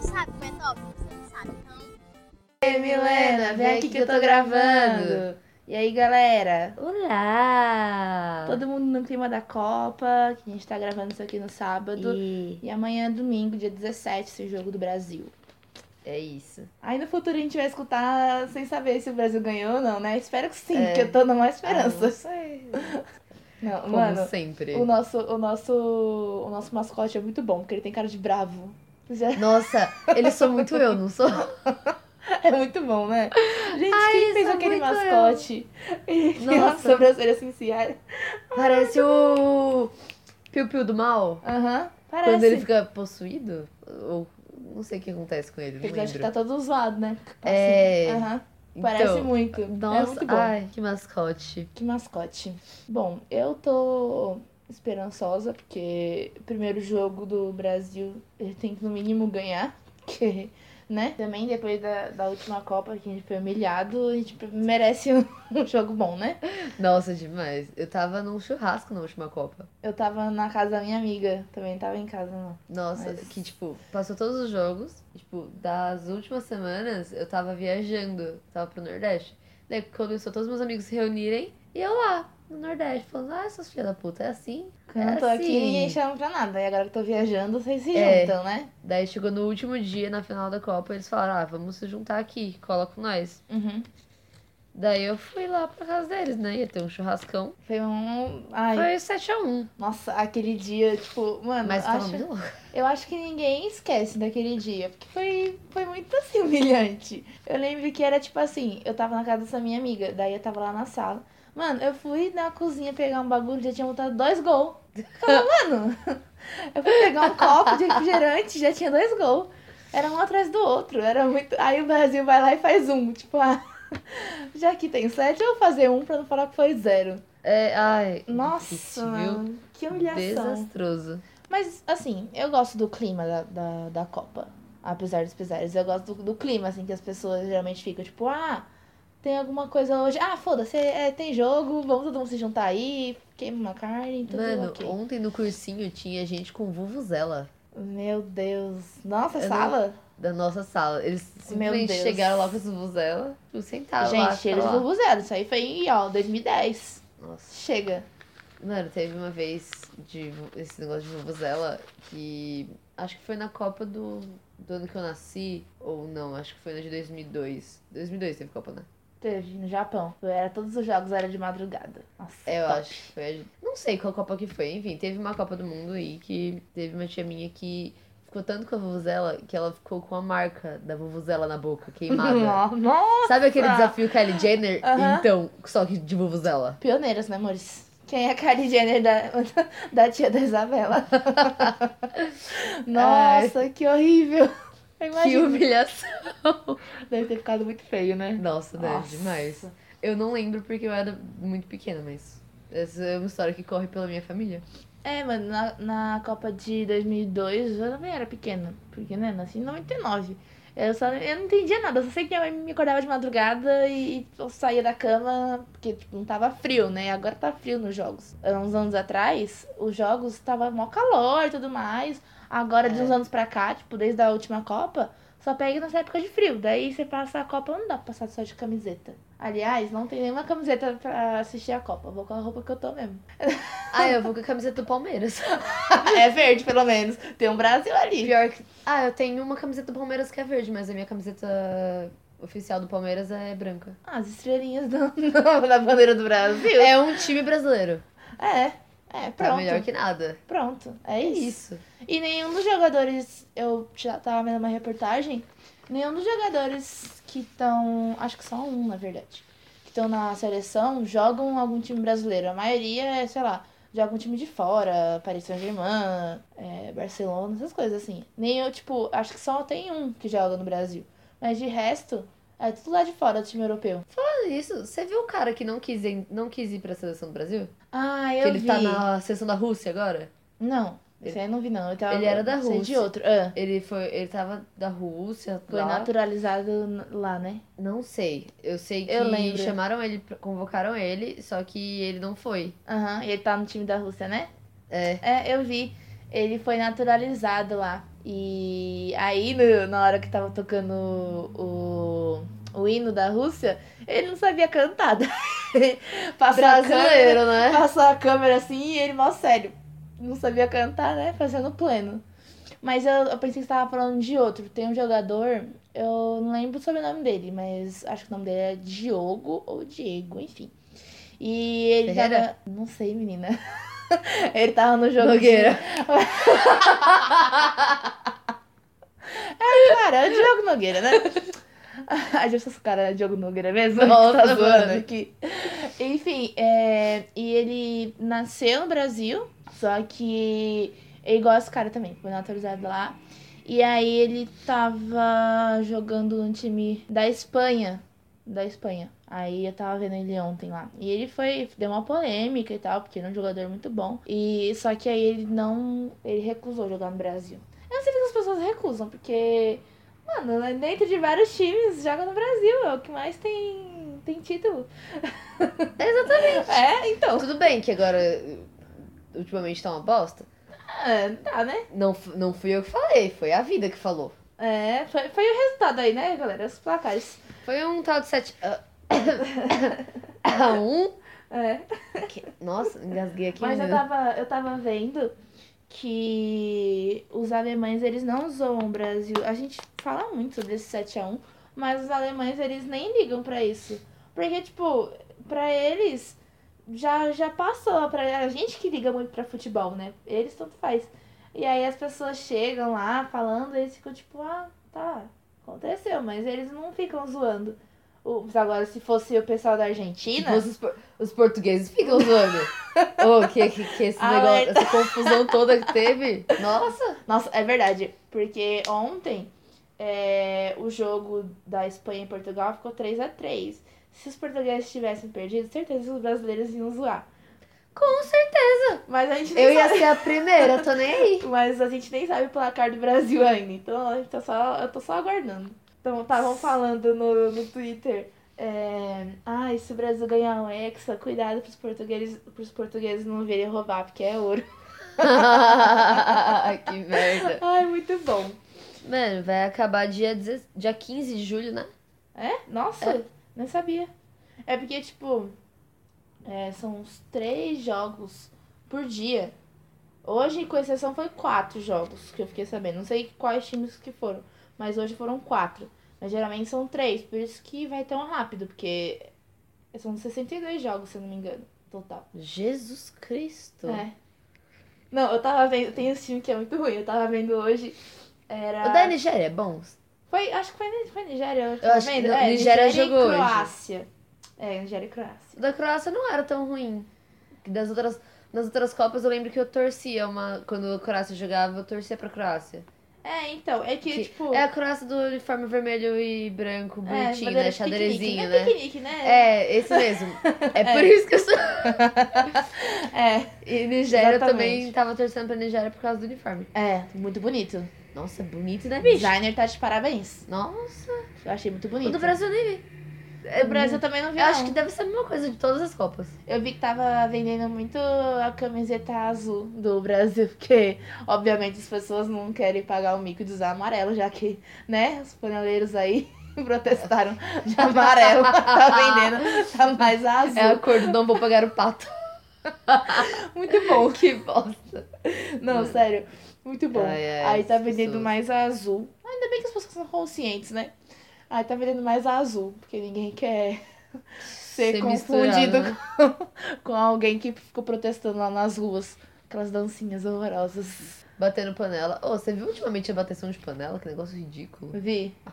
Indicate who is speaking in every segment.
Speaker 1: sabe, mas óbvio, você não sabe. Então,
Speaker 2: Ei, Milena, vem aqui que eu tô gravando. E aí, galera?
Speaker 3: Olá!
Speaker 2: Todo mundo no clima da Copa, que a gente tá gravando isso aqui no sábado.
Speaker 3: E
Speaker 2: E amanhã é domingo, dia 17, esse jogo do Brasil.
Speaker 3: é isso.
Speaker 2: Aí no futuro a gente vai escutar sem saber se o Brasil ganhou ou não, né? Espero que sim,
Speaker 3: É.
Speaker 2: porque eu tô numa
Speaker 3: Ah, não
Speaker 2: esperança.
Speaker 3: sei.
Speaker 2: Não,
Speaker 3: Como
Speaker 2: mano,
Speaker 3: sempre.
Speaker 2: o nosso, o, nosso, o nosso mascote é muito bom, porque ele tem cara de bravo. Já-
Speaker 3: Nossa, eles são muito eu, não sou?
Speaker 2: É muito bom, né? Gente,
Speaker 3: Ai,
Speaker 2: quem
Speaker 3: isso
Speaker 2: fez
Speaker 3: é
Speaker 2: aquele
Speaker 3: muito eu.
Speaker 2: mascote? Ele tem uma
Speaker 3: Nossa.
Speaker 2: sobrancelha sincera.
Speaker 3: Parece o Piu Piu do Mal.
Speaker 2: Aham, parece.
Speaker 3: Quando ele fica possuído. Ou não sei o que acontece com ele, não
Speaker 2: Ele acho que
Speaker 3: lembro.
Speaker 2: tá todo zoado, né?
Speaker 3: É.
Speaker 2: Assim, aham.
Speaker 3: Então,
Speaker 2: Parece muito.
Speaker 3: Nossa,
Speaker 2: é muito bom.
Speaker 3: ai, que mascote.
Speaker 2: Que mascote. Bom, eu tô esperançosa, porque o primeiro jogo do Brasil ele tem que no mínimo ganhar. Que, né? Também depois da, da última Copa que a gente foi humilhado, a gente merece um, um jogo bom, né?
Speaker 3: Nossa, demais. Eu tava num churrasco na última Copa.
Speaker 2: Eu tava na casa da minha amiga, também tava em casa, não.
Speaker 3: Nossa,
Speaker 2: Mas-
Speaker 3: que tipo, passou todos os jogos. Tipo, das últimas semanas eu tava viajando, tava pro Nordeste. Daí começou todos meus amigos se reunirem e eu lá, no Nordeste, falando, ah, essas filhas da puta, é assim.
Speaker 2: Quando eu tô
Speaker 3: É
Speaker 2: aqui, ninguém
Speaker 3: assim.
Speaker 2: chama pra nada. E agora que eu tô viajando, vocês se
Speaker 3: É.
Speaker 2: juntam, né?
Speaker 3: Daí chegou no último dia, na final da Copa, eles falaram, ah, vamos se juntar aqui, cola com nós.
Speaker 2: Uhum.
Speaker 3: Daí eu fui lá pra casa deles, né? Ia ter um churrascão.
Speaker 2: Foi um. Ai,
Speaker 3: Foi 7x1.
Speaker 2: Nossa, aquele dia, tipo, mano,
Speaker 3: Mas tava
Speaker 2: acho-
Speaker 3: muito louco.
Speaker 2: eu acho que ninguém esquece daquele dia, porque foi, foi muito assim, humilhante. Eu lembro que era tipo assim, eu tava na casa dessa minha amiga, daí eu tava lá na sala. Mano, eu fui na cozinha pegar um bagulho, já tinha botado dois gols. Eu falei, mano, eu fui pegar um copo de refrigerante, já tinha dois gols. Era um atrás do outro, era muito. Aí o Brasil vai lá e faz um, tipo, ah, já que tem sete, eu vou fazer um pra não falar que foi zero.
Speaker 3: É, ai.
Speaker 2: Nossa,
Speaker 3: viu?
Speaker 2: mano, que humilhação.
Speaker 3: Desastroso.
Speaker 2: Mas, assim, eu gosto do clima da, da, da Copa. Apesar dos pesares. Eu gosto do, do clima, assim, que as pessoas geralmente ficam, tipo, ah, tem alguma coisa hoje. Ah, foda-se, é, tem jogo, vamos todo mundo se juntar aí, queima uma carne, tudo
Speaker 3: Mano, um
Speaker 2: ok.
Speaker 3: ontem no cursinho tinha gente com vuvuzela
Speaker 2: Meu Deus. Nossa,
Speaker 3: Eu não-
Speaker 2: sala.
Speaker 3: da nossa sala. Eles simplesmente
Speaker 2: Deus.
Speaker 3: chegaram lá com essa vuvuzela, tipo, sentaram lá.
Speaker 2: Gente,
Speaker 3: ficaram
Speaker 2: eles
Speaker 3: lá.
Speaker 2: não usaram. Isso aí foi em, ó, 2010.
Speaker 3: Nossa.
Speaker 2: Chega.
Speaker 3: Mano, teve uma vez de vu- esse negócio de vuvuzela que acho que foi na Copa do, do ano que eu nasci, ou não, acho que foi na de 2002. 2002 teve Copa, né?
Speaker 2: Teve no Japão. Era, todos os jogos eram de madrugada. Nossa,
Speaker 3: É, eu
Speaker 2: top.
Speaker 3: acho que foi. a de- Não sei qual Copa que foi, enfim, teve uma Copa do Mundo aí que teve uma tia minha que ficou tanto com a vuvuzela que ela ficou com a marca da vuvuzela na boca, queimada.
Speaker 2: Nó- Nossa.
Speaker 3: Sabe aquele desafio Kylie Jenner?
Speaker 2: Ah. Aham.
Speaker 3: Então, só que de vuvuzela.
Speaker 2: Pioneiras, né, amores? Quem é a Kylie Jenner da, da tia da Isabela? Nossa, que horrível! Eu
Speaker 3: Que
Speaker 2: imagino.
Speaker 3: humilhação.
Speaker 2: Deve ter ficado muito feio, né?
Speaker 3: Nossa, né?
Speaker 2: Nossa.
Speaker 3: Demais. Eu não lembro porque eu era muito pequena, mas essa é uma história que corre pela minha família.
Speaker 2: É, mano, na, na Copa de 2002 eu também era pequena. Porque, né, nasci em 99. Eu, só, eu não entendia nada, eu só sei que minha mãe me acordava de madrugada e eu saía da cama porque tipo, não tava frio, né? Agora tá frio nos jogos. Há Uns anos atrás, os jogos tava mó calor e tudo mais. Agora, de
Speaker 3: É.
Speaker 2: uns anos pra cá, tipo, desde a última Copa, só pega nas épocas de frio. Daí você passa a Copa, não dá pra passar só de camiseta. Aliás, não tem nenhuma camiseta pra assistir a Copa. Vou com a roupa que eu tô mesmo.
Speaker 3: Ah, eu vou com a camiseta do Palmeiras.
Speaker 2: É verde, pelo menos. Tem um Brasil ali.
Speaker 3: Pior que. Ah, eu tenho uma camiseta do Palmeiras que é verde, mas a minha camiseta oficial do Palmeiras é branca.
Speaker 2: Ah, As estrelinhas da, da bandeira do Brasil.
Speaker 3: É um time brasileiro.
Speaker 2: É, é, pronto.
Speaker 3: Tá melhor que nada.
Speaker 2: Pronto, é
Speaker 3: É
Speaker 2: isso.
Speaker 3: isso.
Speaker 2: E nenhum dos jogadores, eu já tava vendo uma reportagem, nenhum dos jogadores que estão, acho que só um, na verdade, que estão na seleção, jogam algum time brasileiro. A maioria é, sei lá, joga um time de fora, Paris Saint-Germain, é, Barcelona, essas coisas assim. Nem eu, tipo, acho que só tem um que joga no Brasil. Mas de resto, é tudo lá de fora do time europeu.
Speaker 3: Falando nisso, você viu o cara que não quis, ir- não quis ir pra seleção do Brasil?
Speaker 2: Ah,
Speaker 3: que
Speaker 2: eu
Speaker 3: ele
Speaker 2: vi.
Speaker 3: tá na seleção da Rússia agora?
Speaker 2: Não, esse aí eu não vi não. Eu tava...
Speaker 3: Ele era da
Speaker 2: sei de
Speaker 3: Rússia.
Speaker 2: outro. Ah,
Speaker 3: Ele foi. Ele tava da Rússia.
Speaker 2: foi
Speaker 3: lá.
Speaker 2: naturalizado n- lá, né?
Speaker 3: Não sei. Eu sei que
Speaker 2: Eu lembro.
Speaker 3: chamaram ele, pra- convocaram ele, só que ele não foi.
Speaker 2: Aham, e ele tá no time da Rússia, né?
Speaker 3: É.
Speaker 2: É, eu vi. Ele foi naturalizado lá. E aí, no- na hora que tava tocando o, o hino da Rússia, ele não sabia cantar. Daí Passou a câmera,
Speaker 3: Brasileiro, né?
Speaker 2: passou a câmera assim e ele, mó sério, não sabia cantar, né? Fazendo pleno. Mas eu, eu pensei que você tava falando de outro. Tem um jogador, eu não lembro sobre o sobrenome dele, mas acho que o nome dele é Diogo ou Diego, enfim. E ele
Speaker 3: Ferreira?
Speaker 2: tava. Não sei, menina. ele tava no jogo.
Speaker 3: Nogueira.
Speaker 2: De... Cara, é o Diogo Nogueira, né? A gente esse cara é Diogo Nogueira mesmo.
Speaker 3: Nossa,
Speaker 2: tá zoando
Speaker 3: mano.
Speaker 2: aqui. Enfim, é, e ele nasceu no Brasil, só que é igual esse cara também, foi naturalizado lá. E aí ele tava jogando no time da Espanha. Da Espanha. Aí eu tava vendo ele ontem lá. E ele foi. Deu uma polêmica e tal, porque ele é um jogador muito bom. E só que aí ele não. Ele recusou jogar no Brasil. Eu não sei porque as pessoas recusam, porque. Mano, dentro de vários times joga no Brasil. É o que mais tem, tem título. Exatamente. É, então.
Speaker 3: né? Tudo bem que agora, ultimamente tá uma bosta.
Speaker 2: É, tá, né?
Speaker 3: Não, f- não fui eu que falei, foi a vida que falou.
Speaker 2: É, foi, foi o resultado aí, né, galera? Os placares.
Speaker 3: Foi um tal de 7 a 1.
Speaker 2: É.
Speaker 3: Nossa, engasguei aqui.
Speaker 2: Mas
Speaker 3: meu
Speaker 2: eu
Speaker 3: Deus.
Speaker 2: tava, eu tava vendo que os alemães, eles não zoam o Brasil. A gente fala muito desse 7x1, mas os alemães, eles nem ligam pra isso. Porque, tipo, pra eles, já, já passou. Pra, a gente que liga muito pra futebol, né? Eles tanto faz. E aí as pessoas chegam lá falando, eles ficam tipo, ah, tá, aconteceu. Mas eles não ficam zoando. Os- Agora, se fosse o pessoal da Argentina...
Speaker 3: Tipo, os, por- os portugueses ficam zoando. Ô, que, que, que esse negócio,
Speaker 2: Alerta.
Speaker 3: essa confusão toda que teve. Nossa.
Speaker 2: Nossa, é verdade. Porque ontem é, o jogo da Espanha e Portugal ficou 3 a 3 Se os portugueses tivessem perdido, certeza que os brasileiros iam zoar.
Speaker 3: Com certeza.
Speaker 2: Mas a gente nem
Speaker 3: Eu ia
Speaker 2: sabe.
Speaker 3: ser a primeira, tô nem aí.
Speaker 2: Mas a gente nem sabe o placar do Brasil ainda. Então a gente tá só, eu tô só aguardando. Então estavam falando no, no Twitter. É, Ai, se o Brasil ganhar um Hexa, cuidado pros portugueses, pros portugueses não virem roubar, porque é ouro.
Speaker 3: que merda.
Speaker 2: Ai, muito bom.
Speaker 3: Mano, vai acabar dia, 10 dia 15 de julho, né?
Speaker 2: É? Nossa,
Speaker 3: É.
Speaker 2: não sabia. É porque, tipo, é, são uns três jogos por dia. Hoje, com exceção, foi quatro jogos que eu fiquei sabendo. Não sei quais times que foram, mas hoje foram quatro. Mas geralmente são três, por isso que vai tão rápido, porque são 62 jogos, se eu não me engano, total.
Speaker 3: Jesus Cristo.
Speaker 2: É. Não, eu tava vendo. Tem esse time que é muito ruim. Eu tava vendo hoje. Era.
Speaker 3: O da Nigéria é bom?
Speaker 2: Foi, acho que foi, foi Nigéria. Eu acho, que
Speaker 3: Eu
Speaker 2: tá
Speaker 3: acho que
Speaker 2: vendo?
Speaker 3: não,
Speaker 2: é,
Speaker 3: Nigéria
Speaker 2: Nigéria
Speaker 3: jogou
Speaker 2: e
Speaker 3: hoje.
Speaker 2: Croácia. É, Nigéria e Croácia.
Speaker 3: O da Croácia não era tão ruim. Que Das outras, nas outras Copas eu lembro que eu torcia uma. Quando a Croácia jogava, eu torcia pra Croácia.
Speaker 2: É, então, é que,
Speaker 3: Que
Speaker 2: tipo.
Speaker 3: É a Croácia do uniforme vermelho e branco, bonitinho,
Speaker 2: bandeira
Speaker 3: né?
Speaker 2: de piquenique,
Speaker 3: Xadrezinho,
Speaker 2: não é
Speaker 3: né?
Speaker 2: piquenique, né?
Speaker 3: É, esse mesmo. É por isso que eu sou.
Speaker 2: É.
Speaker 3: E Nigéria eu
Speaker 2: Exatamente.
Speaker 3: também tava torcendo pra Nigéria por causa do uniforme.
Speaker 2: É, muito bonito.
Speaker 3: Nossa, bonito, né,
Speaker 2: O
Speaker 3: bicho?
Speaker 2: designer tá de parabéns.
Speaker 3: Nossa.
Speaker 2: Eu achei muito bonito.
Speaker 3: O do Brasil eu nem vi.
Speaker 2: O Brasil eu também não vi.
Speaker 3: Eu
Speaker 2: não.
Speaker 3: acho que deve ser a mesma coisa de todas as Copas.
Speaker 2: Eu vi que tava vendendo muito a camiseta azul do Brasil, porque, obviamente, as pessoas não querem pagar o mico de usar amarelo, já que, né, os paneleiros aí protestaram de amarelo. tá vendendo, tá mais azul.
Speaker 3: É a cor do não vou pagar o pato.
Speaker 2: Muito bom.
Speaker 3: que bosta.
Speaker 2: Não, sério. Muito bom.
Speaker 3: É Ai, ai,
Speaker 2: Aí tá
Speaker 3: as
Speaker 2: vendendo
Speaker 3: pessoas.
Speaker 2: mais a azul. Ainda bem que as pessoas são conscientes, né? Aí tá vendendo mais a azul, porque ninguém quer ser,
Speaker 3: Ser misturado,
Speaker 2: confundido
Speaker 3: né?
Speaker 2: com, com alguém que ficou protestando lá nas ruas. Aquelas dancinhas horrorosas.
Speaker 3: Batendo panela. Ô, você viu ultimamente a bateção de panela? Que negócio ridículo.
Speaker 2: Vi? Tipo,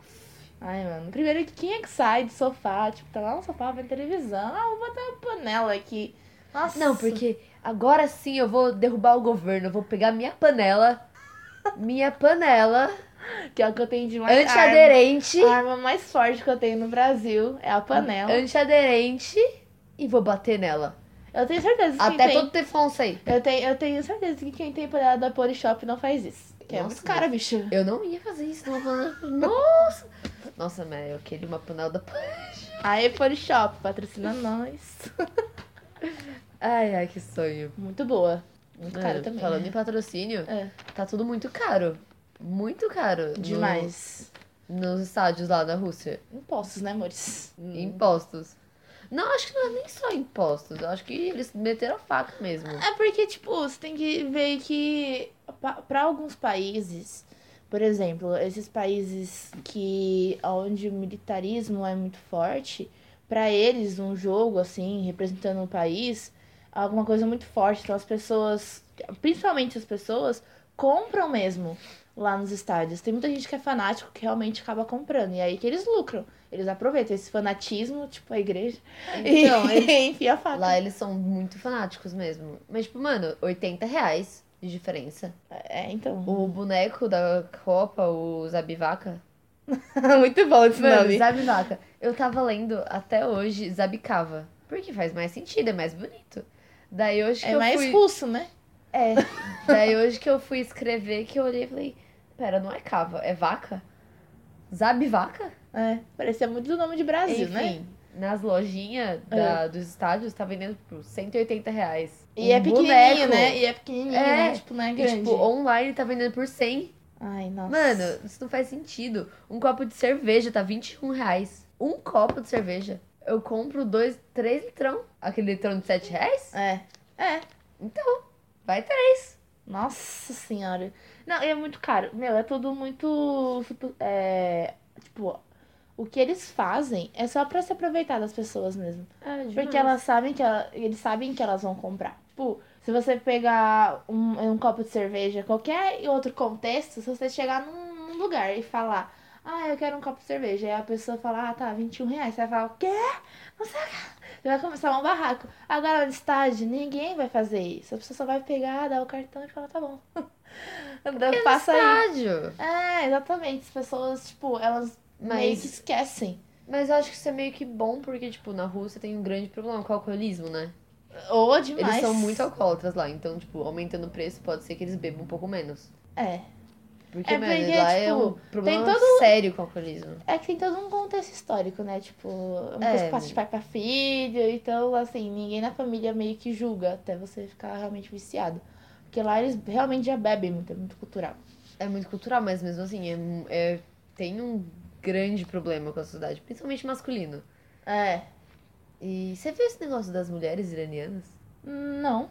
Speaker 2: Ai, mano. Primeiro que quem é que sai do sofá? Tipo, tá lá no sofá vendo televisão. Ah, vou botar uma panela aqui. Nossa.
Speaker 3: Não, porque agora sim eu vou derrubar o governo. Eu vou pegar minha panela. Minha panela
Speaker 2: Que é o que eu tenho de mais.
Speaker 3: antiaderente.
Speaker 2: A arma mais forte que eu tenho no Brasil é a panela.
Speaker 3: Antiaderente. E vou bater nela.
Speaker 2: Eu tenho certeza que
Speaker 3: Até
Speaker 2: tem.
Speaker 3: todo teflon sair.
Speaker 2: Eu tenho, eu tenho certeza que quem tem panela da Polishop não faz isso. Que é
Speaker 3: Nossa,
Speaker 2: muito cara, bicho.
Speaker 3: Eu não ia fazer isso numa panela. Nossa! Nossa, mas eu queria uma panela da pan-
Speaker 2: Aí, Polishop, patrocina nós.
Speaker 3: Ai, ai, que sonho. É,
Speaker 2: Muito boa. Muito cara também.
Speaker 3: Falando
Speaker 2: né?
Speaker 3: em patrocínio,
Speaker 2: É.
Speaker 3: tá tudo muito caro. Muito caro. no-
Speaker 2: Demais.
Speaker 3: nos estádios lá na Rússia.
Speaker 2: Impostos, né, amores?
Speaker 3: Hum. Impostos. Não, acho que não é nem só impostos. Eu acho que eles meteram a faca mesmo.
Speaker 2: É porque, tipo, você tem que ver que pa- pra alguns países, por exemplo, esses países que onde o militarismo é muito forte, pra eles um jogo assim, representando o país, é alguma coisa muito forte, então as pessoas, principalmente as pessoas compram mesmo lá nos estádios. Tem muita gente que é fanático que realmente acaba comprando e é aí que eles lucram. Eles aproveitam esse fanatismo, tipo a igreja,
Speaker 3: Então,
Speaker 2: e
Speaker 3: eles-
Speaker 2: enfia a faca.
Speaker 3: lá é eles são muito fanáticos mesmo. Mas, tipo, mano, 80 reais de diferença.
Speaker 2: É, então.
Speaker 3: O boneco da Copa, o Zabivaca.
Speaker 2: muito bom esse
Speaker 3: Mano,
Speaker 2: nome.
Speaker 3: Zabivaca. Eu tava lendo até hoje Zabicava. Porque faz mais sentido, é mais bonito. Daí hoje que
Speaker 2: É
Speaker 3: eu
Speaker 2: mais
Speaker 3: fui...
Speaker 2: russo, né?
Speaker 3: É. Daí hoje que eu fui escrever, que eu olhei e falei, pera, não é cava, é vaca? Zabivaca?
Speaker 2: É, parecia muito o nome de Brasil, né? É.
Speaker 3: nas lojinhas da- dos estádios tá vendendo por 180 reais.
Speaker 2: E
Speaker 3: Um
Speaker 2: é pequenininho,
Speaker 3: boneco.
Speaker 2: né? E é pequenininho,
Speaker 3: É.
Speaker 2: né? Tipo, não é
Speaker 3: E,
Speaker 2: grande.
Speaker 3: tipo, online tá vendendo por 100.
Speaker 2: Ai, nossa.
Speaker 3: Mano, isso não faz sentido. Um copo de cerveja tá 21 reais. Um copo de cerveja. Eu compro dois, três litrão. Aquele litrão de 7 reais?
Speaker 2: É. É.
Speaker 3: Vai ter.
Speaker 2: Nossa senhora. Não, e é muito caro. Meu, é tudo muito. tipo, É, tipo, o que eles fazem é só pra se aproveitar das pessoas mesmo. Porque elas sabem que ela- eles sabem que elas vão comprar. Tipo, se você pegar um, um copo de cerveja, qualquer outro contexto, se você chegar num, num lugar e falar, ah, eu quero um copo de cerveja, aí a pessoa fala, ah, tá, 21 reais. Você vai falar, o quê? Não sei o quê." Você vai começar um barraco. Agora, no estádio, ninguém vai fazer isso. A pessoa só vai pegar, dar o cartão e falar, tá bom. Dá- Passa aí.
Speaker 3: Estádio.
Speaker 2: É, exatamente. As pessoas, tipo, elas meio que
Speaker 3: Mas,
Speaker 2: esquecem.
Speaker 3: mas eu acho que isso é meio que bom, porque, tipo, na Rússia tem um grande problema com o alcoolismo, né?
Speaker 2: Ou demais.
Speaker 3: Eles são muito alcoólatras lá, então, tipo, aumentando o preço pode ser que eles bebam um pouco menos.
Speaker 2: É.
Speaker 3: Porque,
Speaker 2: É
Speaker 3: mano,
Speaker 2: porque,
Speaker 3: lá é
Speaker 2: tipo,
Speaker 3: um problema
Speaker 2: tem todo-
Speaker 3: sério com o alcoolismo.
Speaker 2: É que tem todo um contexto histórico, né? Tipo, uma
Speaker 3: É.
Speaker 2: coisa que passa de pai pra filho. Então, assim, ninguém na família meio que julga até você ficar realmente viciado. Porque lá eles realmente já bebem muito, é muito cultural.
Speaker 3: É muito cultural, mas mesmo assim, é, mu- é- tem um grande problema com a sociedade, principalmente masculino.
Speaker 2: É.
Speaker 3: E você viu esse negócio das mulheres iranianas?
Speaker 2: Não.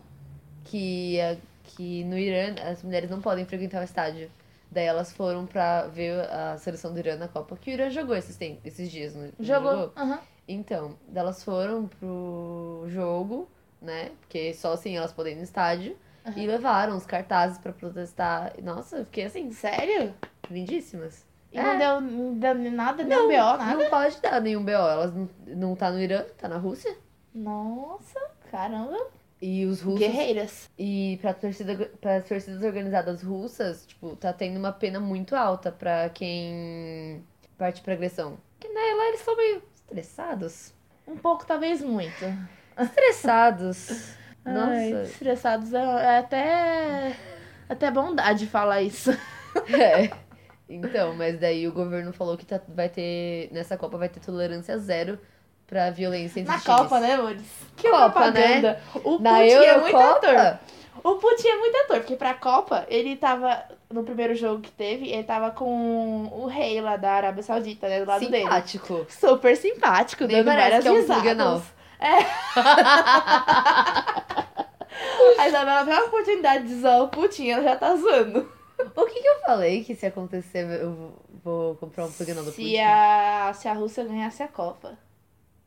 Speaker 3: Que, a- que no Irã as mulheres não podem frequentar o estádio. Daí elas foram pra ver a seleção do Irã na Copa, que o Irã jogou esses, tem- esses dias, né? não não
Speaker 2: Jogou. Aham.
Speaker 3: Então, daí elas foram pro jogo, né? Porque só assim elas podem ir no estádio.
Speaker 2: Aham.
Speaker 3: E levaram os cartazes pra protestar. E, Nossa, eu fiquei assim,
Speaker 2: Sério?
Speaker 3: lindíssimas.
Speaker 2: E
Speaker 3: É.
Speaker 2: não deu, não deu nada, deu um B.O., nada?
Speaker 3: Não pode dar nenhum BO. Elas não, não tá no Irã, tá na Rússia.
Speaker 2: Nossa, caramba.
Speaker 3: E os russos.
Speaker 2: Guerreiras.
Speaker 3: E pra torcida, pras torcidas organizadas russas, tipo, tá tendo uma pena muito alta pra quem parte pra agressão. Porque né, lá eles são meio estressados.
Speaker 2: Ah, Um pouco, talvez muito.
Speaker 3: Estressados. Nossa.
Speaker 2: Ai, estressados é, é até... Até bondade falar isso.
Speaker 3: É. Então, mas daí o governo falou que tá- vai ter. Nessa Copa vai ter tolerância zero pra violência entre
Speaker 2: Na
Speaker 3: os times.
Speaker 2: Copa, né, Mouris? Que
Speaker 3: Copa, né?
Speaker 2: propaganda. O
Speaker 3: Na
Speaker 2: Putin é muito
Speaker 3: Eurocopa,
Speaker 2: ator. O Putin é muito ator, porque pra Copa, ele tava. No primeiro jogo que teve, ele tava com o rei lá da Arábia Saudita, né? Do lado dele.
Speaker 3: simpático.
Speaker 2: Super simpático,
Speaker 3: Nem
Speaker 2: dando
Speaker 3: parece
Speaker 2: várias
Speaker 3: que é um
Speaker 2: risadas.
Speaker 3: Pluggenau.
Speaker 2: A Isabela tem uma oportunidade de zoar o Putin, ela já tá zoando.
Speaker 3: O que, que eu falei que se acontecer eu vou- vou comprar um Plugin do Putin?
Speaker 2: se, a, se a Rússia ganhasse a Copa.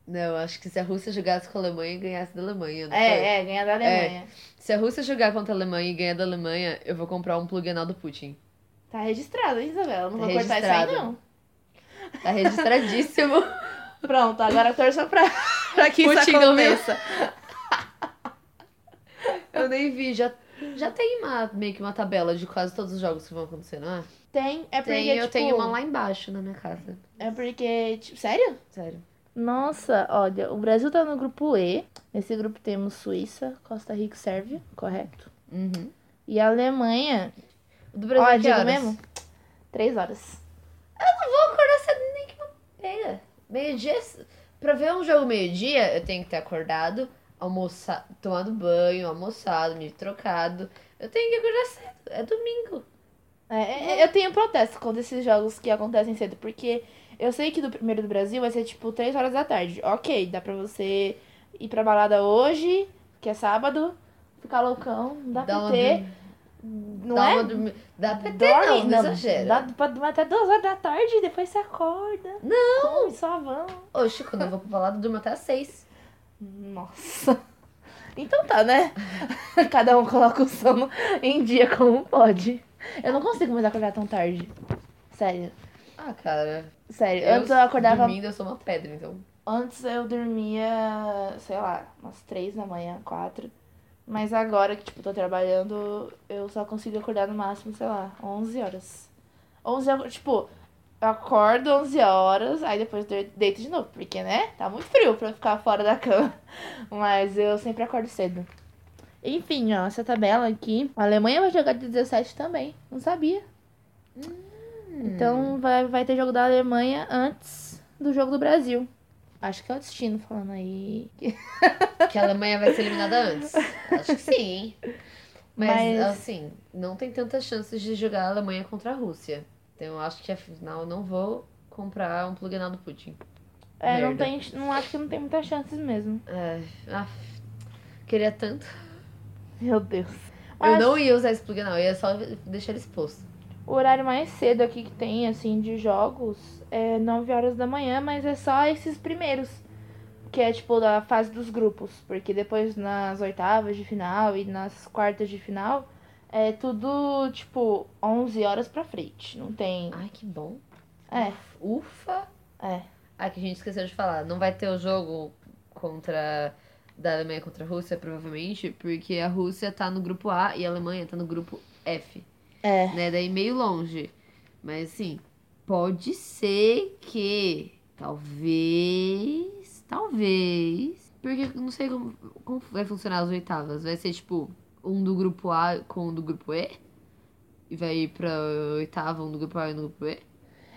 Speaker 3: Não, acho que se a Rússia jogasse com a Alemanha, ganhasse da Alemanha. não foi?
Speaker 2: É, é, ganhar da Alemanha.
Speaker 3: Se a Rússia jogar contra a Alemanha e ganhar da Alemanha, eu vou comprar um Pluginal do Putin.
Speaker 2: Tá registrado, hein, Isabela? Não
Speaker 3: Tá
Speaker 2: vou cortar isso aí,
Speaker 3: registrado.
Speaker 2: não.
Speaker 3: Tá registradíssimo.
Speaker 2: Pronto, agora torça pra, pra que isso
Speaker 3: Putin não viu.
Speaker 2: aconteça.
Speaker 3: eu nem vi. Já, já tem uma- meio que uma tabela de quase todos os jogos que vão acontecer, não é?
Speaker 2: Tem, é porque,
Speaker 3: Tem, eu
Speaker 2: tipo...
Speaker 3: tenho uma lá embaixo na minha casa.
Speaker 2: É porque, tipo, sério?
Speaker 3: Sério.
Speaker 2: Nossa, olha, o Brasil tá no grupo E. Nesse grupo temos Suíça, Costa Rica e Sérvia, correto?
Speaker 3: Uhum.
Speaker 2: E a Alemanha.
Speaker 3: O do
Speaker 2: Ó,
Speaker 3: Brasil é que
Speaker 2: digo
Speaker 3: horas?
Speaker 2: mesmo? Três horas.
Speaker 3: Vou acordar cedo nem que não pega. Meio-dia. Pra ver um jogo meio-dia, eu tenho que ter acordado, almoçado, tomado banho, almoçado, me trocado. Eu tenho que acordar cedo. É domingo.
Speaker 2: É, é, eu tenho protesto contra esses jogos que acontecem cedo, porque eu sei que do primeiro do Brasil vai ser tipo 3 horas da tarde. Ok, dá pra você ir pra balada hoje, que é sábado, ficar loucão, dá,
Speaker 3: Dá uma
Speaker 2: PT,
Speaker 3: dormi-
Speaker 2: não
Speaker 3: dá
Speaker 2: é?
Speaker 3: uma dormi- Dá PT não,
Speaker 2: Dorme,
Speaker 3: não exagera.
Speaker 2: Dá pra dormir até 2 horas da tarde, depois você acorda. Não! Come, só vão.
Speaker 3: Ô, Chico, quando eu vou pra balada, eu durmo até às seis.
Speaker 2: Nossa. Então tá, né? Cada um coloca o sono em dia como pode. Eu não consigo mais acordar tão tarde. Sério.
Speaker 3: Ah, cara.
Speaker 2: Sério. Antes eu acordava.
Speaker 3: Dormindo, eu sou uma pedra, então.
Speaker 2: Antes eu dormia, sei lá, umas três da manhã, quatro. Mas agora que, tipo, tô trabalhando, eu só consigo acordar no máximo, sei lá, 11 horas. 11 horas, tipo, eu acordo 11 horas, aí depois de- deito de novo, porque, né, tá muito frio pra eu ficar fora da cama. Mas eu sempre acordo cedo. Enfim, ó, essa tabela aqui, a Alemanha vai jogar de 17 também, não sabia. Então vai, vai ter jogo da Alemanha antes do jogo do Brasil. Acho que é o destino falando aí.
Speaker 3: Que a Alemanha vai ser eliminada antes. Acho que sim, hein? Mas,
Speaker 2: Mas-
Speaker 3: assim, não tem tantas chances de jogar a Alemanha contra a Rússia. Então eu acho que afinal eu não vou comprar um plug do Putin.
Speaker 2: É, não
Speaker 3: Merda.
Speaker 2: tem, não acho que não tem muitas chances mesmo.
Speaker 3: É, ah, queria tanto.
Speaker 2: Meu Deus.
Speaker 3: Eu
Speaker 2: Mas
Speaker 3: não ia usar esse plug eu ia só deixar ele exposto.
Speaker 2: o horário mais cedo aqui que tem, assim, de jogos é 9 horas da manhã, mas é só esses primeiros. Que é tipo da fase dos grupos. Porque depois nas oitavas de final e nas quartas de final é tudo tipo 11 horas pra frente. Não tem.
Speaker 3: Ai, que bom.
Speaker 2: É,
Speaker 3: Ufa!
Speaker 2: é.
Speaker 3: Ah, que a gente esqueceu de falar. Não vai ter o jogo contra da Alemanha contra a Rússia, provavelmente, porque a Rússia tá no grupo A e a Alemanha tá no grupo F.
Speaker 2: É.
Speaker 3: Né? Daí meio longe. Mas assim, pode ser que talvez, talvez, porque eu não sei como, como vai funcionar as oitavas. Vai ser tipo um do grupo A com um do grupo E e vai ir pra oitava, um do grupo A e um do grupo E.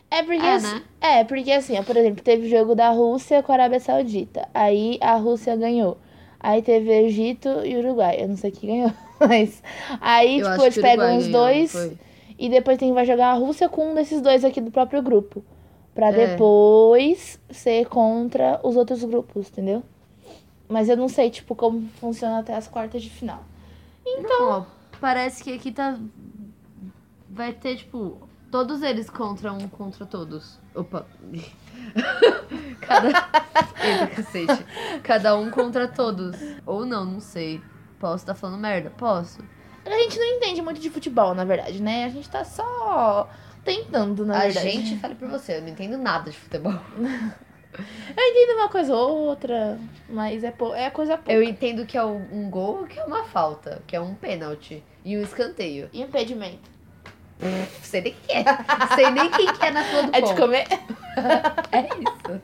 Speaker 2: É porque,
Speaker 3: É,
Speaker 2: assim-
Speaker 3: né?
Speaker 2: é, porque assim, ó, por exemplo, teve jogo da Rússia com a Arábia Saudita. Aí a Rússia ganhou. Aí teve Egito e Uruguai. Eu não sei quem ganhou, mas. Aí,
Speaker 3: Eu acho
Speaker 2: tipo, eles
Speaker 3: que o
Speaker 2: pegam
Speaker 3: Uruguai
Speaker 2: os
Speaker 3: ganhou, não
Speaker 2: dois
Speaker 3: foi?
Speaker 2: e depois tem vai jogar a Rússia com um desses dois aqui do próprio grupo. Pra
Speaker 3: É.
Speaker 2: depois ser contra os outros grupos, entendeu? Mas eu não sei, tipo, como funciona até as quartas de final.
Speaker 3: Então, ó, parece que aqui tá. Vai ter, tipo, todos eles contra um contra todos. Opa! Cada. Eita, cacete. Cada um contra todos. Ou não, não sei. Posso estar falando merda? Posso.
Speaker 2: A gente não entende muito de futebol, na verdade, né? A gente tá só tentando, na
Speaker 3: a
Speaker 2: verdade.
Speaker 3: gente, fala pra você, eu não entendo nada de futebol.
Speaker 2: Eu entendo uma coisa ou outra, mas é, pou... é coisa pouca.
Speaker 3: Eu entendo que é um um gol, que é uma falta, que é um pênalti e um escanteio.
Speaker 2: Impedimento.
Speaker 3: Sei nem quem é. Sei nem quem que é na fila do
Speaker 2: É de
Speaker 3: gol.
Speaker 2: comer?
Speaker 3: É isso.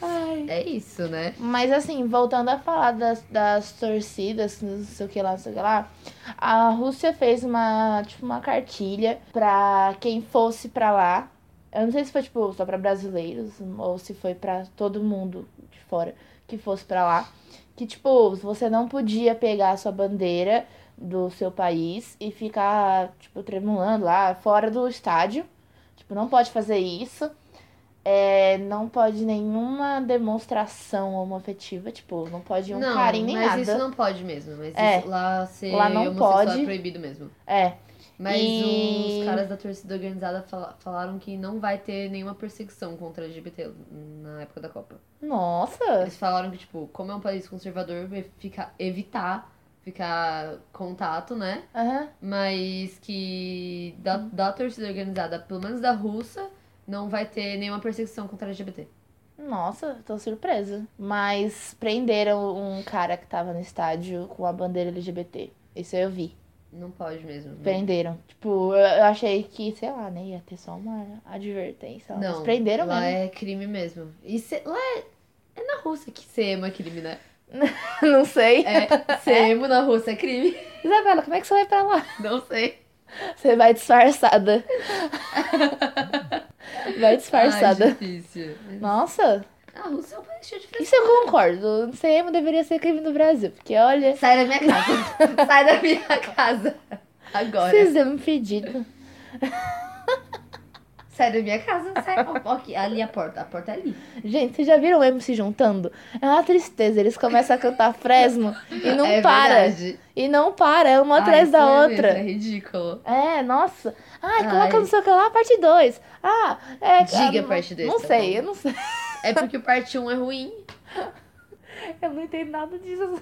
Speaker 2: Ai.
Speaker 3: É isso, né?
Speaker 2: Mas assim, voltando a falar das, das torcidas, não sei o que lá, não sei o que lá, a Rússia fez uma, tipo, uma cartilha pra quem fosse pra lá. Eu não sei se foi, tipo, só pra brasileiros ou se foi pra todo mundo de fora que fosse pra lá. Que, tipo, você não podia pegar a sua bandeira do seu país e ficar, tipo, tremulando lá fora do estádio. Tipo, não pode fazer isso. É, não pode nenhuma demonstração homoafetiva, tipo, não pode um carinho nem
Speaker 3: mas
Speaker 2: nada.
Speaker 3: isso não pode mesmo. Mas
Speaker 2: É.
Speaker 3: isso lá ser
Speaker 2: Lá não
Speaker 3: homossexual
Speaker 2: pode.
Speaker 3: é proibido mesmo.
Speaker 2: É,
Speaker 3: Mas
Speaker 2: E-
Speaker 3: os caras da torcida organizada fala- falaram que não vai ter nenhuma perseguição contra LGBT na época da Copa.
Speaker 2: nossa,
Speaker 3: Eles falaram que, tipo, como é um país conservador, vai ficar, evitar ficar contato, né?
Speaker 2: aham.
Speaker 3: Mas que da, da torcida organizada, pelo menos da russa, não vai ter nenhuma perseguição contra LGBT.
Speaker 2: Nossa, tô surpresa. Mas prenderam um cara que tava no estádio com a bandeira LGBT. Isso eu vi.
Speaker 3: Não pode mesmo. né?
Speaker 2: Prenderam. Tipo, eu eu achei que, sei lá, né? Ia ter só uma advertência. Mas prenderam
Speaker 3: lá
Speaker 2: mesmo.
Speaker 3: é crime mesmo. E se- lá é, é na Rússia que ser emo é crime, né?
Speaker 2: Não sei.
Speaker 3: É, ser emo na Rússia é crime.
Speaker 2: Isabela, como é que você vai pra lá?
Speaker 3: Não sei.
Speaker 2: Você vai disfarçada. vai disfarçada.
Speaker 3: Ai, difícil.
Speaker 2: Nossa,
Speaker 3: A Rússia é um país cheio de frescura.
Speaker 2: isso eu concordo. Ser emo deveria ser crime no Brasil. Porque, olha,
Speaker 3: Sai da minha casa. Sai da minha casa. Agora.
Speaker 2: vocês dão um pedido.
Speaker 3: Sai da minha casa, sai. Ó, aqui, ali a porta, a porta é ali.
Speaker 2: Gente, vocês já viram o emo se juntando? É uma tristeza. Eles começam a cantar Fresno e não
Speaker 3: É
Speaker 2: para.
Speaker 3: verdade.
Speaker 2: E não para, é uma
Speaker 3: Ai,
Speaker 2: atrás da
Speaker 3: sério,
Speaker 2: outra.
Speaker 3: isso É ridículo.
Speaker 2: É, nossa. Ai,
Speaker 3: Ai.
Speaker 2: coloca no seu canal a parte 2. Ah, é.
Speaker 3: Diga
Speaker 2: ah,
Speaker 3: a parte dois,
Speaker 2: Não
Speaker 3: tá
Speaker 2: sei,
Speaker 3: bom.
Speaker 2: eu não sei.
Speaker 3: É porque o parte 1 é ruim.
Speaker 2: Eu não entendo nada disso.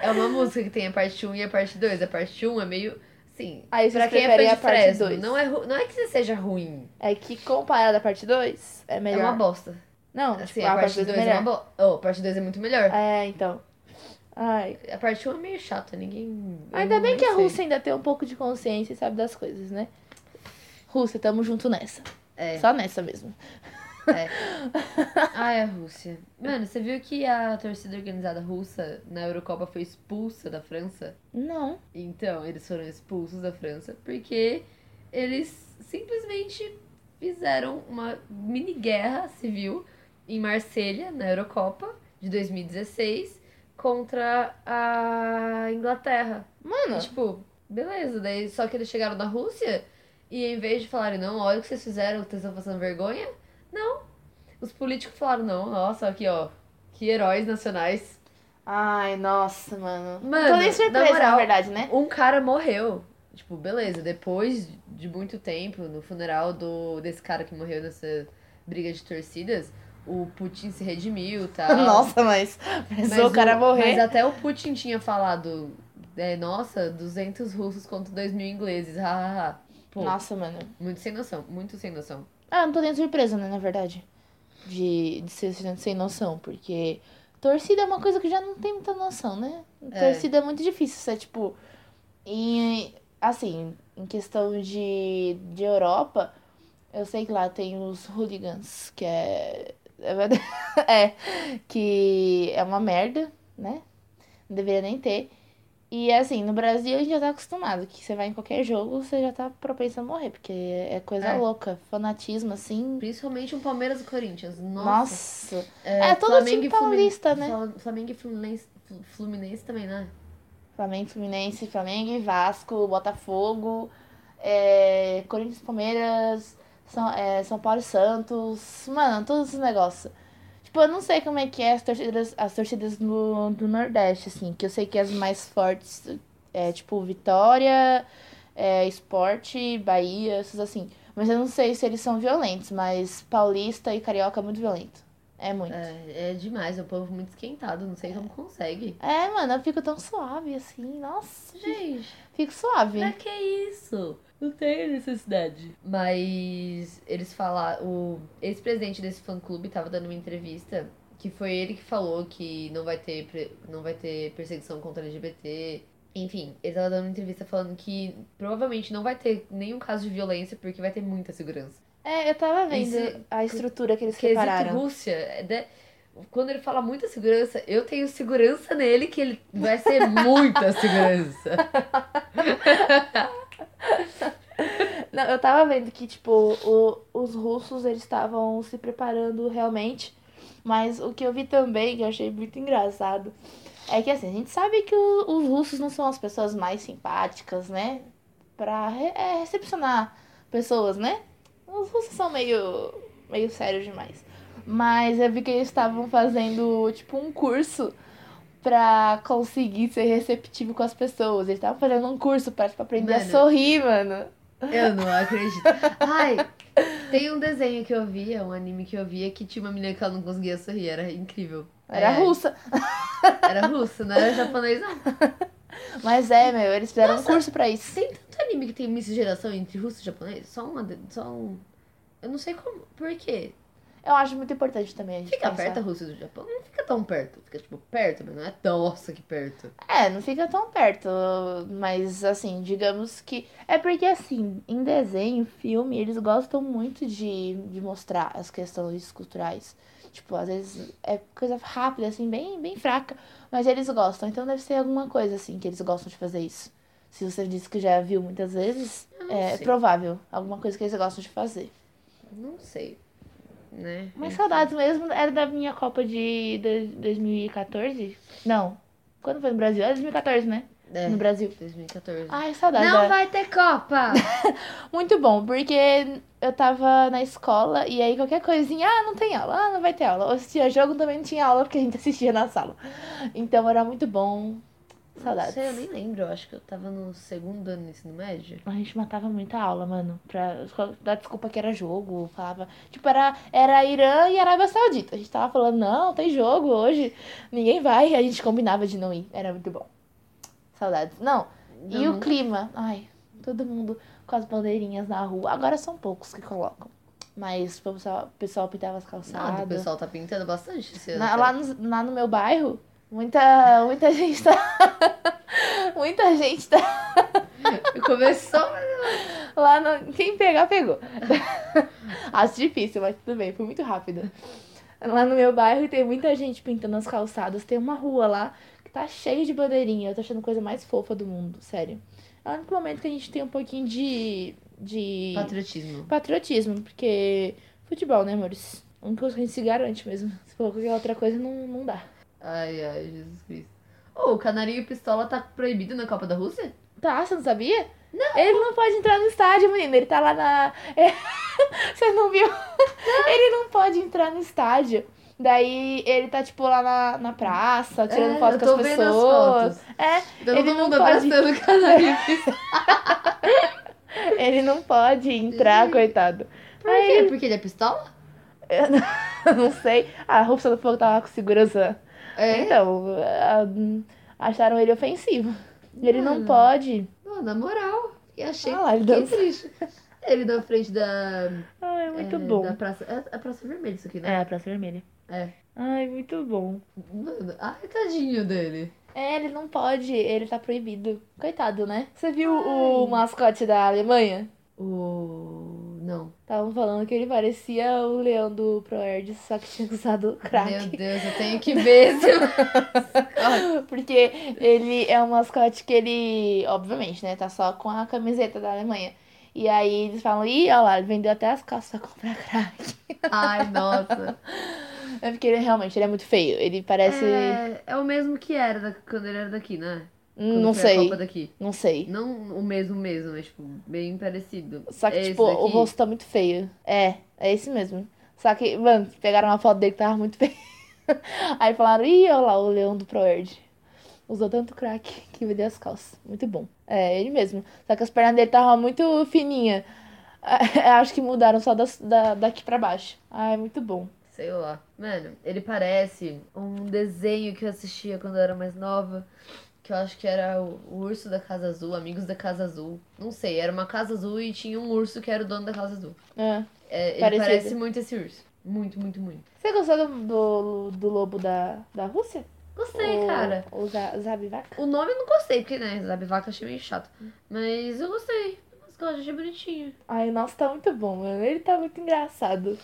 Speaker 3: É uma música que tem a parte 1 e a parte 2. A parte 1 é meio. Sim.
Speaker 2: Aí vocês
Speaker 3: pra quem é fã
Speaker 2: preferem
Speaker 3: de
Speaker 2: a parte
Speaker 3: Fresno,
Speaker 2: dois.
Speaker 3: não é, ru- não é que seja ruim.
Speaker 2: É que comparada à parte 2, é melhor.
Speaker 3: É uma bosta.
Speaker 2: Não,
Speaker 3: Assim,
Speaker 2: tipo,
Speaker 3: a parte 2
Speaker 2: é
Speaker 3: é uma
Speaker 2: melhor.
Speaker 3: bosta. Oh, a parte 2 é muito melhor.
Speaker 2: É, então. Ai.
Speaker 3: A parte 1 é meio chata, ninguém. eu
Speaker 2: Ainda bem
Speaker 3: não
Speaker 2: que a
Speaker 3: sei.
Speaker 2: Rússia ainda tem um pouco de consciência e sabe das coisas, né? Rússia, tamo junto nessa.
Speaker 3: É.
Speaker 2: Só nessa mesmo.
Speaker 3: É. Ai, a é Rússia. Mano, você viu que a torcida organizada russa na Eurocopa foi expulsa da França?
Speaker 2: Não.
Speaker 3: Então, eles foram expulsos da França porque eles simplesmente fizeram uma mini guerra civil em Marselha, na Eurocopa de 2016, contra a Inglaterra.
Speaker 2: Mano,
Speaker 3: E, tipo, beleza. Daí, só que eles chegaram na Rússia e em vez de falarem, não, olha o que vocês fizeram, que vocês estão passando vergonha, não. Os políticos falaram, não, nossa, aqui, ó, que heróis nacionais.
Speaker 2: ai, nossa, mano.
Speaker 3: Mano,
Speaker 2: Tô nem surpresa,
Speaker 3: na moral,
Speaker 2: na verdade, né?
Speaker 3: Um cara morreu. Tipo, beleza, depois de muito tempo, no funeral do desse cara que morreu nessa briga de torcidas, o Putin se redimiu e tal.
Speaker 2: Nossa, mas pensou o cara morrer.
Speaker 3: Mas até o Putin tinha falado, é, nossa, 200 russos contra 2 mil ingleses, ha, ha, ha. Pô,
Speaker 2: Nossa, mano.
Speaker 3: muito sem noção, muito sem noção.
Speaker 2: Ah, eu não tô nem surpresa, né, na verdade. De, de ser sem- sem noção, porque torcida é uma coisa que já não tem muita noção, né?
Speaker 3: É.
Speaker 2: Torcida é muito difícil, você, tipo. E, assim, em questão de, de Europa, eu sei que lá tem os hooligans, que é. É, verdade- é, que é uma merda, né? Não deveria nem ter. E assim, no Brasil a gente já tá acostumado que você vai em qualquer jogo, você já tá propenso a morrer, porque é coisa
Speaker 3: É.
Speaker 2: louca. Fanatismo, assim.
Speaker 3: Principalmente o Palmeiras e Corinthians. Nossa.
Speaker 2: Nossa. É, todo time paulista, né?
Speaker 3: Fla- Flamengo e Fluminense, Flu- Fluminense também, né?
Speaker 2: Flamengo, Fluminense, Flamengo e Vasco, Botafogo, é, Corinthians, Palmeiras, São, é, São Paulo e Santos. Mano, todos esses negócios. Tipo, eu não sei como é que é as torcidas, as torcidas no, do Nordeste, assim. Que eu sei que as mais fortes é, tipo, Vitória, é, Esporte, Bahia, essas assim. Mas eu não sei se eles são violentos, mas paulista e carioca é muito violento. É muito.
Speaker 3: É, é demais, é um povo muito esquentado, não sei como consegue.
Speaker 2: É, mano, eu fico tão suave assim. Nossa,
Speaker 3: Gente,
Speaker 2: fico suave.
Speaker 3: pra que isso? Não tem necessidade. Mas eles falaram. O ex-presidente desse fã clube tava dando uma entrevista que foi ele que falou que não vai ter, pre- não vai ter perseguição contra LGBT. Enfim, ele tava dando uma entrevista falando que provavelmente não vai ter nenhum caso de violência porque vai ter muita segurança.
Speaker 2: É, eu tava vendo
Speaker 3: Esse-
Speaker 2: a estrutura que eles
Speaker 3: Quesito
Speaker 2: prepararam.
Speaker 3: Rússia, é de- quando ele fala muita segurança, eu tenho segurança nele que ele vai ser muita segurança.
Speaker 2: Não, eu tava vendo que, tipo, o- os russos, eles estavam se preparando realmente. Mas o que eu vi também, que eu achei muito engraçado, é que, assim, a gente sabe que o- os russos não são as pessoas mais simpáticas, né? Pra re- é, recepcionar pessoas, né? Os russos são meio, meio sérios demais. Mas eu vi que eles estavam fazendo, tipo, um curso pra conseguir ser receptivo com as pessoas. Eles estavam fazendo um curso pra, tipo, aprender
Speaker 3: Mano.
Speaker 2: a sorrir, mano.
Speaker 3: Eu não acredito. Ai, tem um desenho que eu via, um anime que eu via, que tinha uma menina que ela não conseguia sorrir, era incrível.
Speaker 2: Era
Speaker 3: É,
Speaker 2: russa.
Speaker 3: Era russa, não era Ah, japonesa.
Speaker 2: Mas é, meu, eles fizeram um curso pra isso.
Speaker 3: Tem tanto anime que tem miscigenação entre russo e japonês? Só uma. de- Só um. Eu não sei como. Por quê?
Speaker 2: Eu acho muito importante também a gente
Speaker 3: Fica
Speaker 2: pensar.
Speaker 3: perto a Rússia do Japão? Não fica tão perto. Fica, tipo, perto, mas não é tão, nossa, que perto.
Speaker 2: É, não fica tão perto, mas assim, digamos que. É porque assim, em desenho, filme, eles gostam muito de, de mostrar as questões culturais. Tipo, às vezes é coisa rápida, assim, bem, bem fraca, mas eles gostam. Então deve ser alguma coisa, assim, que eles gostam de fazer isso. Se você disse que já viu muitas vezes,
Speaker 3: Eu não
Speaker 2: é
Speaker 3: sei.
Speaker 2: provável. Alguma coisa que eles gostam de fazer.
Speaker 3: Não sei. Né?
Speaker 2: Mas
Speaker 3: Enfim.
Speaker 2: saudades mesmo, era da minha Copa de dois- 2014? Não. Quando foi no Brasil? Era 2014, né?
Speaker 3: É,
Speaker 2: no Ah, Brasil.
Speaker 3: 2014.
Speaker 2: Ai, é. saudade.
Speaker 3: Não
Speaker 2: da-
Speaker 3: vai ter Copa!
Speaker 2: Muito bom, porque eu tava na escola e aí qualquer coisinha, ah, não tem aula, ah, não vai ter aula. Ou assistia jogo também não tinha aula, porque a gente assistia na sala. Então era muito bom.
Speaker 3: Não
Speaker 2: Saudades.
Speaker 3: sei, eu nem lembro. Eu acho que eu tava no segundo ano do ensino médio.
Speaker 2: A gente matava muita aula, mano, pra dar desculpa que era jogo, falava, tipo, era, era Irã e Arábia Saudita. A gente tava falando, não, tem jogo hoje, ninguém vai, a gente combinava de não ir, era muito bom. Saudades. Não, e
Speaker 3: Uhum.
Speaker 2: o clima? Ai, todo mundo com as bandeirinhas na rua, agora são poucos que colocam, mas o pessoal, o pessoal pintava as
Speaker 3: Nada, o
Speaker 2: calçadas.
Speaker 3: Ah, pessoal tá pintando bastante esse ano.
Speaker 2: Na-
Speaker 3: cara.
Speaker 2: lá, no, lá no meu bairro, muita, muita gente tá... muita gente tá...
Speaker 3: Começou.
Speaker 2: Lá no... Quem pegar, pegou. Acho difícil, mas tudo bem, foi muito rápido. Lá no meu bairro tem muita gente pintando as calçadas. Tem uma rua lá que tá cheia de bandeirinha. Eu tô achando a coisa mais fofa do mundo, sério. É o único momento que a gente tem um pouquinho de. de.
Speaker 3: Patriotismo.
Speaker 2: patriotismo, porque. Futebol, né, amores? A única coisa que a gente se garante mesmo. Se for qualquer outra coisa, não, não dá.
Speaker 3: Ai, ai, Jesus Cristo. Ô, o canarinho pistola tá proibido na Copa da Rússia?
Speaker 2: Tá, você não sabia? Não. Ele não pode entrar no estádio, menino. Ele tá lá na. Você não viu? Ele não pode entrar no estádio. Daí ele tá, tipo, lá na, na praça, tirando
Speaker 3: É,
Speaker 2: foto
Speaker 3: eu
Speaker 2: com as
Speaker 3: tô vendo as
Speaker 2: pessoas. É,
Speaker 3: Todo
Speaker 2: Ele não
Speaker 3: mundo
Speaker 2: pode.
Speaker 3: abraçando o canarinho pistola.
Speaker 2: ele não pode entrar,
Speaker 3: Gente.
Speaker 2: coitado.
Speaker 3: Por
Speaker 2: Aí
Speaker 3: quê?
Speaker 2: ele-
Speaker 3: Porque ele é pistola?
Speaker 2: Eu não sei. Ah, a Rússia do Fogo tava com segurança.
Speaker 3: É.
Speaker 2: Então, ah, acharam ele ofensivo. E Ele não
Speaker 3: Mano.
Speaker 2: pode.
Speaker 3: Não, na moral. E Hum. achei
Speaker 2: Ah lá, ele
Speaker 3: que
Speaker 2: dança.
Speaker 3: triste. Ele na frente da.
Speaker 2: Ah, é muito
Speaker 3: é,
Speaker 2: bom.
Speaker 3: Da praça... É a Praça Vermelha, isso aqui, né?
Speaker 2: É, a Praça Vermelha.
Speaker 3: É.
Speaker 2: Ai, muito bom.
Speaker 3: Mano, ai, tadinho dele.
Speaker 2: É, ele não pode, ele tá proibido. Coitado, né? Você viu o mascote da Alemanha?
Speaker 3: O. Não.
Speaker 2: Estavam falando que ele parecia o leão do ProErd, só que tinha usado
Speaker 3: Meu
Speaker 2: crack.
Speaker 3: Deus, eu tenho que ver esse.
Speaker 2: Porque ele é um mascote que ele, obviamente, né, tá só com a camiseta da Alemanha. E aí eles falam, ih, olha lá, ele vendeu até as calças pra comprar crack.
Speaker 3: Ai, nossa.
Speaker 2: É porque ele realmente, ele é muito feio. Ele parece,
Speaker 3: É, é o mesmo que era da- quando ele era daqui, né? Quando
Speaker 2: não
Speaker 3: foi a
Speaker 2: sei,
Speaker 3: Copa daqui.
Speaker 2: não sei.
Speaker 3: Não o mesmo mesmo, mas tipo, bem parecido.
Speaker 2: Só que,
Speaker 3: É Esse
Speaker 2: tipo, o
Speaker 3: daqui?
Speaker 2: rosto tá muito feio. É, é esse mesmo. Só que, mano, pegaram uma foto dele que tava muito feio. Aí falaram, ih, olha lá, o leão do ProErd. Usou tanto crack que me deu as calças. Muito bom. É, ele mesmo. Só que as pernas dele estavam muito fininhas. Acho que mudaram só das- da, daqui pra baixo. Ai, muito bom.
Speaker 3: Sei lá. Mano, ele parece um desenho que eu assistia quando eu era mais nova. Que eu acho que era o o Urso da Casa Azul, Amigos da Casa Azul. Não sei, era uma casa azul e tinha um urso que era o dono da Casa Azul.
Speaker 2: É.
Speaker 3: É, ele
Speaker 2: Parecido.
Speaker 3: parece muito esse urso. Muito, muito, muito.
Speaker 2: Você gostou do, do, do lobo da, da Rússia?
Speaker 3: Gostei,
Speaker 2: o,
Speaker 3: cara.
Speaker 2: O Za- Zabivak?
Speaker 3: O nome eu não gostei, porque, né, Zabivaca achei meio chato. Mas eu gostei. Mas eu achei bonitinho.
Speaker 2: Ai, nossa, tá muito bom, mano. Ele tá muito engraçado.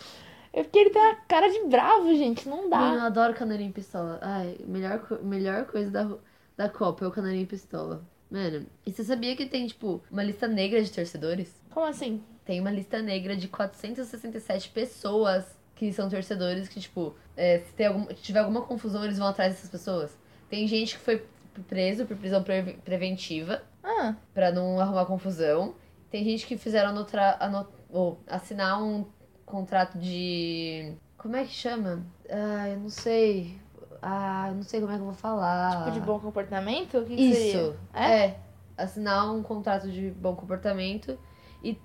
Speaker 2: É porque ele tem uma cara de bravo, gente. Não
Speaker 3: Mano,
Speaker 2: dá.
Speaker 3: eu adoro canarinho pistola. Ai, melhor, co- melhor coisa da, ro- da Copa é o canarinho pistola. Mano, e você sabia que tem, tipo, uma lista negra de torcedores?
Speaker 2: Como assim?
Speaker 3: Tem uma lista negra de 467 pessoas que são torcedores que, tipo, é, se tem algum, se tiver alguma confusão, eles vão atrás dessas pessoas. Tem gente que foi preso por prisão pre- preventiva
Speaker 2: Ah,
Speaker 3: pra não arrumar confusão. Tem gente que fizeram anotra, ano- ou assinar um contrato de. Como é que chama? Ah, eu não sei. Ah, eu não sei como é que eu vou falar.
Speaker 2: tipo de bom comportamento? O que que seria?
Speaker 3: Isso.
Speaker 2: É?
Speaker 3: É? Assinar um contrato de bom comportamento. E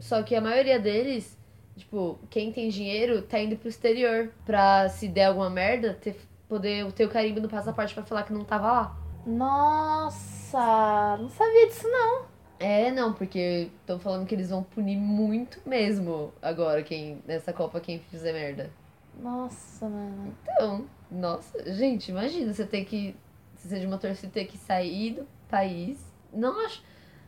Speaker 3: só que a maioria deles, tipo, quem tem dinheiro tá indo pro exterior pra se der alguma merda, ter, poder ter o carimbo no passaporte pra falar que não tava lá.
Speaker 2: Nossa, não sabia disso não.
Speaker 3: É, não, porque estão falando que eles vão punir muito mesmo agora quem nessa Copa quem fizer merda.
Speaker 2: Nossa, mano.
Speaker 3: Então, nossa, gente, imagina você ter que se você é de uma torcida ter que sair do país. Não acho,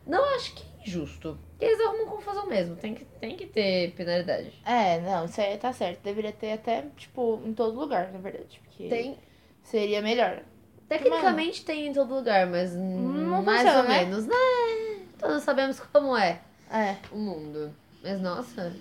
Speaker 3: não acho que é injusto. Porque eles arrumam confusão mesmo, tem que tem que ter penalidade.
Speaker 2: É, não, isso aí tá certo. Deveria ter até, tipo, em todo lugar, na verdade. Porque
Speaker 3: Tem,
Speaker 2: seria melhor.
Speaker 3: tecnicamente tem em todo lugar, mas
Speaker 2: Não
Speaker 3: mais
Speaker 2: funciona,
Speaker 3: ou
Speaker 2: né?
Speaker 3: menos, né? Todos sabemos como é
Speaker 2: É.
Speaker 3: o mundo. Mas nossa,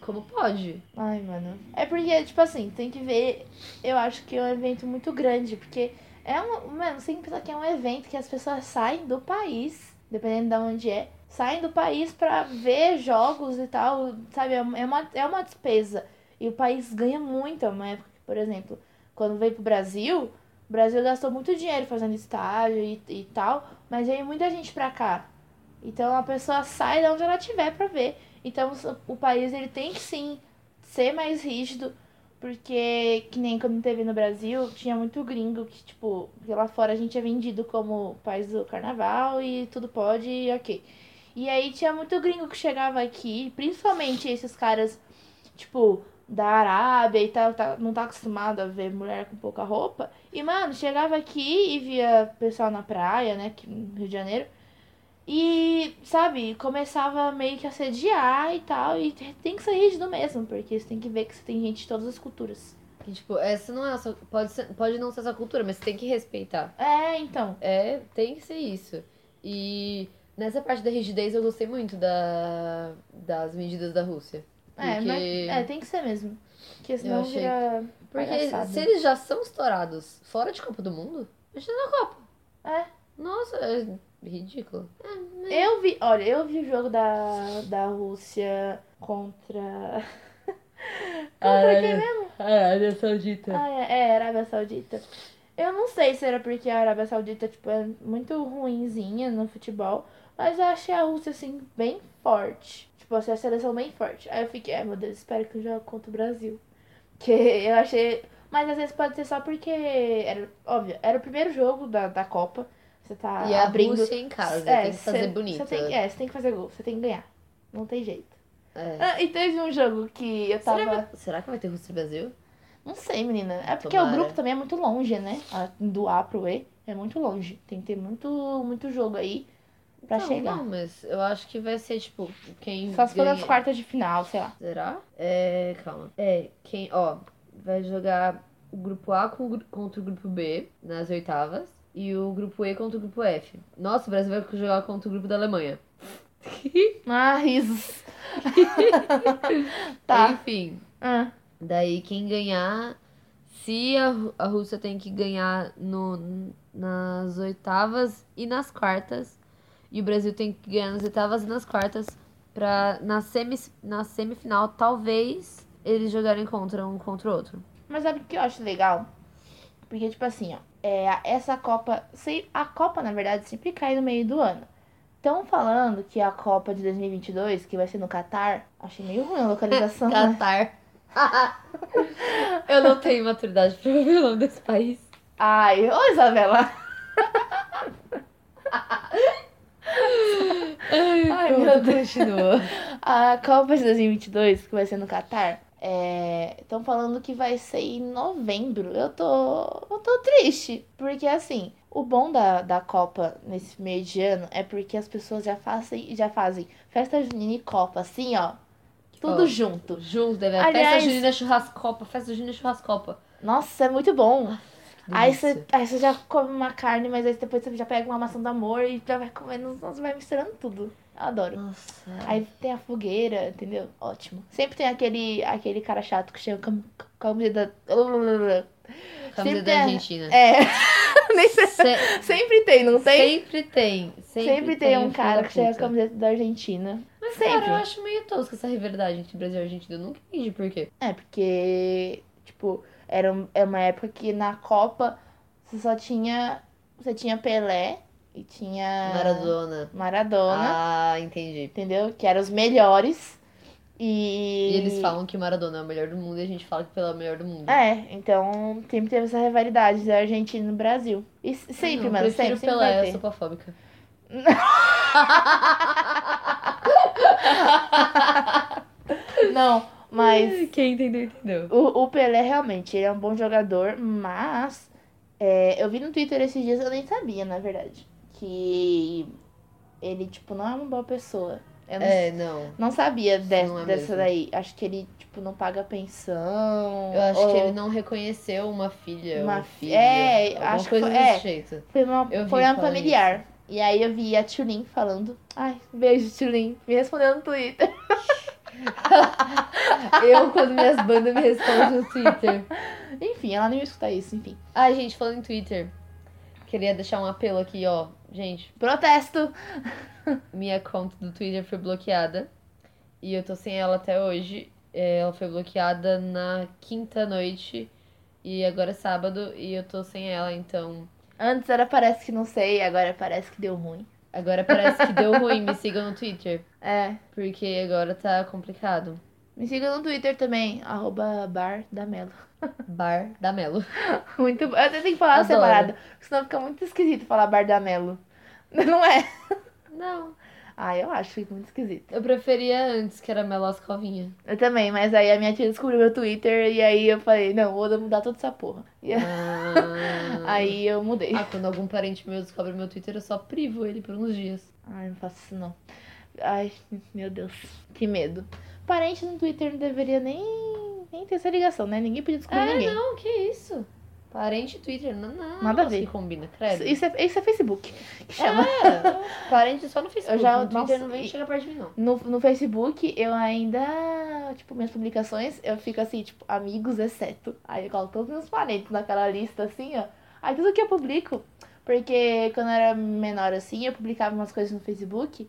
Speaker 3: como pode?
Speaker 2: Ai, mano. É porque, tipo assim, tem que ver. Eu acho que é um evento muito grande, porque É um. Mano, você tem que pensar que é um evento que as pessoas saem do país, dependendo de onde é, saem do país pra ver jogos e tal, sabe? É uma, é uma despesa. E o país ganha muito. É uma época que, por exemplo, quando veio pro Brasil, o Brasil gastou muito dinheiro fazendo estágio e, e tal, mas veio muita gente pra cá. Então a pessoa sai de onde ela tiver pra ver. Então o país ele tem que sim ser mais rígido, porque que nem quando teve no Brasil, tinha muito gringo que, tipo, lá fora a gente é vendido como país do carnaval e tudo pode e ok. E aí tinha muito gringo que chegava aqui, principalmente esses caras, tipo, da Arábia e tal, tá, não tá acostumado a ver mulher com pouca roupa. E, mano, chegava aqui e via pessoal na praia, né, que no Rio de Janeiro. E, sabe, começava meio que a sediar e tal. E tem que ser rígido mesmo, porque você tem que ver que você tem gente de todas as culturas.
Speaker 3: Que, tipo, essa não é a sua, pode, ser- pode não ser essa cultura, mas você tem que respeitar.
Speaker 2: É, então.
Speaker 3: É, tem que ser isso. E nessa parte da rigidez eu gostei muito da, das medidas da Rússia.
Speaker 2: É,
Speaker 3: Porque-
Speaker 2: mas, é, tem que ser mesmo. Porque senão
Speaker 3: achei
Speaker 2: vira.
Speaker 3: Porque
Speaker 2: Palhaçada.
Speaker 3: se eles já são estourados fora de Copa do Mundo, imagina na Copa.
Speaker 2: É.
Speaker 3: Nossa, é ridículo.
Speaker 2: Eu vi, olha, eu vi o jogo da, da Rússia contra. contra
Speaker 3: É,
Speaker 2: quem mesmo?
Speaker 3: Arábia Saudita.
Speaker 2: Ah, é, é, Arábia Saudita. Eu não sei se era porque a Arábia Saudita, tipo, é muito ruinzinha no futebol, mas eu achei a Rússia, assim, bem forte. Tipo, achei a seleção bem forte. Aí eu fiquei, ai meu Deus, espero que eu jogue contra o Brasil. Que eu achei. Mas às vezes pode ser só porque. Era, óbvio, era o primeiro jogo da, da Copa. Você tá
Speaker 3: E a
Speaker 2: abrindo.
Speaker 3: Rússia em casa,
Speaker 2: É,
Speaker 3: tem que fazer
Speaker 2: cê-
Speaker 3: bonito.
Speaker 2: Você tem, é, você tem que fazer gol, você tem que ganhar. Não tem jeito.
Speaker 3: É.
Speaker 2: Ah, e teve um jogo que eu tava.
Speaker 3: Será, que- será que vai ter Rússia e Brasil?
Speaker 2: Não sei, menina. É porque
Speaker 3: Tomara.
Speaker 2: o grupo também é muito longe, né? A- Do A pro E é muito longe. Tem que ter muito, muito jogo aí pra
Speaker 3: não,
Speaker 2: chegar.
Speaker 3: Não, mas eu acho que vai ser, tipo, quem
Speaker 2: Só se for
Speaker 3: ganha...
Speaker 2: nas quartas de final, sei lá.
Speaker 3: Será? É, calma. É, quem, ó, vai jogar o grupo A com o gru- contra o grupo B nas oitavas e o grupo E contra o grupo F. Nossa, o Brasil vai jogar contra o grupo da Alemanha.
Speaker 2: Ah, risos. tá.
Speaker 3: Enfim,
Speaker 2: Ah,
Speaker 3: daí quem ganhar, se a, Ru- a Rússia tem que ganhar no, nas oitavas e nas quartas, e o Brasil tem que ganhar nas oitavas e nas quartas, pra na, semi, na semifinal talvez eles jogarem contra um contra o outro.
Speaker 2: mas sabe o que eu acho legal? Porque, tipo assim, ó, é, essa Copa. Sei, a Copa, na verdade, sempre cai no meio do ano. Estão falando que a Copa de 2022, que vai ser no Catar, achei meio ruim a localização. né?
Speaker 3: Qatar. eu não tenho maturidade pra ver o nome desse país.
Speaker 2: Ai, ô Isabela! Ai,
Speaker 3: Pronto,
Speaker 2: meu Deus.
Speaker 3: Continua.
Speaker 2: A Copa de 2022, que vai ser no Catar, estão falando que vai ser em novembro. Eu tô, eu tô triste, porque assim, o bom da, da Copa nesse meio de ano é porque as pessoas já fazem, já fazem festa junina e Copa, assim, ó, tudo
Speaker 3: Ó.
Speaker 2: junto.
Speaker 3: Junto, deve é
Speaker 2: Aliás-
Speaker 3: festa junina churrascopa, festa junina churrascopa.
Speaker 2: Nossa, é muito bom.
Speaker 3: Ah, Que
Speaker 2: Aí
Speaker 3: delícia.
Speaker 2: você, aí você já come uma carne, mas aí depois você já pega uma maçã do amor e já vai comendo, nossa, vai misturando tudo. Eu adoro.
Speaker 3: Nossa.
Speaker 2: Aí tem a fogueira, entendeu? Ótimo. Sempre tem aquele, aquele cara chato que chega com a camisa da.
Speaker 3: Camisa
Speaker 2: sempre
Speaker 3: da
Speaker 2: é-
Speaker 3: Argentina.
Speaker 2: É. Nem sei-
Speaker 3: Se-
Speaker 2: Sempre tem, não tem?
Speaker 3: Sempre tem. Sempre,
Speaker 2: Sempre, tem um
Speaker 3: filho
Speaker 2: cara
Speaker 3: da
Speaker 2: que chega com
Speaker 3: puta.
Speaker 2: a camiseta da Argentina.
Speaker 3: Mas,
Speaker 2: sempre.
Speaker 3: cara, eu acho meio tosca essa rivalidade entre Brasil e Argentina. Eu nunca entendi por quê.
Speaker 2: É, porque, tipo, era um- é uma época que na Copa você só tinha. Você tinha Pelé e tinha.
Speaker 3: Maradona.
Speaker 2: É. Maradona,
Speaker 3: Ah, entendi.
Speaker 2: entendeu? Que eram os melhores.
Speaker 3: E
Speaker 2: E.
Speaker 3: eles falam que Maradona é o melhor do mundo e a gente fala que pela é o melhor do mundo.
Speaker 2: É, então sempre teve essa rivalidade da Argentina no Brasil. E s- sempre,
Speaker 3: Ah, não,
Speaker 2: mano,
Speaker 3: eu prefiro
Speaker 2: sempre, sempre
Speaker 3: Pelé,
Speaker 2: vai
Speaker 3: eu
Speaker 2: ter.
Speaker 3: sou pafóbica.
Speaker 2: Não, mas
Speaker 3: Quem entendeu, entendeu.
Speaker 2: o, o Pelé realmente, ele é um bom jogador, mas é, eu vi no Twitter esses dias, eu nem sabia, na verdade, que ele, tipo, não é uma boa pessoa. Eu não,
Speaker 3: É, não.
Speaker 2: não sabia de-
Speaker 3: não é
Speaker 2: dessa
Speaker 3: mesmo.
Speaker 2: daí. Acho que ele, tipo, não paga pensão.
Speaker 3: Eu acho
Speaker 2: ou
Speaker 3: que ele não reconheceu uma filha,
Speaker 2: Uma
Speaker 3: um
Speaker 2: fi-
Speaker 3: filho.
Speaker 2: é,
Speaker 3: alguma
Speaker 2: acho que
Speaker 3: coisa
Speaker 2: foi-
Speaker 3: desse
Speaker 2: é.
Speaker 3: jeito.
Speaker 2: Foi uma,
Speaker 3: Eu vi
Speaker 2: foi uma
Speaker 3: falando
Speaker 2: familiar. E aí eu vi a Tulin falando. Ai, beijo, Tulin. Me respondeu no Twitter.
Speaker 3: Eu, quando minhas bandas me respondem no Twitter.
Speaker 2: Enfim, ela nem vai escutar isso, enfim.
Speaker 3: Ai, gente, falando em Twitter. Queria deixar um apelo aqui, ó. Gente,
Speaker 2: Protesto!
Speaker 3: minha conta do Twitter foi bloqueada. E eu tô sem ela até hoje. É, Ela foi bloqueada na quinta noite. E agora é sábado e eu tô sem ela, então.
Speaker 2: Antes era parece que não sei, agora parece que deu ruim.
Speaker 3: Agora parece que deu ruim. Me sigam no Twitter.
Speaker 2: É.
Speaker 3: Porque agora tá complicado.
Speaker 2: Me siga no Twitter também, arroba bar da Melo.
Speaker 3: Bar da Melo.
Speaker 2: Muito bom. Eu até tenho que falar
Speaker 3: Adoro.
Speaker 2: separado, senão fica muito esquisito falar bar da Melo. Não é?
Speaker 3: Não.
Speaker 2: Ah, eu acho, fica muito esquisito.
Speaker 3: Eu preferia antes, que era Melos Covinha.
Speaker 2: Eu também, mas aí a minha tia descobriu meu Twitter e aí eu falei, não, vou mudar toda essa porra. E
Speaker 3: Ah.
Speaker 2: aí eu mudei.
Speaker 3: Ah, quando algum parente meu descobre meu Twitter, eu só privo ele por uns dias.
Speaker 2: Ai, não faço isso não. Ai, meu Deus, que medo. Parente no Twitter não deveria nem, nem ter essa ligação, né? Ninguém podia descobrir
Speaker 3: É,
Speaker 2: ninguém.
Speaker 3: não, que isso? Parente e Twitter, não, não.
Speaker 2: Nada a
Speaker 3: nossa,
Speaker 2: ver.
Speaker 3: Que combina, credo.
Speaker 2: Isso é, isso é Facebook. Que chama.
Speaker 3: É, parente só no Facebook.
Speaker 2: Eu já-
Speaker 3: no Twitter
Speaker 2: nossa,
Speaker 3: não vem
Speaker 2: e-
Speaker 3: chegar perto de mim, não.
Speaker 2: No, no Facebook, eu ainda. Tipo, minhas publicações, eu fico assim, tipo, amigos, exceto. Aí eu coloco todos os meus parentes naquela lista, assim, ó. Aí tudo que eu publico. Porque quando eu era menor, assim, eu publicava umas coisas no Facebook.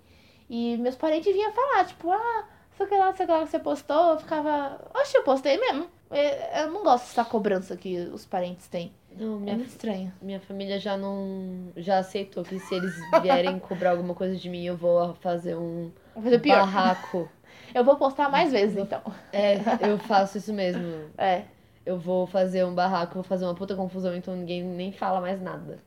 Speaker 2: E meus parentes vinham falar, tipo, ah, sei que lá, sei que lá que você postou. Eu ficava, oxe, eu postei mesmo. Eu, eu não gosto dessa cobrança que os parentes têm.
Speaker 3: Não,
Speaker 2: É
Speaker 3: minha,
Speaker 2: muito estranho.
Speaker 3: minha família já não. Já aceitou que se eles vierem cobrar alguma coisa de mim, eu vou fazer um
Speaker 2: Vou fazer pior.
Speaker 3: barraco.
Speaker 2: Eu vou postar mais vezes, então.
Speaker 3: É, eu faço isso mesmo.
Speaker 2: É.
Speaker 3: Eu vou fazer um barraco, vou fazer uma puta confusão, então ninguém nem fala mais nada.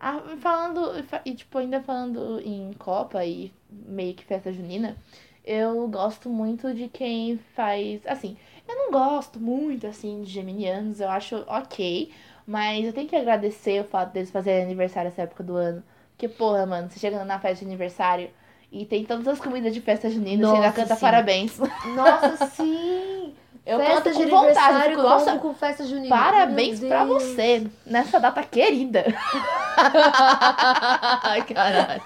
Speaker 2: Ah, falando, fa- e tipo, ainda falando em Copa e meio que festa junina, eu gosto muito de quem faz. Assim, eu não gosto muito, assim, de geminianos, eu acho ok, mas eu tenho que agradecer o fato deles fazerem aniversário nessa época do ano. Porque, porra, mano, você chega na festa de aniversário e tem todas as comidas de festa junina, você ainda
Speaker 3: Nossa,
Speaker 2: canta
Speaker 3: sim.
Speaker 2: parabéns.
Speaker 3: Nossa, sim!
Speaker 2: Eu
Speaker 3: festa
Speaker 2: canto com
Speaker 3: de
Speaker 2: vontade,
Speaker 3: aniversário,
Speaker 2: fico, nossa,
Speaker 3: combo com festa junina.
Speaker 2: parabéns
Speaker 3: Meu
Speaker 2: pra
Speaker 3: Deus.
Speaker 2: você nessa data querida.
Speaker 3: Caralho.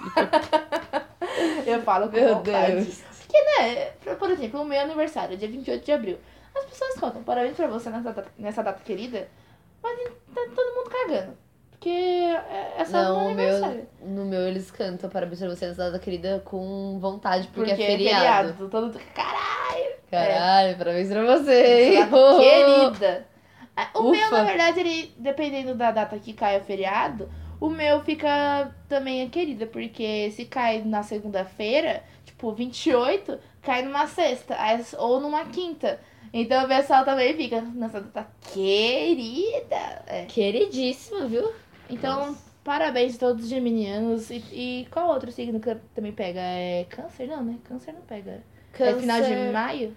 Speaker 2: Eu falo com
Speaker 3: Meu
Speaker 2: vontade.
Speaker 3: Deus.
Speaker 2: Porque, né, por- por exemplo, o meu aniversário, é dia 28 de abril. As pessoas contam parabéns pra você nessa data, nessa data querida, mas tá todo mundo cagando. Porque é, é só
Speaker 3: Não,
Speaker 2: no
Speaker 3: o meu,
Speaker 2: aniversário.
Speaker 3: no meu eles cantam parabéns pra você nessa data querida com vontade, porque, é
Speaker 2: é
Speaker 3: feriado.
Speaker 2: Todo mundo, caralho,
Speaker 3: Caralho, parabéns pra você, hein?
Speaker 2: data é querida. Ah, O meu,
Speaker 3: Ufa.
Speaker 2: na verdade, ele, dependendo da data que cai o feriado, o meu fica também é querida, porque se cai na segunda-feira, tipo 28, cai numa sexta aí- ou numa quinta. Então o pessoal também fica nessa data querida. É.
Speaker 3: Queridíssima, viu?
Speaker 2: Então,
Speaker 3: Nossa.
Speaker 2: parabéns a todos os geminianos. E, e qual outro signo que também pega? É câncer? Não, né? Câncer não pega. É final de
Speaker 3: Câncer-
Speaker 2: maio?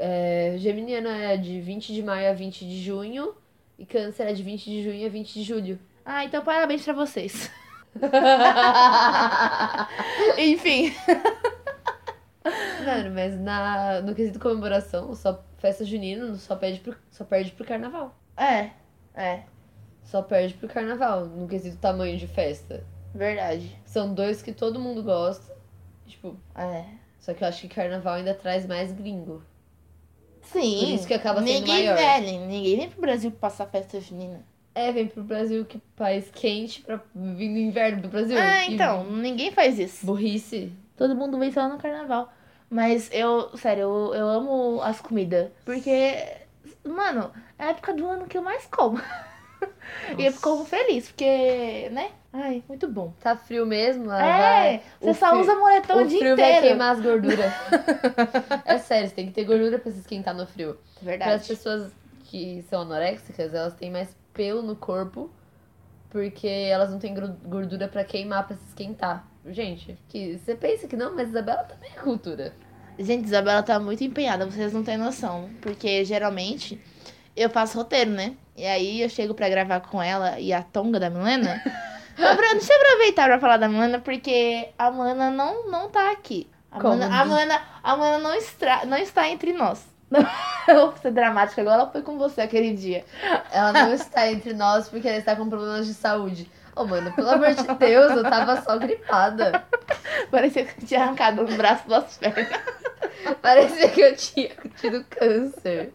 Speaker 3: É, Geminiano é de 20 de maio a 20 de junho. E câncer é de 20 de junho a 20 de julho.
Speaker 2: Ah, então parabéns pra vocês. Enfim.
Speaker 3: Mano, mas na, no quesito comemoração, só festa junina só perde pro, só perde pro carnaval.
Speaker 2: É, é,
Speaker 3: Só perde pro carnaval, no quesito tamanho de festa.
Speaker 2: verdade.
Speaker 3: São dois que todo mundo gosta. Tipo,
Speaker 2: É.
Speaker 3: só que eu acho que carnaval ainda traz mais gringo.
Speaker 2: Sim.
Speaker 3: Por isso que acaba sendo
Speaker 2: ninguém
Speaker 3: maior.
Speaker 2: Vem, ninguém vem pro Brasil passar festa junina.
Speaker 3: É, vem pro Brasil, que país quente, pra vir no inverno do Brasil.
Speaker 2: Ah,
Speaker 3: Que
Speaker 2: então, ninguém faz isso.
Speaker 3: Burrice.
Speaker 2: Todo mundo vem só no carnaval. Mas eu, sério, eu, eu amo as comidas. Porque, mano, é a época do ano que eu mais como. E eu
Speaker 3: Nossa.
Speaker 2: fico feliz, porque, né? Ai, muito bom.
Speaker 3: Tá frio mesmo? Ah, vai.
Speaker 2: é, você
Speaker 3: O
Speaker 2: só
Speaker 3: frio-
Speaker 2: usa moletom o
Speaker 3: o
Speaker 2: dia
Speaker 3: frio vai
Speaker 2: inteiro.
Speaker 3: queimar as gorduras. é sério, você tem que ter gordura pra se esquentar no frio. Para as
Speaker 2: Verdade.
Speaker 3: pessoas que são anoréxicas, elas têm mais pelo no corpo, porque elas não têm gru- gordura pra queimar, pra se esquentar. Gente, que você pensa que não, mas Isabela também é cultura.
Speaker 2: Gente, Isabela tá muito empenhada, vocês não têm noção. Porque geralmente eu faço roteiro, né? E aí eu chego pra gravar com ela e a tonga da Milena. Ô, Bruno, deixa eu aproveitar pra falar da Milena, porque a Milena não, não tá aqui. A
Speaker 3: Como
Speaker 2: Milena, a
Speaker 3: diz-
Speaker 2: Milena, a Milena não, estra... não está entre nós. Eu vou ser dramática, agora ela foi com você aquele dia.
Speaker 3: Ela não está entre nós porque ela está com problemas de saúde. Ô, mano, pelo amor de Deus, eu tava só gripada.
Speaker 2: Parecia que eu tinha arrancado um braço das pernas.
Speaker 3: Parecia que eu tinha tido câncer.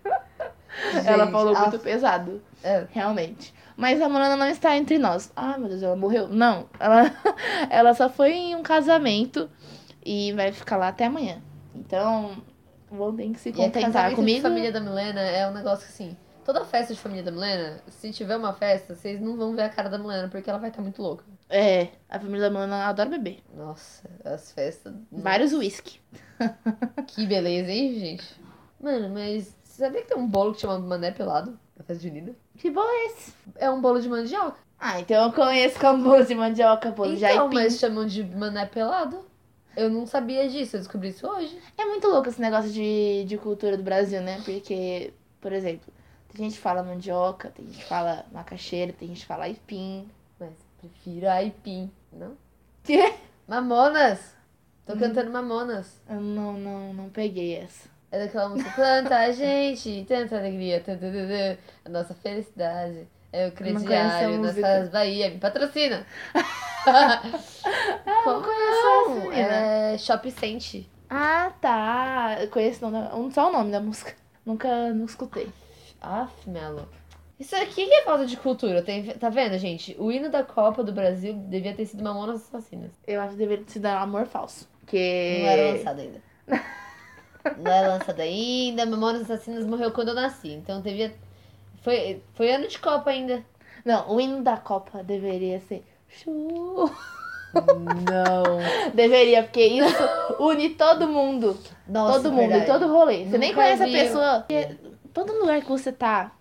Speaker 2: Ela
Speaker 3: Gente,
Speaker 2: falou
Speaker 3: a-
Speaker 2: muito pesado,
Speaker 3: É,
Speaker 2: realmente. Mas a Morana não está entre nós. Ah, meu Deus, ela morreu? Não. Ela, ela só foi em um casamento e vai ficar lá até amanhã. Então, vão ter que se
Speaker 3: E é
Speaker 2: contentar
Speaker 3: casamento
Speaker 2: comigo.
Speaker 3: de família da Milena é um negócio que, assim, toda festa de família da Milena, se tiver uma festa, vocês não vão ver a cara da Milena porque ela vai estar muito louca.
Speaker 2: É, a família da Morana adora beber.
Speaker 3: Nossa, as festas.
Speaker 2: Vários whisky.
Speaker 3: Que beleza, hein, gente? Mano, mas você sabia que tem um bolo que chama Mané Pelado? Na festa junina?
Speaker 2: Que bom é esse?
Speaker 3: É um bolo de mandioca.
Speaker 2: Ah, então eu conheço cambô de mandioca, bolo de
Speaker 3: então,
Speaker 2: aipim.
Speaker 3: mas chamam de Mané Pelado. Eu não sabia disso, eu descobri isso hoje.
Speaker 2: É muito louco esse negócio de, de cultura do Brasil, né? Porque, por exemplo, tem gente que fala mandioca, tem gente que fala macaxeira, tem gente que fala aipim.
Speaker 3: Mas prefiro aipim, não?
Speaker 2: Quê?
Speaker 3: Mamonas! Tô
Speaker 2: Hum.
Speaker 3: cantando Mamonas.
Speaker 2: Eu não, não, não peguei essa.
Speaker 3: É daquela música Planta a gente, tanta alegria, tã, tã, tã, tã, a nossa felicidade. É o
Speaker 2: conheço a
Speaker 3: crediário,
Speaker 2: música.
Speaker 3: nossas Bahia, me patrocina!
Speaker 2: Eu
Speaker 3: Como
Speaker 2: conheço essa
Speaker 3: não?
Speaker 2: menina.
Speaker 3: É Shop Sente.
Speaker 2: Ah, tá. Eu conheço não, não- só o nome da música. Nunca não escutei.
Speaker 3: Aff, Melo. Isso aqui que é falta de cultura, tem- tá vendo, gente? O hino da Copa do Brasil devia ter sido Mamonas Assassinas.
Speaker 2: Eu acho que deveria se dar um amor falso.
Speaker 3: Não
Speaker 2: Porque.
Speaker 3: era lançado ainda. Não é lançado ainda. Mamonas Assassinas morreu quando eu nasci. Então devia. Foi, foi ano de Copa ainda.
Speaker 2: Não, o hino da Copa deveria ser. Chu.
Speaker 3: Não.
Speaker 2: Deveria, porque isso une todo mundo.
Speaker 3: Nossa, é
Speaker 2: todo mundo,
Speaker 3: verdade.
Speaker 2: todo rolê. Você nem
Speaker 3: Nunca
Speaker 2: conhece
Speaker 3: vi.
Speaker 2: a pessoa. Porque todo lugar que você tá.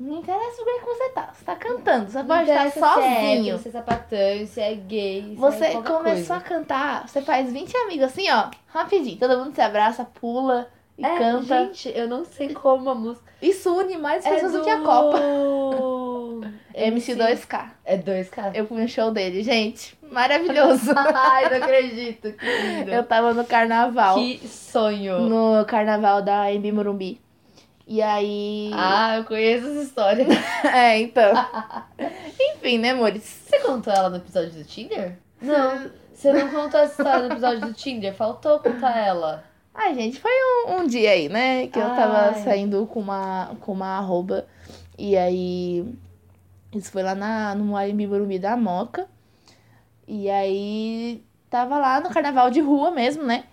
Speaker 2: Não interessa o lugar que você tá. Você tá cantando. Você
Speaker 3: Não
Speaker 2: pode estar
Speaker 3: interessa se é
Speaker 2: sozinho.
Speaker 3: hétero, se é sapatão, se é gay. se é
Speaker 2: Você
Speaker 3: qualquer
Speaker 2: começou a
Speaker 3: coisa.
Speaker 2: cantar, você faz 20 amigos assim, ó, rapidinho. Todo mundo se abraça, pula e
Speaker 3: É,
Speaker 2: canta.
Speaker 3: Gente, eu não sei como a música.
Speaker 2: Isso une mais
Speaker 3: é
Speaker 2: pessoas do que a
Speaker 3: do-
Speaker 2: Copa.
Speaker 3: MC
Speaker 2: MC2K.
Speaker 3: É 2K.
Speaker 2: Eu fui no show dele, gente. Maravilhoso.
Speaker 3: Ai, não acredito. Que lindo.
Speaker 2: Eu tava no carnaval.
Speaker 3: Que sonho.
Speaker 2: No carnaval da Embi Morumbi. E aí.
Speaker 3: Ah, eu conheço essa história.
Speaker 2: É, então. Enfim, né, amores?
Speaker 3: Você contou ela no episódio do Tinder? Não. Você não contou essa história no episódio do Tinder? Faltou contar ela.
Speaker 2: Ai, gente, foi um, um dia aí, né? Que eu tava
Speaker 3: Ai.
Speaker 2: saindo com uma, com uma arroba. E aí. Isso foi lá na, no Airbnb Morumbi da Moca. E aí. Tava lá no carnaval de rua mesmo, né?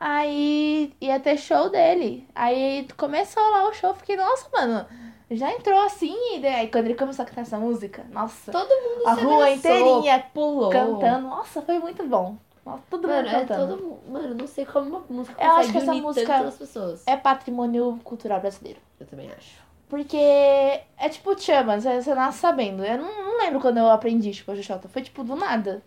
Speaker 2: Aí ia ter show dele. Aí começou lá o show. eu Fiquei, nossa, mano. Já entrou assim. E daí, aí quando ele começou a cantar essa música, nossa.
Speaker 3: Todo mundo
Speaker 2: a
Speaker 3: se
Speaker 2: rua
Speaker 3: abraçou,
Speaker 2: inteirinha
Speaker 3: pulou.
Speaker 2: cantando. Nossa, foi muito bom. Nossa, todo mundo
Speaker 3: Mano, é
Speaker 2: cantando.
Speaker 3: todo mundo. Mano, não sei como uma música
Speaker 2: Eu acho
Speaker 3: consegue
Speaker 2: que essa
Speaker 3: unir
Speaker 2: música-
Speaker 3: tantas pessoas.
Speaker 2: é patrimônio cultural brasileiro.
Speaker 3: Eu também acho.
Speaker 2: Porque é tipo chama, você você nasce sabendo. Eu não, não lembro quando eu aprendi, tipo, a Xoxota. Foi tipo do nada.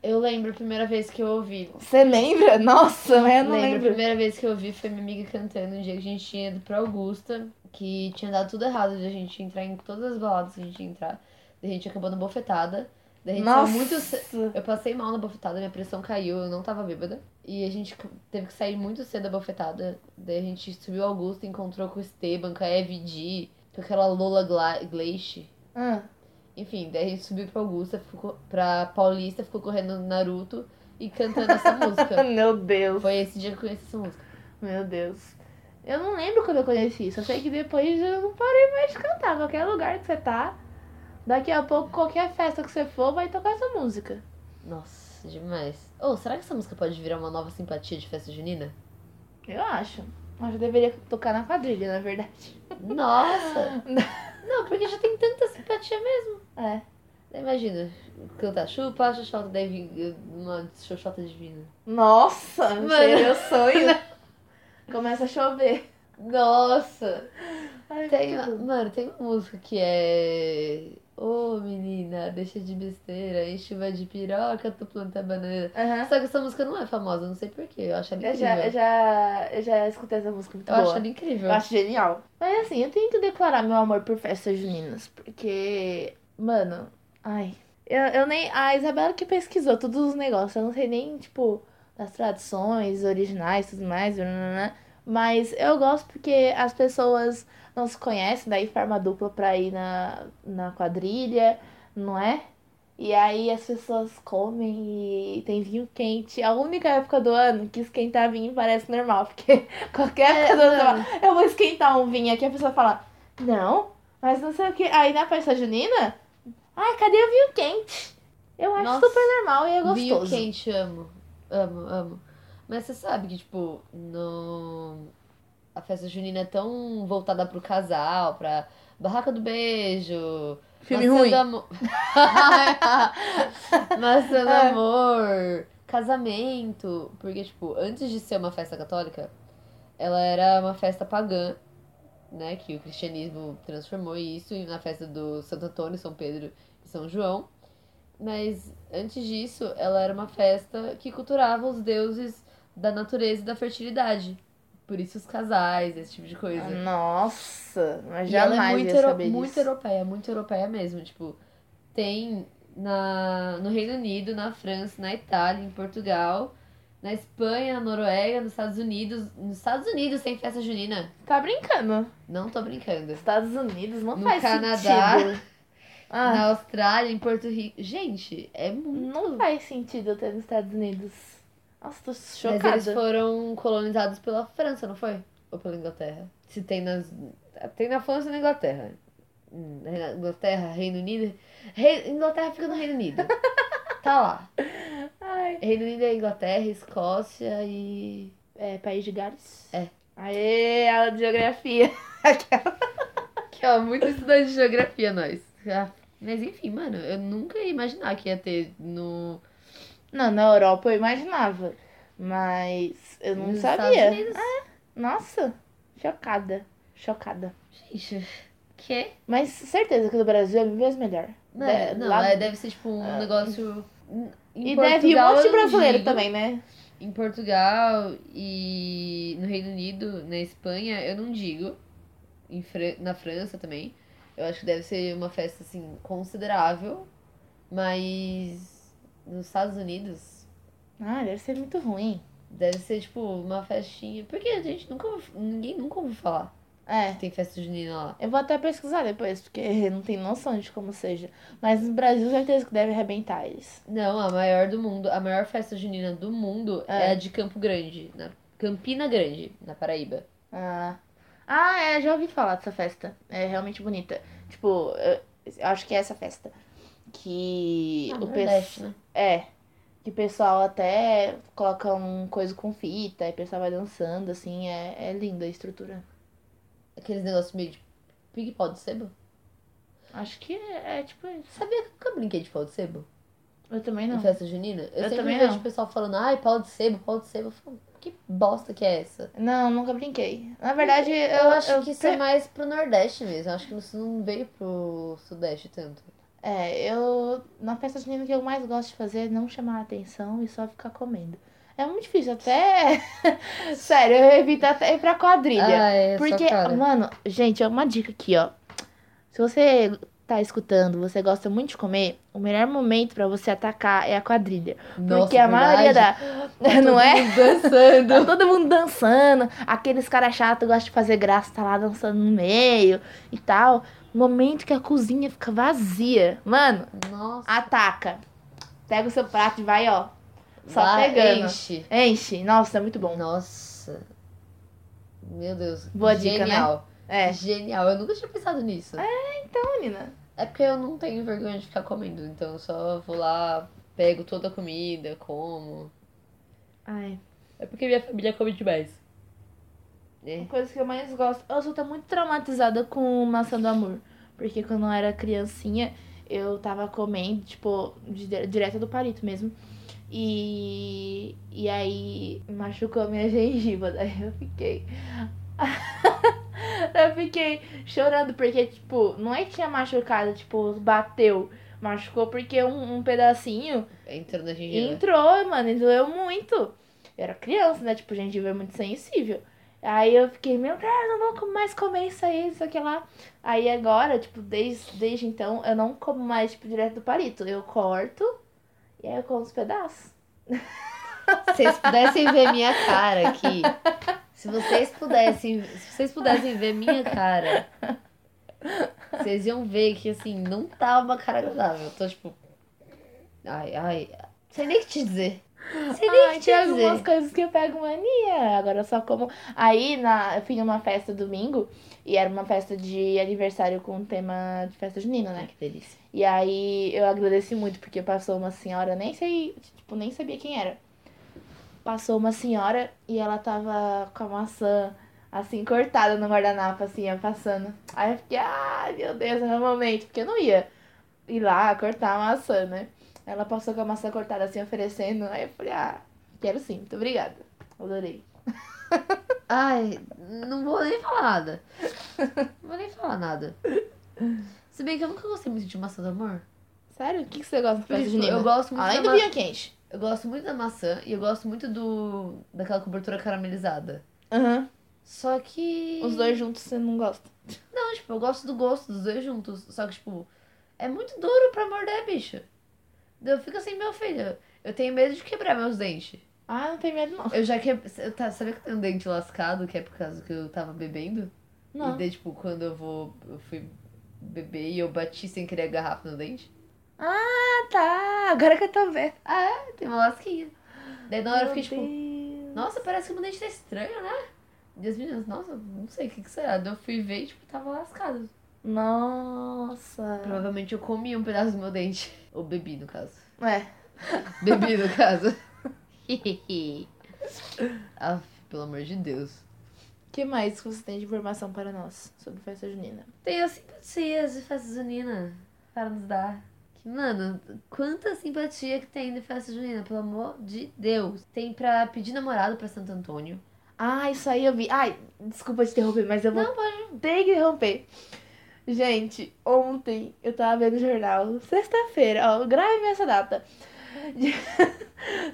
Speaker 3: Eu lembro a primeira vez que eu ouvi.
Speaker 2: Você lembra? Nossa, mas eu não
Speaker 3: lembro, a
Speaker 2: lembro.
Speaker 3: primeira vez que eu ouvi foi minha amiga cantando um dia que a gente tinha ido pra Augusta, que tinha dado tudo errado de a gente entrar em todas as baladas que a gente ia entrar. Daí a gente acabou na bofetada. Daí a gente saiu
Speaker 2: Nossa.
Speaker 3: muito ce- Eu passei mal na bofetada, minha pressão caiu, eu não tava bêbada. E a gente c- teve que sair muito cedo da bofetada. Daí a gente subiu Augusto, encontrou com o Esteban, com a Eve G, com aquela Lola Gla Gleiche.
Speaker 2: Ah,
Speaker 3: Enfim, daí a gente subiu pra Augusta, ficou, pra Paulista, ficou correndo no Naruto e cantando essa música.
Speaker 2: meu Deus,
Speaker 3: Foi esse dia que eu conheci essa música.
Speaker 2: meu Deus. Eu não lembro quando eu conheci isso. Eu sei que depois eu não parei mais de cantar. Qualquer lugar que você tá, daqui a pouco, qualquer festa que você for, vai tocar essa música.
Speaker 3: Nossa, demais. Oh, será que essa música pode virar uma nova simpatia de festa junina?
Speaker 2: Eu acho. Acho que eu deveria tocar na quadrilha, na verdade.
Speaker 3: Nossa! Não, porque já tem tanta simpatia mesmo.
Speaker 2: É.
Speaker 3: Imagina, cantar chupa, xoxota, daí vem eh, uma xoxota divina.
Speaker 2: Nossa,
Speaker 3: Mano.
Speaker 2: seria meu sonho. Começa a chover.
Speaker 3: Nossa!
Speaker 2: Ai,
Speaker 3: Tem,
Speaker 2: tudo.
Speaker 3: mano, tem uma música que é. Ô menina, deixa de besteira, em chuva de piroca, tu planta banana.
Speaker 2: Aham.
Speaker 3: Só que essa música não é famosa, não sei porquê, eu acho ela
Speaker 2: Eu
Speaker 3: incrível.
Speaker 2: É, já, eu, já, eu já escutei essa música muito
Speaker 3: Eu
Speaker 2: boa.
Speaker 3: acho ela incrível.
Speaker 2: Eu acho genial. Mas assim, eu tenho que declarar meu amor por festas juninas. Porque, mano, ai. Eu, eu nem. A Isabela que pesquisou todos os negócios. Eu não sei nem, tipo, das tradições originais e tudo mais. nananã. Mas eu gosto porque as pessoas não se conhecem, daí forma dupla pra ir na, na quadrilha, não é? E aí as pessoas comem e tem vinho quente. A única época do ano que esquentar vinho parece normal, porque qualquer época do ano você fala,
Speaker 3: Mano,
Speaker 2: eu vou esquentar um vinho aqui, a pessoa fala, não, mas não sei o que. Aí na festa junina, Ai, cadê o vinho quente? Eu acho
Speaker 3: Nossa.
Speaker 2: super normal e é
Speaker 3: Vinho
Speaker 2: gostoso.
Speaker 3: quente, amo. Amo, amo. Mas você sabe que, tipo, no... a festa junina é tão voltada pro casal, pra Barraca do Beijo,
Speaker 2: Filme
Speaker 3: Maçã
Speaker 2: ruim.
Speaker 3: do Amor. Maçã do
Speaker 2: É.
Speaker 3: Amor, casamento. Porque, tipo, antes de ser uma festa católica, ela era uma festa pagã, né? Que o cristianismo transformou isso na festa do Santo Antônio, São Pedro e São João. Mas antes disso, ela era uma festa que culturava os deuses da natureza e da fertilidade. Por isso os casais, esse tipo de coisa.
Speaker 2: Nossa, mas
Speaker 3: E ela
Speaker 2: jamais
Speaker 3: é muito,
Speaker 2: ia
Speaker 3: euro-
Speaker 2: saber
Speaker 3: muito
Speaker 2: disso.
Speaker 3: europeia, muito europeia mesmo. Tipo, tem na, no Reino Unido, na França, na Itália, em Portugal, na Espanha, na Noruega, nos Estados Unidos. Nos Estados Unidos tem festa junina.
Speaker 2: Tá brincando.
Speaker 3: Não tô brincando.
Speaker 2: Estados Unidos não
Speaker 3: No
Speaker 2: faz
Speaker 3: Canadá.
Speaker 2: sentido. Ah,
Speaker 3: Na Austrália, em Porto Rico. Gente, é muito.
Speaker 2: não faz sentido eu ter nos Estados Unidos. Nossa, tô
Speaker 3: Mas
Speaker 2: chocada.
Speaker 3: eles foram colonizados pela França, não foi? Ou pela Inglaterra? Se tem nas. Tem na França e na Inglaterra. Hum, na Inglaterra, Reino Unido. Re- Inglaterra fica no Reino Unido. tá lá.
Speaker 2: Ai.
Speaker 3: Reino Unido é Inglaterra, Escócia e.
Speaker 2: É, País de Gales?
Speaker 3: É.
Speaker 2: Aê, aula de geografia.
Speaker 3: Que ó, muito estudante de geografia nós. Ah, Mas enfim, mano, eu nunca ia imaginar que ia ter no.
Speaker 2: Não, na Europa eu imaginava. Mas eu não
Speaker 3: nos
Speaker 2: sabia.
Speaker 3: Estados Unidos.
Speaker 2: Nossa, chocada. Chocada.
Speaker 3: Gente, que?
Speaker 2: Mas certeza que no Brasil é mil vezes melhor.
Speaker 3: Não,
Speaker 2: De-
Speaker 3: não
Speaker 2: lá-
Speaker 3: é, deve ser tipo um
Speaker 2: Ah.
Speaker 3: negócio. Em
Speaker 2: E deve ir um
Speaker 3: Portugal,
Speaker 2: monte de
Speaker 3: eu não
Speaker 2: brasileiro
Speaker 3: digo.
Speaker 2: também, né?
Speaker 3: Em Portugal e no Reino Unido, na Espanha, eu não digo. Em Fran- na França também. Eu acho que deve ser uma festa, assim, considerável. Mas nos Estados Unidos,
Speaker 2: Ah, deve ser muito ruim.
Speaker 3: deve ser, tipo, uma festinha. Porque a gente nunca. ouviu- Ninguém nunca ouviu falar
Speaker 2: É.
Speaker 3: que tem festa junina lá.
Speaker 2: Eu vou até pesquisar depois, porque eu não tenho noção de como seja. Mas no Brasil, certeza que deve arrebentar eles.
Speaker 3: Não, a maior do mundo, a maior festa junina do mundo é,
Speaker 2: É.
Speaker 3: a de Campo Grande, na Campina Grande, na Paraíba.
Speaker 2: Ah. Ah, é, já ouvi falar dessa festa. É realmente bonita. Tipo, eu eu acho que é essa festa. Que
Speaker 3: Ah,
Speaker 2: o
Speaker 3: Nordeste,
Speaker 2: pessoal.
Speaker 3: né?
Speaker 2: É. Que o pessoal até coloca um coisa com fita e o pessoal vai dançando, assim. É, é linda a estrutura.
Speaker 3: Aqueles negócios meio de pig pau de sebo.
Speaker 2: Acho que é, é tipo isso.
Speaker 3: Sabia que eu nunca brinquei de pau de sebo?
Speaker 2: Eu também
Speaker 3: Em
Speaker 2: não.
Speaker 3: festa junina? Eu, sempre
Speaker 2: também
Speaker 3: vejo
Speaker 2: não.
Speaker 3: o pessoal falando, ai, pau de sebo, pau de sebo. Eu falo, que bosta que é essa?
Speaker 2: Não, nunca brinquei. Na verdade, eu,
Speaker 3: Eu, acho
Speaker 2: eu
Speaker 3: que isso
Speaker 2: pre-
Speaker 3: é mais pro Nordeste mesmo. Eu acho que isso não veio pro Sudeste tanto.
Speaker 2: É, eu. Na festa junina, o que eu mais gosto de fazer é não chamar a atenção e só ficar comendo. É muito difícil, até. Sério, eu evito até ir pra quadrilha.
Speaker 3: Ah, é, sua
Speaker 2: porque,
Speaker 3: cara.
Speaker 2: mano, gente, é uma dica aqui, ó. Se você tá escutando, você gosta muito de comer, o melhor momento pra você atacar é a quadrilha.
Speaker 3: Nossa,
Speaker 2: porque a maioria
Speaker 3: verdade. Tá
Speaker 2: da. Não é?
Speaker 3: Todo mundo dançando.
Speaker 2: Tá todo mundo dançando, aqueles caras chatos gostam de fazer graça, tá lá dançando no meio e tal. Momento que a cozinha fica vazia. Mano,
Speaker 3: Nossa.
Speaker 2: ataca. Pega o seu prato e vai, ó. Ah, Só
Speaker 3: Vai,
Speaker 2: pegando.
Speaker 3: enche.
Speaker 2: Enche. Nossa, é muito bom.
Speaker 3: Nossa. Meu Deus.
Speaker 2: Boa dica, né?
Speaker 3: Genial.
Speaker 2: É.
Speaker 3: Genial. Eu nunca tinha pensado nisso.
Speaker 2: Então, menina.
Speaker 3: É porque eu não tenho vergonha de ficar comendo, então eu só vou lá, pego toda a comida, como.
Speaker 2: Ai.
Speaker 3: É porque minha família come demais. É.
Speaker 2: Uma coisa que eu mais gosto. Eu só tô muito traumatizada com maçã do amor. Porque quando eu era criancinha, eu tava comendo, tipo, di- direto do palito mesmo. E. E aí machucou a minha gengiva. Daí eu fiquei. eu fiquei chorando, porque, tipo, não é que tinha machucado, tipo, bateu. Machucou porque um, um pedacinho
Speaker 3: Entrou na gengiva.
Speaker 2: entrou, mano, e doeu muito. Eu era criança, né? Tipo, gengiva é muito sensível. Aí eu fiquei, meu Deus, eu não vou mais comer isso aí, isso aqui lá. Aí agora, tipo, desde, desde então, eu não como mais, tipo, direto do palito. Eu corto e aí eu como os pedaços.
Speaker 3: Se vocês pudessem ver minha cara aqui. Se vocês pudessem, se vocês pudessem ver minha cara. Vocês iam ver que assim, não tá uma cara agradável. Eu tô tipo. Ai, ai. Sei nem o que te dizer. Você
Speaker 2: Ai,
Speaker 3: nem
Speaker 2: tem
Speaker 3: tinha
Speaker 2: algumas
Speaker 3: dizer.
Speaker 2: coisas que eu pego mania. Agora eu só como. Aí na, eu fui numa festa domingo e era uma festa de aniversário com o tema de festa junina, né?
Speaker 3: Ai, que delícia.
Speaker 2: E aí eu agradeci muito, porque passou uma senhora, eu nem sei, tipo, nem sabia quem era. Passou uma senhora e ela tava com a maçã, assim, cortada no guardanapo, assim, ó, passando. Aí eu fiquei, ai meu Deus, é meu momento, porque eu não ia ir lá cortar a maçã, né? Ela passou com a maçã cortada, assim, oferecendo. Aí eu falei, ah, quero sim, muito obrigada. Adorei.
Speaker 3: Ai, não vou nem falar nada. Não vou nem falar nada. Se bem que eu nunca gostei muito de maçã do amor.
Speaker 2: Sério? O que, que você gosta de festa
Speaker 3: Tipo,
Speaker 2: junina?
Speaker 3: eu gosto muito
Speaker 2: Além
Speaker 3: da
Speaker 2: do
Speaker 3: ma-
Speaker 2: vinho quente.
Speaker 3: Eu gosto muito da maçã e eu gosto muito do daquela cobertura caramelizada.
Speaker 2: Aham.
Speaker 3: Só que.
Speaker 2: Os dois juntos você não gosta.
Speaker 3: Não, tipo, eu gosto do gosto dos dois juntos. Só que, tipo, é muito duro pra morder, bicho. Eu fico assim, meu filho. Eu tenho medo de quebrar meus dentes.
Speaker 2: Ah, não tem medo não.
Speaker 3: Eu já quebrei. Sabe que eu tenho um dente lascado, que é por causa que eu tava bebendo?
Speaker 2: Não.
Speaker 3: E daí, tipo, quando eu vou. Eu fui beber e eu bati sem querer a garrafa no dente.
Speaker 2: Tá, agora que eu tô vendo.
Speaker 3: Ah, tem uma lasquinha. Daí na hora eu
Speaker 2: Meu
Speaker 3: fiquei, tipo,
Speaker 2: Deus.
Speaker 3: Nossa, parece que o meu dente tá estranho, né? E as meninas, nossa, não sei o que, que será. Daí eu fui ver e, tipo, tava lascado.
Speaker 2: Nossa.
Speaker 3: Provavelmente eu comi um pedaço do meu dente. Ou bebi, no caso.
Speaker 2: É.
Speaker 3: Bebi, no caso. Aff, pelo amor de Deus.
Speaker 2: O que mais que você tem de informação para nós sobre festa junina?
Speaker 3: Tenho simpatias de festa junina para nos dar. Que, mano, quanta simpatia que tem de festa junina, pelo amor de Deus. Tem pra pedir namorado pra Santo Antônio.
Speaker 2: Ah, isso aí eu vi. Ai, desculpa te interromper, mas eu vou
Speaker 3: Não, pode.
Speaker 2: ter que interromper. Gente, ontem eu tava vendo o jornal, sexta-feira, ó, grave essa data. De-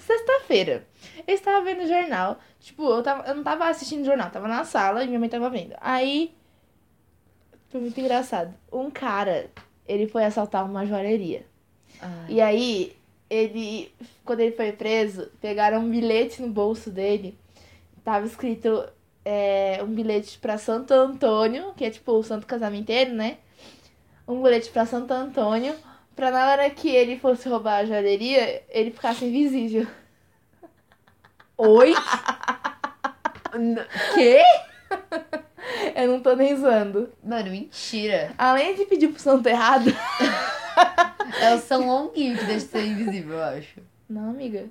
Speaker 2: Sexta-feira, eu estava vendo o jornal. Tipo, eu, tava, eu não tava assistindo o jornal, tava na sala e minha mãe tava vendo. Aí, foi muito engraçado. Um cara, ele foi assaltar uma joalheria.
Speaker 3: Ai,
Speaker 2: E aí, ele, quando ele foi preso, pegaram um bilhete no bolso dele. Tava escrito é, um bilhete pra Santo Antônio, que é tipo o santo casamenteiro, né? Um bilhete pra Santo Antônio, pra na hora que ele fosse roubar a joalheria, ele ficasse invisível.
Speaker 3: Oi? Quê?
Speaker 2: Eu não tô nem zoando.
Speaker 3: Mano, mentira.
Speaker 2: Além de pedir pro santo errado.
Speaker 3: É o São Longuinho que deixa de ser invisível, eu acho.
Speaker 2: Não, amiga.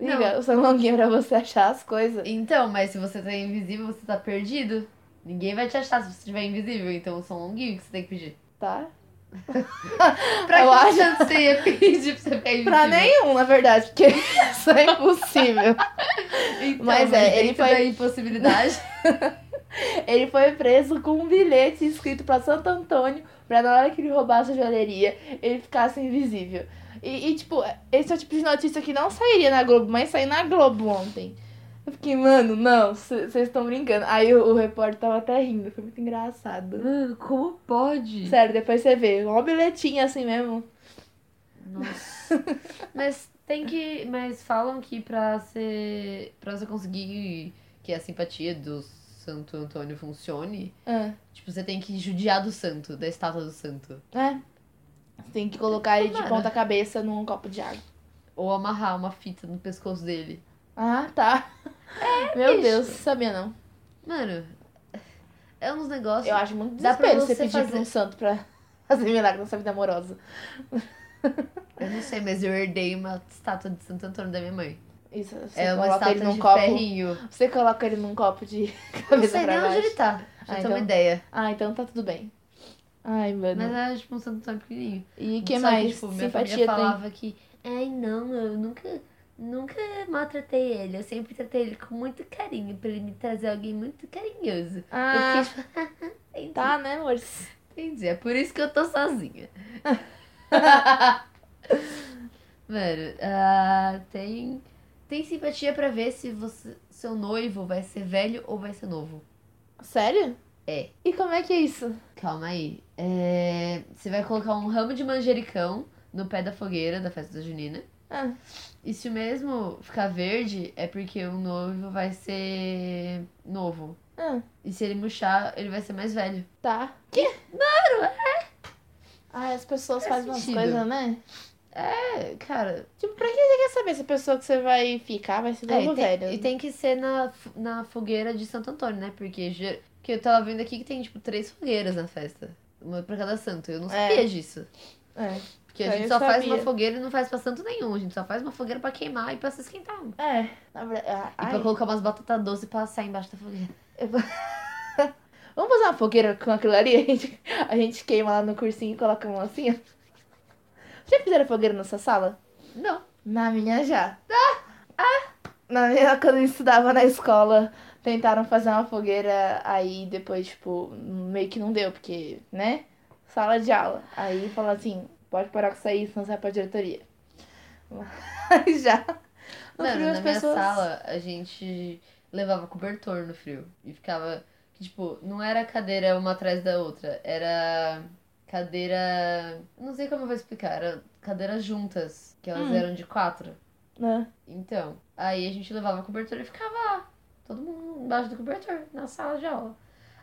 Speaker 3: Não.
Speaker 2: Liga, o São Longuinho é pra você achar as coisas.
Speaker 3: Então, mas se você tá invisível, você tá perdido. Ninguém vai te achar se você estiver invisível, então o São Longuinho que você tem que pedir.
Speaker 2: Tá?
Speaker 3: Pra
Speaker 2: Eu
Speaker 3: que
Speaker 2: acho-
Speaker 3: adianta você ia pedir pra você ficar invisível?
Speaker 2: Pra nenhum, na verdade, porque isso é impossível.
Speaker 3: Então,
Speaker 2: Mas é, ele
Speaker 3: dentro
Speaker 2: foi-
Speaker 3: da impossibilidade.
Speaker 2: Ele foi preso com um bilhete escrito pra Santo Antônio, pra na hora que ele roubasse a joalheria, ele ficasse invisível. E, e, tipo, esse é o tipo de notícia que não sairia na Globo, mas saiu na Globo ontem. Eu fiquei, mano, não, vocês estão brincando. Aí o, o repórter tava até rindo, foi muito engraçado.
Speaker 3: Mano, como pode?
Speaker 2: Sério, depois você vê, um bilhetinho assim mesmo.
Speaker 3: Nossa. mas tem que. Mas falam que pra ser. Pra você conseguir que a simpatia do Santo Antônio funcione,
Speaker 2: Ah,
Speaker 3: tipo, você tem que judiar do santo, da estátua do santo.
Speaker 2: né? Tem que colocar ele de
Speaker 3: Tomara.
Speaker 2: ponta cabeça num copo de água.
Speaker 3: Ou amarrar uma fita no pescoço dele.
Speaker 2: Ah, tá. Meu
Speaker 3: É, bicho.
Speaker 2: Deus, sabia não.
Speaker 3: Mano, é uns negócios.
Speaker 2: Eu acho muito
Speaker 3: Dá pra
Speaker 2: desespero você
Speaker 3: você
Speaker 2: pedir pra um
Speaker 3: fazer.
Speaker 2: santo pra fazer milagre na sua vida amorosa.
Speaker 3: Eu não sei, mas eu herdei uma estátua de Santo Antônio da minha mãe.
Speaker 2: Isso, você
Speaker 3: é uma
Speaker 2: coloca
Speaker 3: estátua
Speaker 2: ele num
Speaker 3: de
Speaker 2: copo.
Speaker 3: ferrinho.
Speaker 2: Você coloca ele num copo de
Speaker 3: Eu não
Speaker 2: cabeça
Speaker 3: sei nem
Speaker 2: pra
Speaker 3: onde
Speaker 2: baixo.
Speaker 3: ele tá. Já
Speaker 2: Ah,
Speaker 3: tem
Speaker 2: então.
Speaker 3: uma ideia.
Speaker 2: Ah, então tá tudo bem. Ai, mano.
Speaker 3: Mas era tipo um Santo Antônio pequenininho.
Speaker 2: E que
Speaker 3: Só
Speaker 2: mais?
Speaker 3: tipo, minha
Speaker 2: Simpatia
Speaker 3: família
Speaker 2: tem.
Speaker 3: falava que... Ai, não, eu nunca... Nunca maltratei ele. Eu sempre tratei ele com muito carinho. Pra ele me trazer alguém muito carinhoso.
Speaker 2: Ah,
Speaker 3: Eu fiquei tipo... entendi.
Speaker 2: tá, né, amor?
Speaker 3: Entendi, é por isso que eu tô sozinha. Mano, ah, tem, tem simpatia pra ver se você, seu noivo vai ser velho ou vai ser novo.
Speaker 2: Sério?
Speaker 3: É.
Speaker 2: E como é que é isso?
Speaker 3: Calma aí. É, você vai colocar um ramo de manjericão no pé da fogueira da festa da junina.
Speaker 2: Ah,
Speaker 3: E se o mesmo ficar verde, é porque o noivo vai ser novo.
Speaker 2: ah,
Speaker 3: E se ele murchar, ele vai ser mais velho.
Speaker 2: tá. Que? Mano, é. Ai, as pessoas
Speaker 3: Faz
Speaker 2: fazem umas
Speaker 3: sentido.
Speaker 2: coisas, né?
Speaker 3: É, cara.
Speaker 2: Tipo, pra que você quer saber se a pessoa que você vai ficar vai ser
Speaker 3: É,
Speaker 2: logo
Speaker 3: e, tem,
Speaker 2: velha?
Speaker 3: e tem que ser na, f- na fogueira de Santo Antônio, né? Porque, ge- porque eu tava vendo aqui que tem, tipo, três fogueiras na festa. Uma pra cada santo. Eu não
Speaker 2: É.
Speaker 3: sabia disso.
Speaker 2: É.
Speaker 3: Porque a
Speaker 2: Isso aí
Speaker 3: gente
Speaker 2: eu
Speaker 3: só faz
Speaker 2: sabia.
Speaker 3: uma fogueira e não faz pra santo nenhum. A gente só faz uma fogueira pra queimar e pra se esquentar.
Speaker 2: É. Na verdade, ah,
Speaker 3: E
Speaker 2: ai.
Speaker 3: pra colocar umas batatas doce e passar embaixo da fogueira.
Speaker 2: Vamos fazer uma fogueira com aquilo ali? A gente, a gente queima lá no cursinho e coloca uma assim, ó. Já fizeram fogueira na sua sala?
Speaker 3: Não.
Speaker 2: Na minha já. Ah! Na minha, quando eu estudava na escola, tentaram fazer uma fogueira, aí depois, tipo, meio que não deu, porque, né? Sala de aula. Aí falaram assim, pode parar com isso aí, senão sai pra diretoria. Mas já. No
Speaker 3: Mano,
Speaker 2: frio
Speaker 3: na
Speaker 2: as
Speaker 3: minha
Speaker 2: pessoas.
Speaker 3: sala, a gente levava cobertor no frio. E ficava. Tipo, não era cadeira uma atrás da outra. Era cadeira. Não sei como eu vou explicar. Era cadeiras juntas. Que elas
Speaker 2: Hum.
Speaker 3: eram de quatro.
Speaker 2: né?
Speaker 3: Então. Aí a gente levava cobertor e ficava lá. Todo mundo embaixo do cobertor, na sala de aula.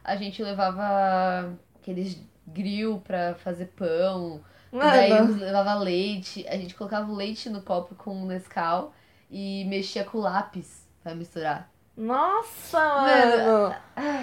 Speaker 3: A gente levava aqueles grill pra fazer pão. E Daí
Speaker 2: Mano,
Speaker 3: uns levava leite, a gente colocava o leite no copo com o Nescau e mexia com o lápis pra misturar.
Speaker 2: Nossa,
Speaker 3: Mano,
Speaker 2: mano.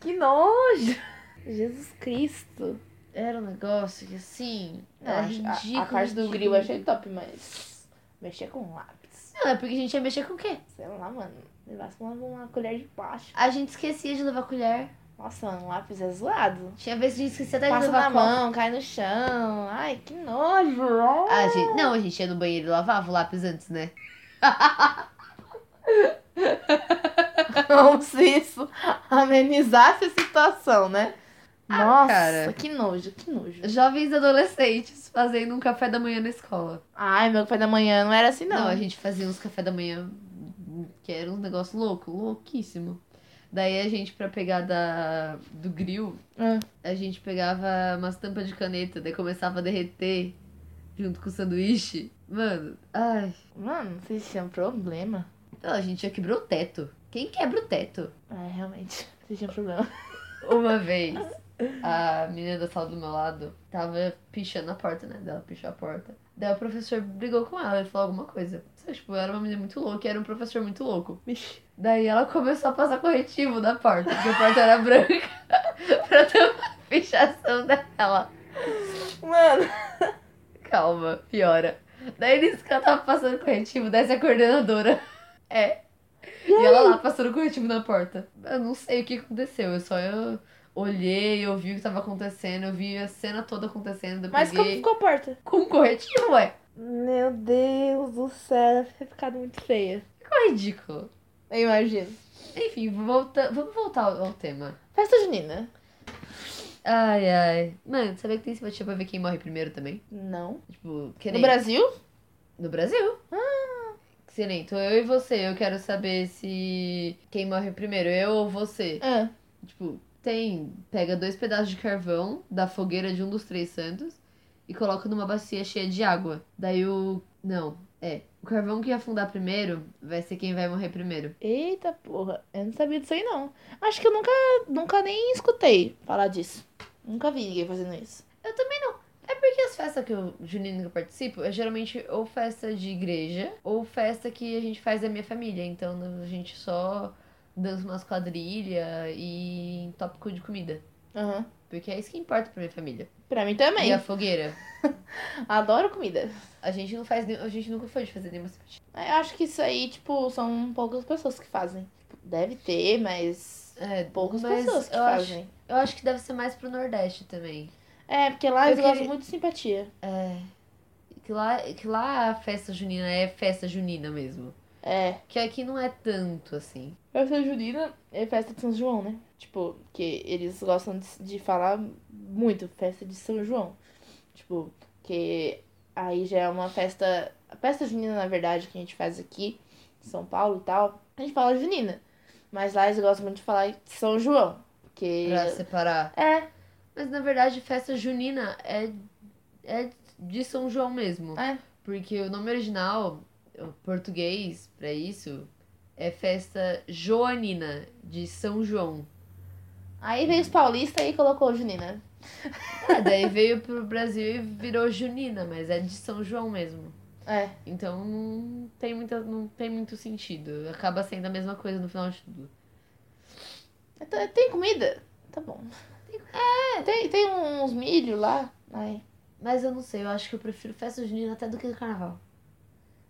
Speaker 2: Que nojo. Jesus Cristo. É
Speaker 3: Era um negócio que assim. Era
Speaker 2: Não, a-
Speaker 3: ridículo.
Speaker 2: a, a parte do grill
Speaker 3: ridículo.
Speaker 2: eu achei top, mas. Mexer com lápis.
Speaker 3: Não, é porque a gente ia mexer com o quê?
Speaker 2: Sei lá, mano. Levasse uma, uma colher de plástico.
Speaker 3: A gente esquecia de levar colher.
Speaker 2: Nossa, mano, lápis é zoado.
Speaker 3: Tinha vez que a gente esquecia até de
Speaker 2: Passa na
Speaker 3: levar copo.
Speaker 2: mão, cai no chão. Ai, que nojo.
Speaker 3: A gente, não, a gente ia no banheiro e lavava o lápis antes, né?
Speaker 2: Como se isso amenizasse a situação, né?
Speaker 3: Ah,
Speaker 2: Nossa,
Speaker 3: cara.
Speaker 2: que nojo, que nojo.
Speaker 3: Jovens adolescentes fazendo um café da manhã na escola.
Speaker 2: Ai, meu café da manhã não era assim, não.
Speaker 3: Não, a gente fazia uns café da manhã que era um negócio louco, louquíssimo. Daí a gente, pra pegar da, do grill,
Speaker 2: Ah.
Speaker 3: a gente pegava umas tampas de caneta, daí começava a derreter junto com o sanduíche. Mano, ai.
Speaker 2: Mano, vocês tinham problema.
Speaker 3: Não, a gente já quebrou o teto. Quem quebra o teto?
Speaker 2: É, realmente, vocês tinham problema.
Speaker 3: Uma vez, a menina da sala do meu lado tava pichando a porta, né? Dela pichou a porta. Daí o professor brigou com ela, ele falou alguma coisa. Sei, Tipo, era uma menina muito louca e era um professor muito louco.
Speaker 2: Vixe.
Speaker 3: Daí ela começou a passar corretivo na porta, porque a porta era branca, pra ter uma pichação dela.
Speaker 2: Mano.
Speaker 3: Calma, piora. Daí nisso que ela tava passando corretivo, desce a coordenadora. É. E ela lá passando corretivo na porta. Eu não sei o que aconteceu, eu só eu olhei, eu vi o que tava acontecendo, eu vi a cena toda acontecendo, eu
Speaker 2: Mas como
Speaker 3: peguei
Speaker 2: ficou a porta?
Speaker 3: com corretivo, ué.
Speaker 2: Meu Deus do céu, deve ter ficado muito feia.
Speaker 3: Ficou ridículo.
Speaker 2: Eu imagino.
Speaker 3: Enfim, volta... vamos voltar ao ao tema.
Speaker 2: Festa junina?
Speaker 3: Ai, ai. Mano, sabia que tem simpatia pra ver quem morre primeiro também?
Speaker 2: Não.
Speaker 3: Tipo, que
Speaker 2: No
Speaker 3: nem...
Speaker 2: Brasil?
Speaker 3: No Brasil. Ah. Que nem tô eu e você. Eu quero saber se... Quem morre primeiro, eu ou você.
Speaker 2: Ah.
Speaker 3: Tipo, tem... Pega dois pedaços de carvão da fogueira de um dos três santos e coloca numa bacia cheia de água. Daí o... Não, é. O carvão que afundar primeiro vai ser quem vai morrer primeiro.
Speaker 2: Eita porra, eu não sabia disso aí não. Acho que eu nunca, nunca nem escutei falar disso. Nunca vi ninguém fazendo isso.
Speaker 3: Eu também não. É porque as festas que eu, Junino, que eu participo, é geralmente ou festa de igreja, ou festa que a gente faz da minha família. Então a gente só dança umas quadrilhas e entope cu de comida.
Speaker 2: Aham.
Speaker 3: Porque é isso que importa pra minha família.
Speaker 2: Pra mim também.
Speaker 3: E a fogueira.
Speaker 2: Adoro comida. É,
Speaker 3: A gente não faz nem- A gente nunca foi de fazer nenhuma simpatia.
Speaker 2: Eu acho que isso aí, tipo, são poucas pessoas que fazem. Deve ter, mas
Speaker 3: É,
Speaker 2: poucas
Speaker 3: mas
Speaker 2: pessoas que
Speaker 3: eu
Speaker 2: fazem.
Speaker 3: Acho, eu acho que deve ser mais pro Nordeste também.
Speaker 2: É, porque lá
Speaker 3: Eu
Speaker 2: eles gostam
Speaker 3: queria-
Speaker 2: muito de simpatia.
Speaker 3: Que lá, que lá a festa junina é festa junina mesmo.
Speaker 2: É.
Speaker 3: Que aqui não é tanto assim.
Speaker 2: Festa junina é festa de São João, né? Tipo, que eles gostam de, de falar muito festa de São João. Tipo, que aí já é uma festa. A festa junina, na verdade, que a gente faz aqui, em São Paulo e tal, a gente fala junina. Mas lá eles gostam muito de falar de São João. Porque.
Speaker 3: Pra separar.
Speaker 2: É,
Speaker 3: Mas na verdade, festa junina é, é de São João mesmo.
Speaker 2: É.
Speaker 3: Porque o nome original, o português, pra isso, é festa joanina, de São João.
Speaker 2: aí veio os paulistas e colocou junina.
Speaker 3: É, daí veio pro Brasil e virou Junina, mas é de São João mesmo.
Speaker 2: É.
Speaker 3: Então não tem, muita, não tem muito sentido. Acaba sendo a mesma coisa no final de tudo.
Speaker 2: Então, Tem comida? Tá bom. É, tem, tem uns milho lá. né? Ai,
Speaker 3: Mas eu não sei, eu acho que eu prefiro festa junina até do que carnaval.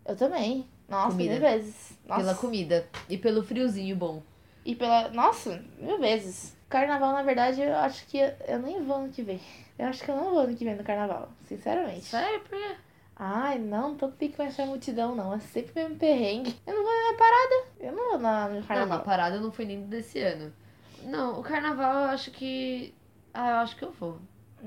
Speaker 2: eu também. Nossa,
Speaker 3: Comida.
Speaker 2: mil vezes. Nossa.
Speaker 3: Pela comida e pelo friozinho bom.
Speaker 2: E pela. Nossa, mil vezes. Carnaval, na verdade, eu acho que eu nem vou ano que vem. Eu acho que eu não vou ano que vem no carnaval, sinceramente.
Speaker 3: Sério, por quê?
Speaker 2: Ai, não, tô pique com essa multidão, não. É sempre o mesmo perrengue. Eu não vou na parada. Eu não vou na, no
Speaker 3: Não, na
Speaker 2: carnaval.
Speaker 3: parada eu não fui nem desse ano. Não, o carnaval eu acho que. Ah, eu acho que eu vou.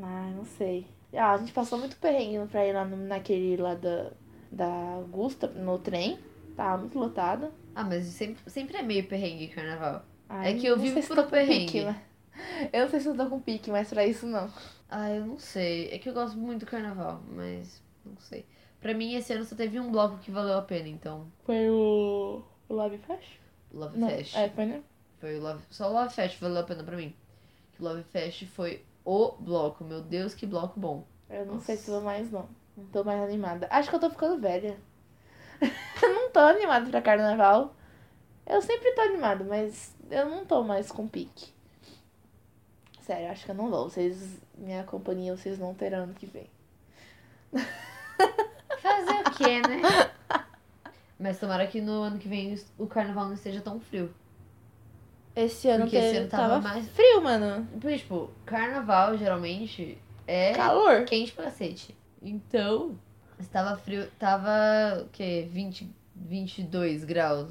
Speaker 2: Ai, não sei. Ah, a gente passou muito perrengue pra ir lá no, naquele lá da, da Augusta, no trem. Tava muito lotado.
Speaker 3: Ah, mas sempre, sempre é meio perrengue carnaval.
Speaker 2: Ai,
Speaker 3: É que eu
Speaker 2: não
Speaker 3: vivo
Speaker 2: sei se
Speaker 3: pro
Speaker 2: tô com
Speaker 3: perrengue.
Speaker 2: pique, mas- Eu não sei se eu tô com pique, mas pra isso não.
Speaker 3: Ah, eu não sei. É que eu gosto muito do carnaval, mas não sei. Pra mim, esse ano só teve um bloco que valeu a pena, então.
Speaker 2: Foi o. O Love Fest?
Speaker 3: Love
Speaker 2: Não,
Speaker 3: Fest.
Speaker 2: É, foi no.
Speaker 3: Foi o Love... Só o Love Fest valeu a pena pra mim. Que o Love Fest foi o bloco. Meu Deus, que bloco bom.
Speaker 2: Eu não
Speaker 3: Nossa.
Speaker 2: sei se vou mais, não. Não tô mais animada. Acho que eu tô ficando velha. Eu não tô animada pra carnaval. Eu sempre tô animada, mas eu não tô mais com pique. Sério, acho que eu não vou. Vocês, minha companhia, vocês não terão ano que vem.
Speaker 3: Fazer o quê, né? Mas tomara que no ano que vem o carnaval não esteja tão frio.
Speaker 2: Esse ano,
Speaker 3: Porque
Speaker 2: teve-
Speaker 3: esse ano tava mais-
Speaker 2: frio, mano.
Speaker 3: Porque, tipo, carnaval geralmente é
Speaker 2: Calor.
Speaker 3: quente pra cacete. Então, estava frio, tava o quê? 20, 22 graus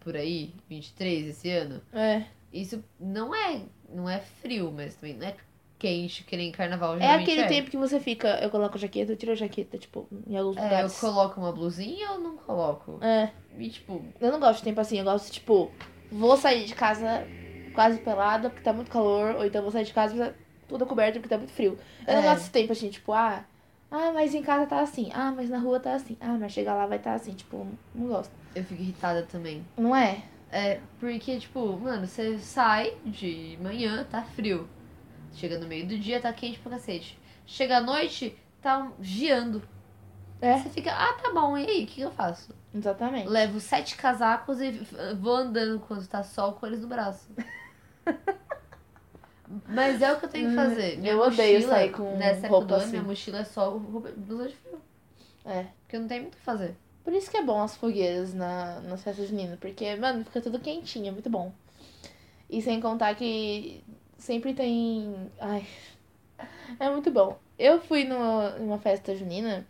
Speaker 3: por aí, 23 esse ano.
Speaker 2: É.
Speaker 3: Isso não é, não é frio, mas também não é quente, que nem carnaval
Speaker 2: É
Speaker 3: geralmente
Speaker 2: aquele tempo que você fica, eu coloco a jaqueta, eu tiro a jaqueta, tipo, em alguns
Speaker 3: É, eu
Speaker 2: lugares.
Speaker 3: coloco uma blusinha ou não coloco?
Speaker 2: É.
Speaker 3: E tipo,
Speaker 2: Eu não gosto de tempo assim, eu gosto, tipo, vou sair de casa quase pelada porque tá muito calor, ou então vou sair de casa toda coberta porque tá muito frio. Eu não
Speaker 3: É.
Speaker 2: gosto de tempo assim, tipo, ah, ah, mas em casa tá assim, ah, mas na rua tá assim, ah, mas chegar lá vai tá assim, tipo, não gosto.
Speaker 3: eu fico irritada também.
Speaker 2: Não é?
Speaker 3: É, porque, tipo, mano, você sai de manhã, tá frio. Chega no meio do dia, tá quente pra cacete. Chega à noite, tá geando.
Speaker 2: É,
Speaker 3: Você fica, ah, tá bom, e aí, o que eu faço?
Speaker 2: exatamente.
Speaker 3: Levo sete casacos e f- vou andando quando tá sol com eles no braço. Mas é o que eu tenho que
Speaker 2: Hum,
Speaker 3: fazer. Minha
Speaker 2: eu
Speaker 3: mochila,
Speaker 2: odeio sair com
Speaker 3: nessa época
Speaker 2: roupa
Speaker 3: do ano,
Speaker 2: assim.
Speaker 3: minha mochila é só roupa- blusa de frio.
Speaker 2: É.
Speaker 3: Porque não tem muito o que fazer.
Speaker 2: Por isso que é bom as fogueiras na, nas festas meninas, porque, mano, fica tudo quentinho, é muito bom. E sem contar que sempre tem. Ai. É muito bom. Eu fui numa, numa festa junina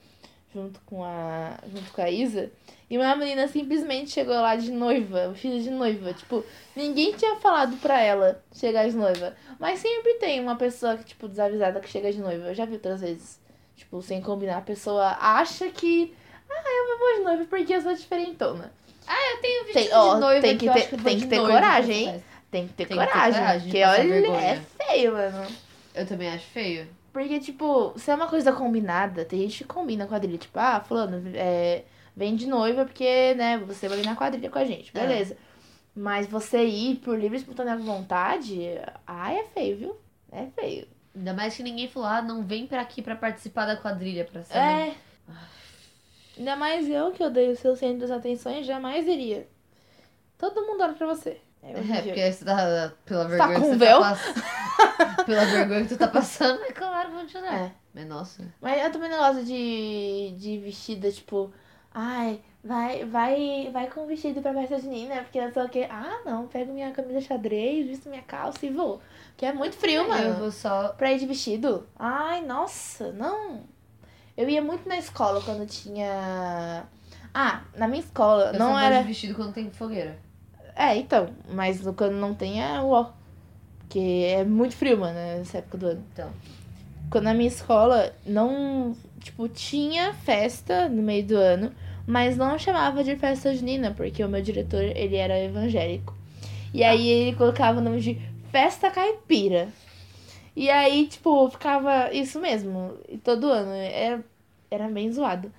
Speaker 2: junto com a. junto com a Isa, e uma menina simplesmente chegou lá de noiva, filha de noiva. Tipo, ninguém tinha falado pra ela chegar de noiva. Mas sempre tem uma pessoa que, tipo, desavisada que chega de noiva. Eu já vi outras vezes. Tipo, sem combinar, a pessoa acha que. Ah, eu vou de noiva porque eu sou diferentona.
Speaker 3: Tem um
Speaker 2: Tem- ó, tem que ter- tem que ter coragem, hein?
Speaker 3: hein?
Speaker 2: Tem que ter
Speaker 3: Tem que ter
Speaker 2: coragem.
Speaker 3: coragem de
Speaker 2: porque
Speaker 3: passar
Speaker 2: olha, é
Speaker 3: vergonha.
Speaker 2: feio, mano.
Speaker 3: Eu também acho feio.
Speaker 2: Porque, tipo, se é uma coisa combinada, tem gente que combina quadrilha, tipo, ah, fulano, é, vem de noiva porque, né, você vai vir na quadrilha com a gente,
Speaker 3: É.
Speaker 2: beleza. Mas você ir por livre e espontânea vontade, ai, é feio, viu? É feio.
Speaker 3: Ainda mais que ninguém falou, ah, não vem pra aqui pra participar da quadrilha, pra ser.
Speaker 2: É. Ainda mais eu que odeio seu centro das atenções, jamais iria. Todo mundo olha pra você. É,
Speaker 3: É,
Speaker 2: horrível.
Speaker 3: porque você tá, pela
Speaker 2: Você
Speaker 3: vergonha
Speaker 2: tá
Speaker 3: que
Speaker 2: com
Speaker 3: você
Speaker 2: véu?
Speaker 3: tá passando. pela vergonha que tu tá passando, é claro, vou te dar.
Speaker 2: É.
Speaker 3: Mas nossa,
Speaker 2: Mas eu também não gosto de, de vestida, tipo, ai, vai, vai, vai com vestido pra festa junina, né? porque não sei o quê. Ah, não, pego minha camisa xadrez, visto minha calça e vou. Porque é muito frio,
Speaker 3: eu
Speaker 2: mano.
Speaker 3: vou só.
Speaker 2: Pra ir de vestido? Ai, nossa, não. Eu ia muito na escola quando tinha. Ah, na minha escola,
Speaker 3: Eu só
Speaker 2: não
Speaker 3: vou
Speaker 2: era.
Speaker 3: de vestido quando tem fogueira.
Speaker 2: É, então, mas no- quando não tem é ó. Porque é muito frio, mano, nessa época do ano.
Speaker 3: Então.
Speaker 2: Quando na minha escola não, tipo, tinha festa no meio do ano, mas não chamava de festa junina, porque o meu diretor, ele era evangélico. E aí ele colocava o nome de festa caipira. E aí, tipo, ficava isso mesmo, e todo ano, era, era bem zoado.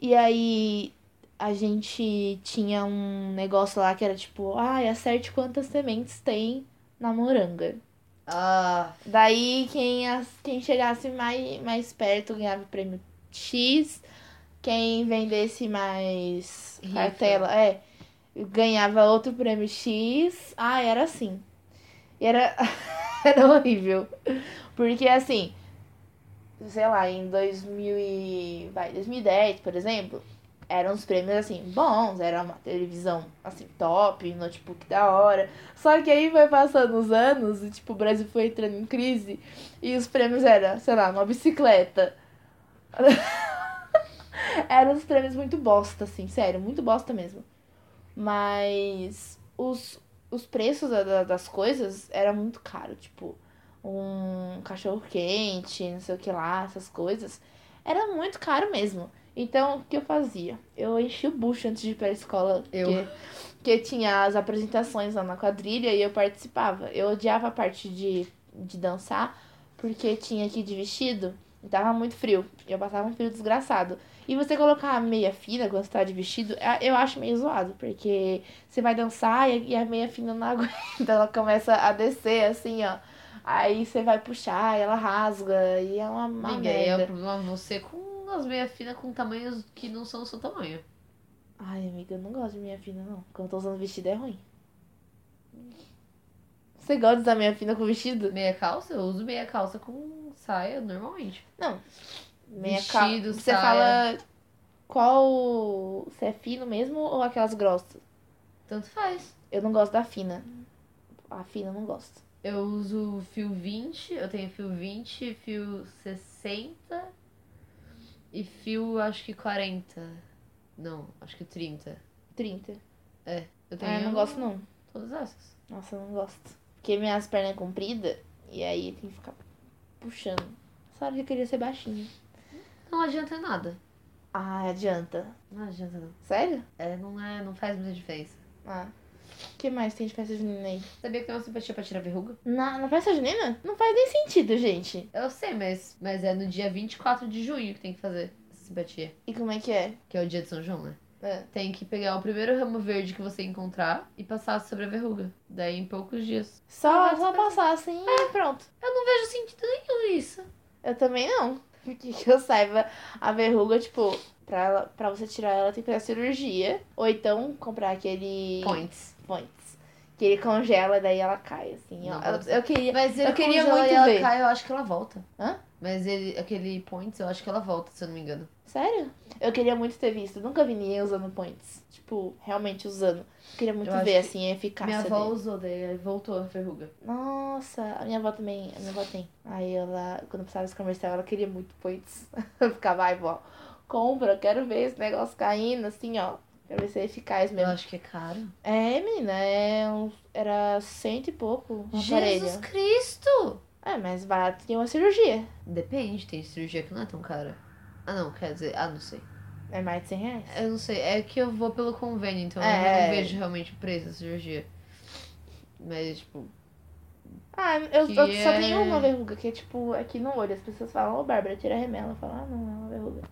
Speaker 2: E aí a gente tinha um negócio lá que era tipo, ai, acerte quantas sementes tem na moranga.
Speaker 3: Ah,
Speaker 2: Daí quem, as- quem chegasse mais, mais perto ganhava o prêmio X. Quem vendesse mais
Speaker 3: Rifa.
Speaker 2: cartela, é, ganhava outro prêmio X. Ah, era assim. E era, era horrível. Porque assim, sei lá, em 2000 e, vai, 2010, por exemplo, eram os prêmios assim, bons, era uma televisão assim, top, notebook da hora. Só que aí vai passando os anos e, tipo, o Brasil foi entrando em crise e os prêmios eram, sei lá, uma bicicleta. eram os prêmios muito bosta, assim, sério, muito bosta mesmo. Mas os, os preços da- da- das coisas eram muito caro, tipo, um cachorro quente, não sei o que lá, essas coisas. Era muito caro mesmo. Então, o que eu fazia? Eu enchi o bucho antes de ir pra escola.
Speaker 3: Eu.
Speaker 2: porque- porque tinha as apresentações lá na quadrilha e eu participava. Eu odiava a parte de, de dançar, porque tinha que ir de vestido e tava muito frio. E eu passava um frio desgraçado. E você colocar a meia fina quando você tá de vestido, é- eu acho meio zoado, porque você vai dançar e e a meia fina não aguenta, ela começa a descer assim, ó. Aí você vai puxar, e ela rasga, e é uma, uma
Speaker 3: amiga, aí é o
Speaker 2: merda.
Speaker 3: problema você com as meias finas com tamanhos que não são o seu tamanho.
Speaker 2: Ai, amiga, eu não gosto de meia fina, não. Quando eu tô usando vestido é ruim. Você gosta de usar meia fina com vestido?
Speaker 3: Meia calça, eu uso meia calça com saia normalmente.
Speaker 2: Meia ca-
Speaker 3: Vestido,
Speaker 2: Você
Speaker 3: saia.
Speaker 2: fala qual. Se é fino mesmo ou aquelas grossas?
Speaker 3: Tanto faz.
Speaker 2: Eu não gosto da fina. A fina eu não gosto.
Speaker 3: Eu uso fio 20, eu tenho fio 20, fio 60 e fio acho que 40. Não, acho que 30.
Speaker 2: 30.
Speaker 3: Eu tenho
Speaker 2: Ah, eu não gosto não.
Speaker 3: todas essas.
Speaker 2: Nossa, eu não gosto. Porque minhas pernas é comprida e aí tem que ficar puxando. Só hora que eu queria ser baixinha.
Speaker 3: Não adianta nada.
Speaker 2: Ah, adianta.
Speaker 3: Não adianta não.
Speaker 2: Sério?
Speaker 3: É, não é, não faz muita diferença.
Speaker 2: Ah. O que mais tem de festa junina aí?
Speaker 3: Sabia que tem uma simpatia pra tirar verruga?
Speaker 2: Na, na festa junina? Não faz nem sentido, gente.
Speaker 3: Eu sei, mas, mas é no dia 24 de junho que tem que fazer essa simpatia.
Speaker 2: E como é que é?
Speaker 3: Que é o dia de São João, né?
Speaker 2: É.
Speaker 3: Tem que pegar o primeiro ramo verde que você encontrar e passar sobre a verruga. Daí em poucos dias.
Speaker 2: Só,
Speaker 3: Ah,
Speaker 2: só passar assim e pronto.
Speaker 3: Eu não vejo sentido nenhum nisso.
Speaker 2: Eu também não. Porque que eu saiba, a verruga, tipo, pra, ela, pra você tirar ela tem que fazer cirurgia. Ou então comprar aquele.
Speaker 3: Points.
Speaker 2: Points. Que ele congela, daí ela cai, assim.
Speaker 3: Não,
Speaker 2: eu,
Speaker 3: mas-
Speaker 2: eu queria.
Speaker 3: Mas ele
Speaker 2: Eu queria
Speaker 3: congela
Speaker 2: muito
Speaker 3: e ela
Speaker 2: ver.
Speaker 3: cai, eu acho que ela volta.
Speaker 2: Hã?
Speaker 3: Mas ele, aquele points, eu acho que ela volta, se eu não me engano.
Speaker 2: Sério? Eu queria muito ter visto. Nunca vi ninguém usando points. Tipo, realmente usando. Eu queria muito
Speaker 3: Eu acho
Speaker 2: ver,
Speaker 3: que
Speaker 2: assim, a eficácia.
Speaker 3: Minha avó
Speaker 2: dele.
Speaker 3: usou, daí voltou a verruga.
Speaker 2: Nossa, a minha avó também. A minha avó tem. Aí ela, quando precisava desse comercial, ela queria muito points. Eu ficava, ai, vó, compra, eu quero ver esse negócio caindo, assim, ó. Quero ver se é eficaz
Speaker 3: Eu
Speaker 2: mesmo.
Speaker 3: acho que é caro.
Speaker 2: É, menina, é um- era cento e pouco o Um aparelho.
Speaker 3: Jesus Cristo!
Speaker 2: É, mais barato que uma cirurgia.
Speaker 3: Depende, tem cirurgia que não é tão cara. Ah não, quer dizer, ah não sei.
Speaker 2: É mais de 100 reais.
Speaker 3: Eu não sei, é que eu vou pelo convênio, então eu
Speaker 2: É.
Speaker 3: não vejo realmente o preço da cirurgia. Mas, tipo,
Speaker 2: Ah, eu,
Speaker 3: Que
Speaker 2: eu só
Speaker 3: é-
Speaker 2: tenho uma verruga, que é tipo aqui no olho. As pessoas falam, ô Bárbara, tira a remela. Eu falo, ah, não, é uma verruga.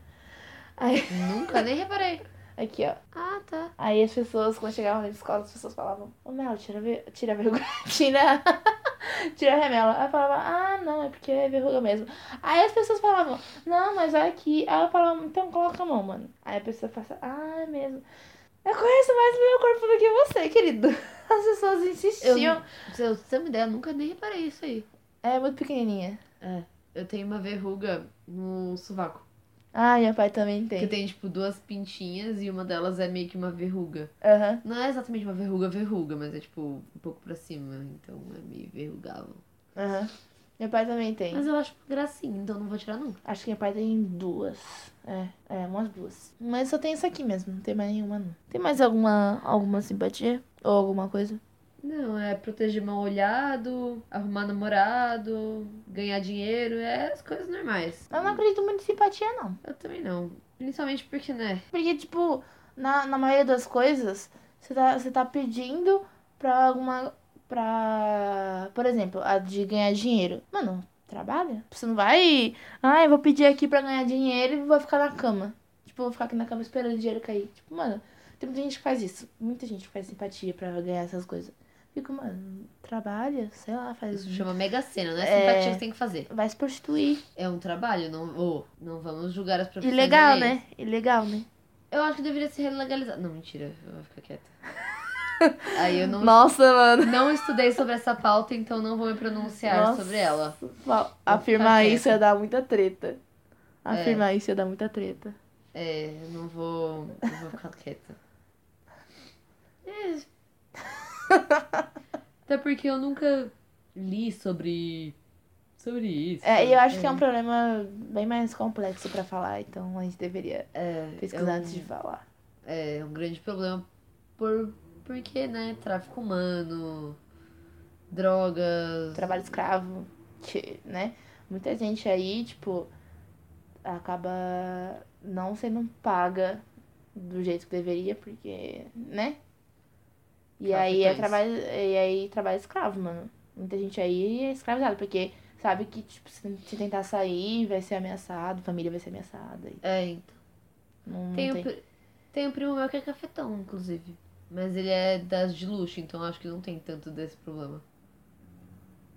Speaker 2: Aí,
Speaker 3: nunca nem reparei.
Speaker 2: aqui, ó.
Speaker 3: Ah, tá.
Speaker 2: Aí as pessoas, quando chegavam na escola, as pessoas falavam, ô Mel, tira, a ver- tira a verruga, tira, tira a remela. Aí eu falava, ah, não, é porque é verruga mesmo. Aí as pessoas falavam, não, mas olha aqui. Aí eu falava, então coloca a mão, mano. Aí a pessoa passa, ah, é mesmo. Eu conheço mais o meu corpo do que você, querido. As pessoas insistiam.
Speaker 3: Eu, pra você ter uma ideia, eu nunca nem reparei isso aí.
Speaker 2: É muito pequenininha.
Speaker 3: Eu tenho uma verruga no sovaco.
Speaker 2: Ah, meu pai também
Speaker 3: Que
Speaker 2: tem.
Speaker 3: tem, tipo, duas pintinhas e uma delas é meio que uma verruga.
Speaker 2: Aham.
Speaker 3: Não é exatamente uma verruga, verruga, mas é, tipo, um pouco pra cima. Então é meio verrugável.
Speaker 2: Aham. Meu pai também tem.
Speaker 3: Mas eu acho gracinha, então não vou tirar nunca.
Speaker 2: Acho que meu pai tem duas. É, é, umas duas. Mas só tem isso aqui mesmo, não tem mais nenhuma não. Tem mais alguma alguma simpatia? Ou alguma coisa?
Speaker 3: Não, é proteger mal olhado, arrumar namorado, ganhar dinheiro, é as coisas normais.
Speaker 2: Eu não acredito muito em simpatia, não.
Speaker 3: Eu também não. Principalmente porque, né?
Speaker 2: Porque, tipo, na, na maioria das coisas, você tá, você tá pedindo pra alguma. pra. Por exemplo, a de ganhar dinheiro. Mano, trabalha. Você não vai. Ah, eu vou pedir aqui pra ganhar dinheiro e vou ficar na cama. Tipo, vou ficar aqui na cama esperando o dinheiro cair. Tipo, mano, tem muita gente que faz isso. Muita gente que faz simpatia pra ganhar essas coisas. Fico, mano, trabalha, sei lá, faz.
Speaker 3: Isso chama mega cena, não é
Speaker 2: É.
Speaker 3: simpatia que tem que fazer.
Speaker 2: Vai se prostituir.
Speaker 3: É um trabalho, não, ô, não vamos julgar as profissões
Speaker 2: Ilegal,
Speaker 3: alheias.
Speaker 2: né? Ilegal, né?
Speaker 3: Eu acho que deveria ser legalizado. Não, mentira, eu vou ficar quieta. Aí eu não,
Speaker 2: Nossa, mano.
Speaker 3: não estudei sobre essa pauta, então não vou me pronunciar
Speaker 2: Nossa.
Speaker 3: sobre ela.
Speaker 2: Bom, afirmar
Speaker 3: quieta.
Speaker 2: isso ia dar muita treta. Afirmar isso ia dar muita treta.
Speaker 3: É, eu não vou, não vou ficar quieta. É. Até porque eu nunca li sobre sobre isso.
Speaker 2: É, e eu acho que é um problema bem mais complexo pra falar, então a gente deveria
Speaker 3: É,
Speaker 2: pesquisar
Speaker 3: é um-
Speaker 2: antes de falar.
Speaker 3: é um grande problema por porque, né, tráfico humano, drogas,
Speaker 2: Trabalho escravo, tchê, né? Muita gente aí, tipo, acaba não sendo paga do jeito que deveria, porque, né? E aí é
Speaker 3: Traficantes.
Speaker 2: trabalho, e aí trabalho escravo, mano. Muita gente aí é escravizada, porque sabe que, tipo, se se tentar sair, vai ser ameaçado, família vai ser ameaçada. e
Speaker 3: É, então.
Speaker 2: Não, não
Speaker 3: Tem,
Speaker 2: tem-
Speaker 3: um, pri- tem um primo meu que é cafetão, inclusive. Mas ele é das de luxo, então acho que não tem tanto desse problema.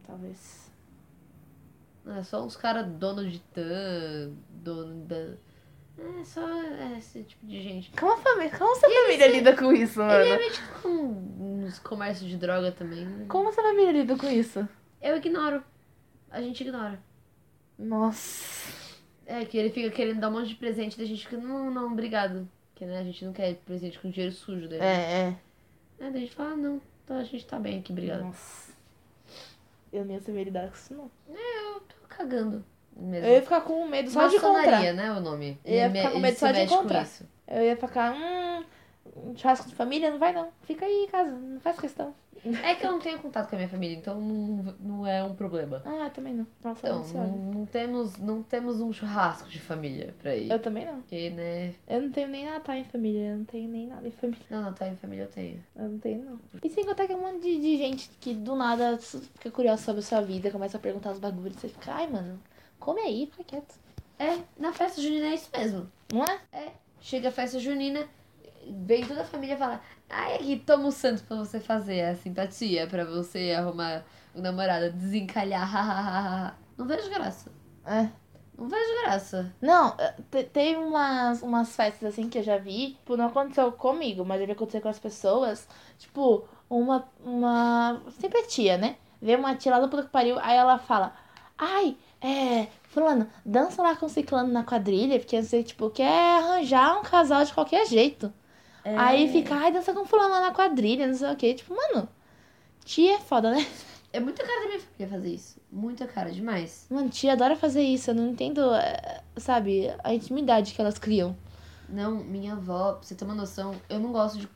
Speaker 2: talvez.
Speaker 3: É só uns caras dono de tan, dono da. É só esse tipo de gente.
Speaker 2: Como a família, como sua família lida com isso, mano?
Speaker 3: Ele é meio tipo com uns comércios de droga também.
Speaker 2: Como sua família lida com isso?
Speaker 3: Eu ignoro. A gente ignora.
Speaker 2: Nossa.
Speaker 3: É que ele fica querendo dar um monte de presente da gente fica, não, não, obrigado. Porque né, a gente não quer presente com dinheiro sujo dele.
Speaker 2: É, é.
Speaker 3: É, daí a gente fala, ah, não, então a gente tá bem aqui, obrigado.
Speaker 2: Nossa. Eu nem sabia lidar com isso, não.
Speaker 3: Eu tô cagando mesmo.
Speaker 2: Eu ia ficar com medo só de
Speaker 3: Maçonaria,
Speaker 2: comprar.
Speaker 3: né, o nome.
Speaker 2: Eu ia ficar
Speaker 3: me-
Speaker 2: com medo
Speaker 3: se
Speaker 2: só de
Speaker 3: mexe com
Speaker 2: encontrar.
Speaker 3: isso.
Speaker 2: Eu ia ficar, hum, um churrasco de família? Não vai não. Fica aí em casa, não faz questão.
Speaker 3: É que eu não tenho contato com a minha família, então não, não é um problema.
Speaker 2: Ah, também não. Nossa,
Speaker 3: Então,
Speaker 2: não se
Speaker 3: não,
Speaker 2: olha.
Speaker 3: não temos, não temos um churrasco de família pra ir.
Speaker 2: Eu também não.
Speaker 3: Porque, né...
Speaker 2: Eu não tenho nem Natal em família, eu não tenho nem nada em família.
Speaker 3: Não, não, tá em família eu tenho.
Speaker 2: Eu não tenho, não. E sem contar que é um monte de, de gente que do nada fica curiosa sobre a sua vida, começa a perguntar os bagulhos, você fica, ai, mano, come aí, fica quieto.
Speaker 3: É, na festa junina é isso mesmo.
Speaker 2: Não é?
Speaker 3: Chega a festa junina, vem toda a família falar... Ai, aqui, toma o santo pra você fazer a simpatia, pra você arrumar o namorado, desencalhar, hahaha. Não vejo graça.
Speaker 2: É.
Speaker 3: Não vejo graça.
Speaker 2: Não, eh, te- tem umas, umas festas assim que eu já vi, tipo, não aconteceu comigo, mas deve acontecer com as pessoas. Tipo, uma, uma. Sempre é tia, né? Vê uma tia lá do puta que pariu, aí ela fala: Ai, é. Fulano, dança lá com ciclano na quadrilha, porque não sei, tipo, quer arranjar um casal de qualquer jeito.
Speaker 3: É.
Speaker 2: Aí fica, ai, dança com fulano lá na quadrilha, não sei o quê. Tipo, mano, tia é foda, né?
Speaker 3: É muita cara da minha família fazer isso. Muita cara, demais.
Speaker 2: Mano, tia adora fazer isso, eu não entendo, eh, sabe, a intimidade que elas criam.
Speaker 3: Não, minha avó, pra você ter uma noção, eu não gosto de.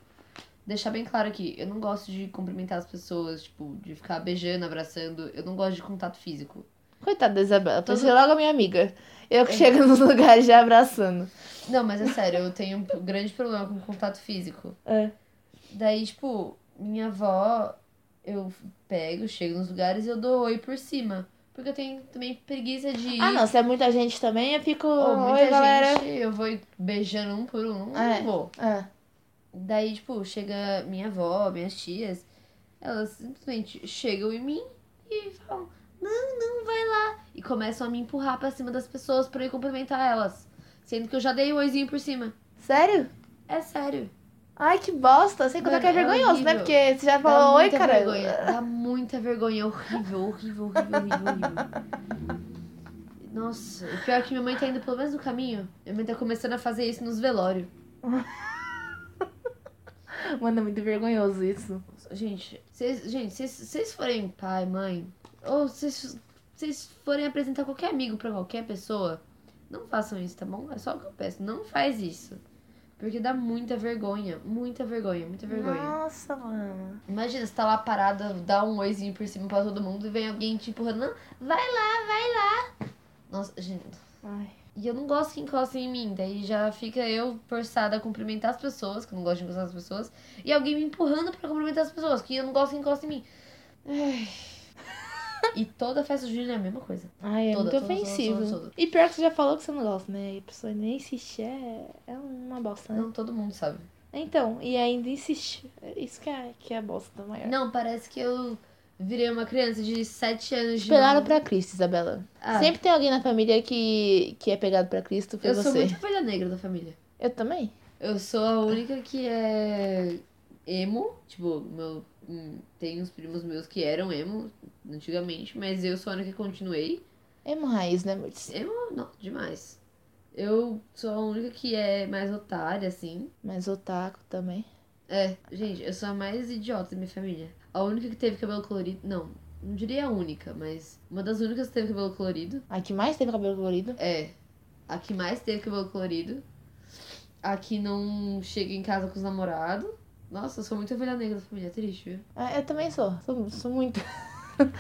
Speaker 3: Deixar bem claro aqui, eu não gosto de cumprimentar as pessoas, tipo, de ficar beijando, abraçando. Eu não gosto de contato físico.
Speaker 2: Coitada da Isabela,
Speaker 3: Todo-
Speaker 2: pensei logo a minha amiga. Eu
Speaker 3: É.
Speaker 2: que chego nos lugares já abraçando.
Speaker 3: Não, mas é sério, eu tenho um grande problema com contato físico.
Speaker 2: É.
Speaker 3: Daí, tipo, minha avó, eu pego, chego nos lugares e eu dou oi por cima. Porque eu tenho também preguiça de ir.
Speaker 2: Ah, não, se é muita gente também, eu fico.
Speaker 3: Ou muita
Speaker 2: Oi,
Speaker 3: gente,
Speaker 2: galera.
Speaker 3: eu vou beijando um por um. Não
Speaker 2: É.
Speaker 3: vou.
Speaker 2: Ah,
Speaker 3: Daí, tipo, chega minha avó, minhas tias, elas simplesmente chegam em mim e falam: Não, não, vai lá. E começam a me empurrar pra cima das pessoas pra eu cumprimentar elas. Sendo que eu já dei o oizinho por cima.
Speaker 2: sério?
Speaker 3: É sério.
Speaker 2: Ai, que bosta. Sem contar
Speaker 3: Mano,
Speaker 2: que é
Speaker 3: é
Speaker 2: vergonhoso, né?
Speaker 3: horrível.
Speaker 2: Porque você já
Speaker 3: Dá
Speaker 2: falou oi,
Speaker 3: muita
Speaker 2: cara.
Speaker 3: vergonha. Dá muita vergonha. É horrível, horrível, horrível, horrível, horrível. Nossa, o pior é que minha mãe tá indo pelo mesmo caminho. Minha mãe tá começando a fazer isso nos velórios.
Speaker 2: Mano, é muito vergonhoso isso.
Speaker 3: Gente, vocês gente, vocês- vocês forem pai, mãe, ou vocês vocês forem apresentar qualquer amigo pra qualquer pessoa, não façam isso, tá bom? É só o que eu peço, não faz isso. Porque dá muita vergonha, muita vergonha, muita vergonha.
Speaker 2: Nossa, mano.
Speaker 3: Imagina, você tá lá parada, dá um oizinho por cima pra todo mundo e vem alguém te empurrando. Não, vai lá, vai lá. Nossa, gente.
Speaker 2: Ai.
Speaker 3: E eu não gosto que encostem em mim, daí já fica eu forçada a cumprimentar as pessoas, que eu não gosto de encostar as pessoas, e alguém me empurrando pra cumprimentar as pessoas, que eu não gosto que encostem em mim. Ai. e toda festa junina é a mesma coisa.
Speaker 2: Ai, é
Speaker 3: Toda,
Speaker 2: muito
Speaker 3: toda, toda,
Speaker 2: ofensivo.
Speaker 3: toda, toda.
Speaker 2: E pior que você já falou que você não gosta, né? E a pessoa nem se é, é uma bosta, né?
Speaker 3: Não, todo mundo sabe.
Speaker 2: Então, e ainda insiste. É Isso que é, que é a bosta maior.
Speaker 3: Não, parece que eu virei uma criança de 7 anos de
Speaker 2: Pelaram
Speaker 3: novo.
Speaker 2: pra Cristo, Isabela.
Speaker 3: Ah,
Speaker 2: Sempre tem alguém na família que, que é pegado pra Cristo, foi
Speaker 3: Eu
Speaker 2: você.
Speaker 3: sou muito ovelha negra da família.
Speaker 2: Eu também.
Speaker 3: Eu sou a única que é emo. Tipo, meu, hum, tem uns primos meus que eram emo antigamente, mas eu sou a única que continuei.
Speaker 2: Emo raiz, né, Murtis?
Speaker 3: Emo, não, demais. Eu sou a única que é mais otária, assim.
Speaker 2: Mas otaku também.
Speaker 3: É, gente, eu sou a mais idiota da minha família. A única que teve cabelo colorido. Não, não diria a única, mas uma das únicas que teve cabelo colorido.
Speaker 2: A que mais teve cabelo colorido?
Speaker 3: É. A que mais teve cabelo colorido. A que não chega em casa com os namorados. Nossa, eu sou muito ovelha negra da família, é triste, viu?
Speaker 2: Ah, eu também sou. Sou, sou muito.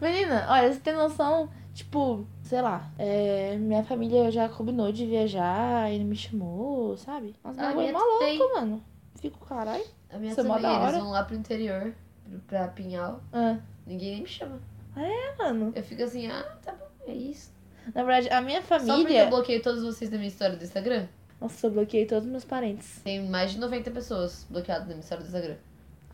Speaker 2: Menina, olha, você tem noção, tipo, sei lá, é, minha família já combinou de viajar e não me chamou, sabe? Mas meu
Speaker 3: Ah,
Speaker 2: bagulho
Speaker 3: minha
Speaker 2: maluco,
Speaker 3: também.
Speaker 2: mano. Fico, caralho.
Speaker 3: A minha
Speaker 2: Isso é mó
Speaker 3: também,
Speaker 2: da
Speaker 3: eles
Speaker 2: hora.
Speaker 3: vão lá pro interior, pro- pra Pinhal.
Speaker 2: Ah,
Speaker 3: Ninguém nem me chama.
Speaker 2: é, mano.
Speaker 3: Eu fico assim, ah, tá bom, é isso.
Speaker 2: Na verdade, a minha
Speaker 3: Só porque eu
Speaker 2: família.
Speaker 3: bloqueei todos vocês da minha história do Instagram.
Speaker 2: Nossa, eu bloqueei todos meus parentes.
Speaker 3: Tem mais de 90 pessoas bloqueadas na minha história do Instagram.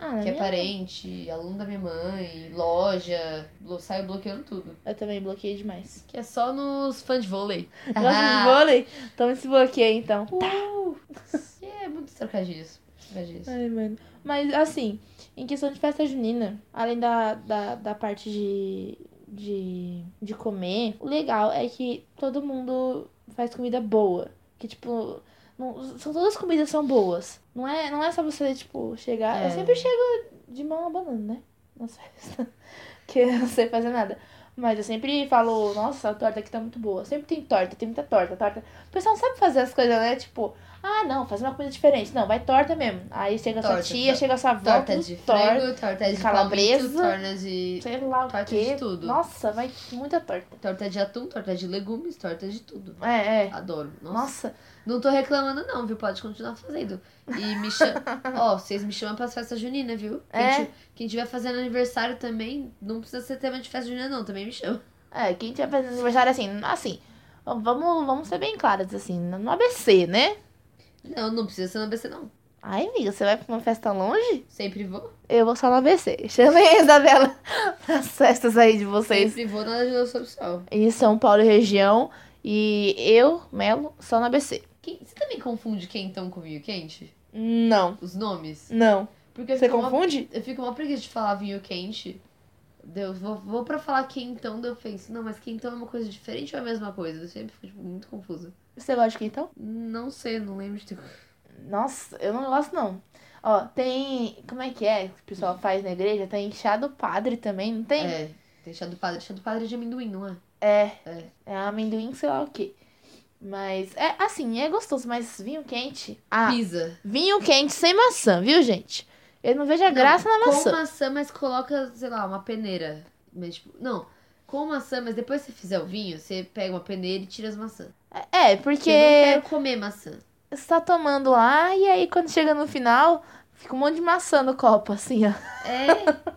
Speaker 2: Ah, na
Speaker 3: Que é
Speaker 2: minha-
Speaker 3: parente, aluno da minha mãe, loja, blo- saio bloqueando tudo.
Speaker 2: Eu também bloqueei demais.
Speaker 3: Que é só nos fãs de vôlei. Ah.
Speaker 2: Gosta de vôlei? Então esse bloqueio então.
Speaker 3: Que tá. é muitos trocadilhos. Trocadilhos.
Speaker 2: Ai, mano. Mas, assim, em questão de festa junina, além da, da, da parte de, de, de comer, o legal é que todo mundo faz comida boa. Que, tipo, não, são, todas as comidas são boas. Não é, não é só você, tipo, chegar.
Speaker 3: É.
Speaker 2: Eu sempre chego de mão na banana, né? Nas festas. que eu não sei fazer nada. Mas eu sempre falo, nossa, a torta aqui tá muito boa. Sempre tem torta, tem muita torta, torta. O pessoal não sabe fazer as coisas, né? Tipo, ah, não, fazer uma coisa diferente. Não, vai torta mesmo. Aí chega sua
Speaker 3: Torta,
Speaker 2: tia,
Speaker 3: tor-
Speaker 2: chega sua avó,
Speaker 3: Torta
Speaker 2: tudo
Speaker 3: de
Speaker 2: torta,
Speaker 3: frango, torta de
Speaker 2: calabresa.
Speaker 3: palmito, torta de...
Speaker 2: sei lá o
Speaker 3: torta
Speaker 2: quê.
Speaker 3: de tudo.
Speaker 2: Nossa, vai muita torta.
Speaker 3: torta de atum, torta de legumes, torta de tudo.
Speaker 2: É, é.
Speaker 3: Adoro. Nossa.
Speaker 2: Nossa,
Speaker 3: Não tô reclamando não, viu? Pode continuar fazendo. E me chama... Ó, vocês me chamam pras festas juninas, viu? Quem,
Speaker 2: É.
Speaker 3: ti- quem tiver fazendo aniversário também, não precisa ser tema de festa junina não, também me chama.
Speaker 2: é, quem tiver fazendo aniversário assim, assim, vamos, vamos ser bem claras, assim, no ABC, né?
Speaker 3: Não, não precisa ser no ABC não.
Speaker 2: Ai, amiga, você vai pra uma festa longe?
Speaker 3: Sempre vou.
Speaker 2: Eu vou só no ABC. Chamei a Isabela nas festas aí de vocês.
Speaker 3: Sempre vou na ajuda social.
Speaker 2: Em São Paulo e região. E eu, Melo, só no ABC.
Speaker 3: Quem... Você também confunde quentão com vinho quente?
Speaker 2: Não,
Speaker 3: Os nomes?
Speaker 2: não.
Speaker 3: Porque
Speaker 2: Você
Speaker 3: fica uma-
Speaker 2: confunde?
Speaker 3: Eu fico uma preguiça de falar vinho quente. Deus, vou, vou pra falar quentão, daí eu penso, não, mas quentão é uma coisa diferente ou é a mesma coisa? Eu sempre fico tipo, muito confusa.
Speaker 2: Você gosta de quentão?
Speaker 3: Não sei, não lembro de ter.
Speaker 2: Nossa, eu não gosto não. Ó, tem. Como é que é que o pessoal faz na igreja? Tem enxado padre também, não tem?
Speaker 3: É, tem chá do padre. Chá do padre é de amendoim, não é?
Speaker 2: É.
Speaker 3: É.
Speaker 2: É amendoim, sei lá o quê. Mas, é assim, é gostoso, mas vinho quente. Ah,
Speaker 3: Pisa.
Speaker 2: vinho quente sem maçã, viu, gente? Eu não vejo a
Speaker 3: Não,
Speaker 2: graça na
Speaker 3: Com
Speaker 2: maçã.
Speaker 3: maçã, mas coloca, sei lá, uma peneira. Mas, tipo, não. Com maçã, mas depois que você fizer o vinho, você pega uma peneira e tira as maçãs.
Speaker 2: É,
Speaker 3: Porque eu
Speaker 2: porque
Speaker 3: não quero comer maçã.
Speaker 2: você tá tomando lá e aí quando chega no final, fica um monte de maçã no copo, assim, ó.
Speaker 3: É,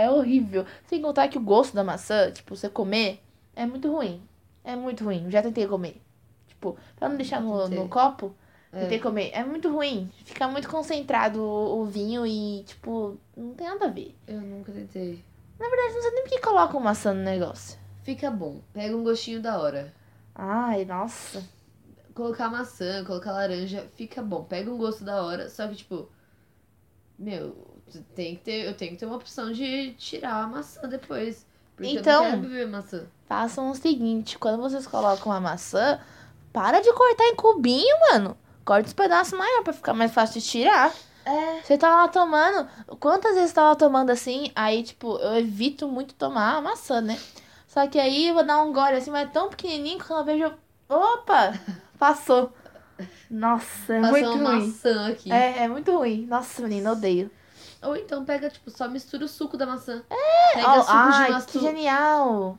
Speaker 2: É horrível. Sem contar que o gosto da maçã, tipo, você comer, é muito ruim. É muito ruim. Já tentei comer. Tipo, pra não deixar no,
Speaker 3: Tentei.
Speaker 2: no copo,
Speaker 3: É.
Speaker 2: tentei comer. É muito ruim. Fica muito concentrado o, o vinho e, tipo, não tem nada a ver.
Speaker 3: eu nunca tentei.
Speaker 2: Mas não sei nem por que colocam maçã no negócio.
Speaker 3: Fica bom. Pega um gostinho da hora.
Speaker 2: Ai, nossa.
Speaker 3: colocar maçã, colocar laranja, fica bom. Pega um gosto da hora, só que tipo, meu, tu tem que ter, eu tenho que ter uma opção de tirar a maçã depois. Porque
Speaker 2: Então-
Speaker 3: eu não quero beber maçã.
Speaker 2: Façam o seguinte: quando vocês colocam a maçã, para de cortar em cubinho, mano. Corta os pedaços maiores pra ficar mais fácil de tirar.
Speaker 3: É.
Speaker 2: Você tava lá tomando. Quantas vezes eu tava tomando assim? Aí, tipo, eu evito muito tomar a maçã, né? Só que aí eu vou dar um gole assim, mas é tão pequenininho que quando eu vejo. eu- Opa! Passou. Nossa, é
Speaker 3: Passar
Speaker 2: muito
Speaker 3: uma
Speaker 2: ruim.
Speaker 3: maçã aqui.
Speaker 2: É, é muito ruim. Nossa, menina, eu odeio.
Speaker 3: Ou então pega, tipo, só mistura o suco da maçã.
Speaker 2: É,
Speaker 3: Pega
Speaker 2: ó,
Speaker 3: suco de
Speaker 2: ai, que
Speaker 3: maçã.
Speaker 2: genial!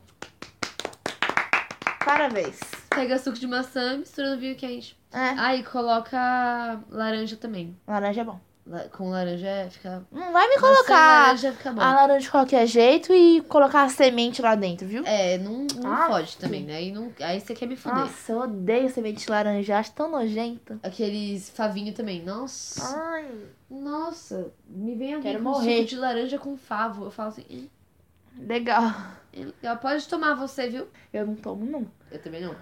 Speaker 2: Parabéns.
Speaker 3: Pega suco de maçã, mistura no vinho quente.
Speaker 2: É,
Speaker 3: Aí coloca laranja também.
Speaker 2: laranja é bom.
Speaker 3: La- Com laranja é fica.
Speaker 2: Não vai me
Speaker 3: Nossa,
Speaker 2: colocar
Speaker 3: laranja fica bom.
Speaker 2: a laranja de qualquer jeito e colocar a semente lá dentro, viu?
Speaker 3: É, não, não
Speaker 2: Ah,
Speaker 3: fode
Speaker 2: sim.
Speaker 3: também, né? Aí, não, aí você quer me fuder.
Speaker 2: Nossa, eu odeio semente de laranja, acho tão nojento.
Speaker 3: Aqueles favinho também. Nossa.
Speaker 2: Ai,
Speaker 3: Nossa. Me vem alguém
Speaker 2: Ah. Quero
Speaker 3: com
Speaker 2: morrer.
Speaker 3: suco de laranja com favo. Eu falo assim. "Ih,
Speaker 2: legal.
Speaker 3: é legal. Pode tomar você, viu?
Speaker 2: Eu não tomo, não.
Speaker 3: Eu também não.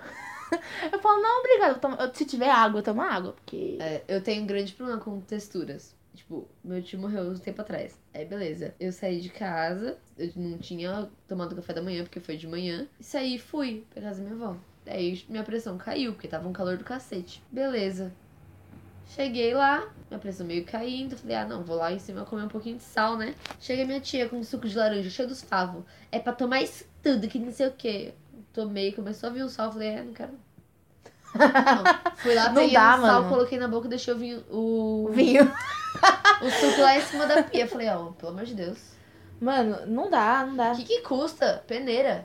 Speaker 2: Eu falo, não, obrigada. eu tomo- eu- se tiver água, eu tomo água. Porque.
Speaker 3: É, eu tenho um grande problema com texturas. Tipo, meu tio morreu um tempo atrás. Aí, beleza. Eu saí de casa, eu não tinha tomado café da manhã, porque foi de manhã. E saí e fui pra casa da minha avó. Daí minha pressão caiu, porque tava um calor do cacete. Beleza. Cheguei lá, minha pressão meio caindo. Falei, ah, não, vou lá em cima comer um pouquinho de sal, né? Chega minha tia com um suco de laranja cheio dos favos. É pra tomar isso tudo, que não sei o quê. Tomei, começou a vir o sal. Falei, é, não quero. Não. Fui lá,
Speaker 2: Não
Speaker 3: peguei
Speaker 2: dá,
Speaker 3: um sal,
Speaker 2: mano.
Speaker 3: coloquei na boca e deixei o vinho. O,
Speaker 2: Vinho.
Speaker 3: o suco lá em cima da pia. Falei, ó, pelo amor de Deus.
Speaker 2: Mano, não dá, não dá.
Speaker 3: O que que custa? Peneira.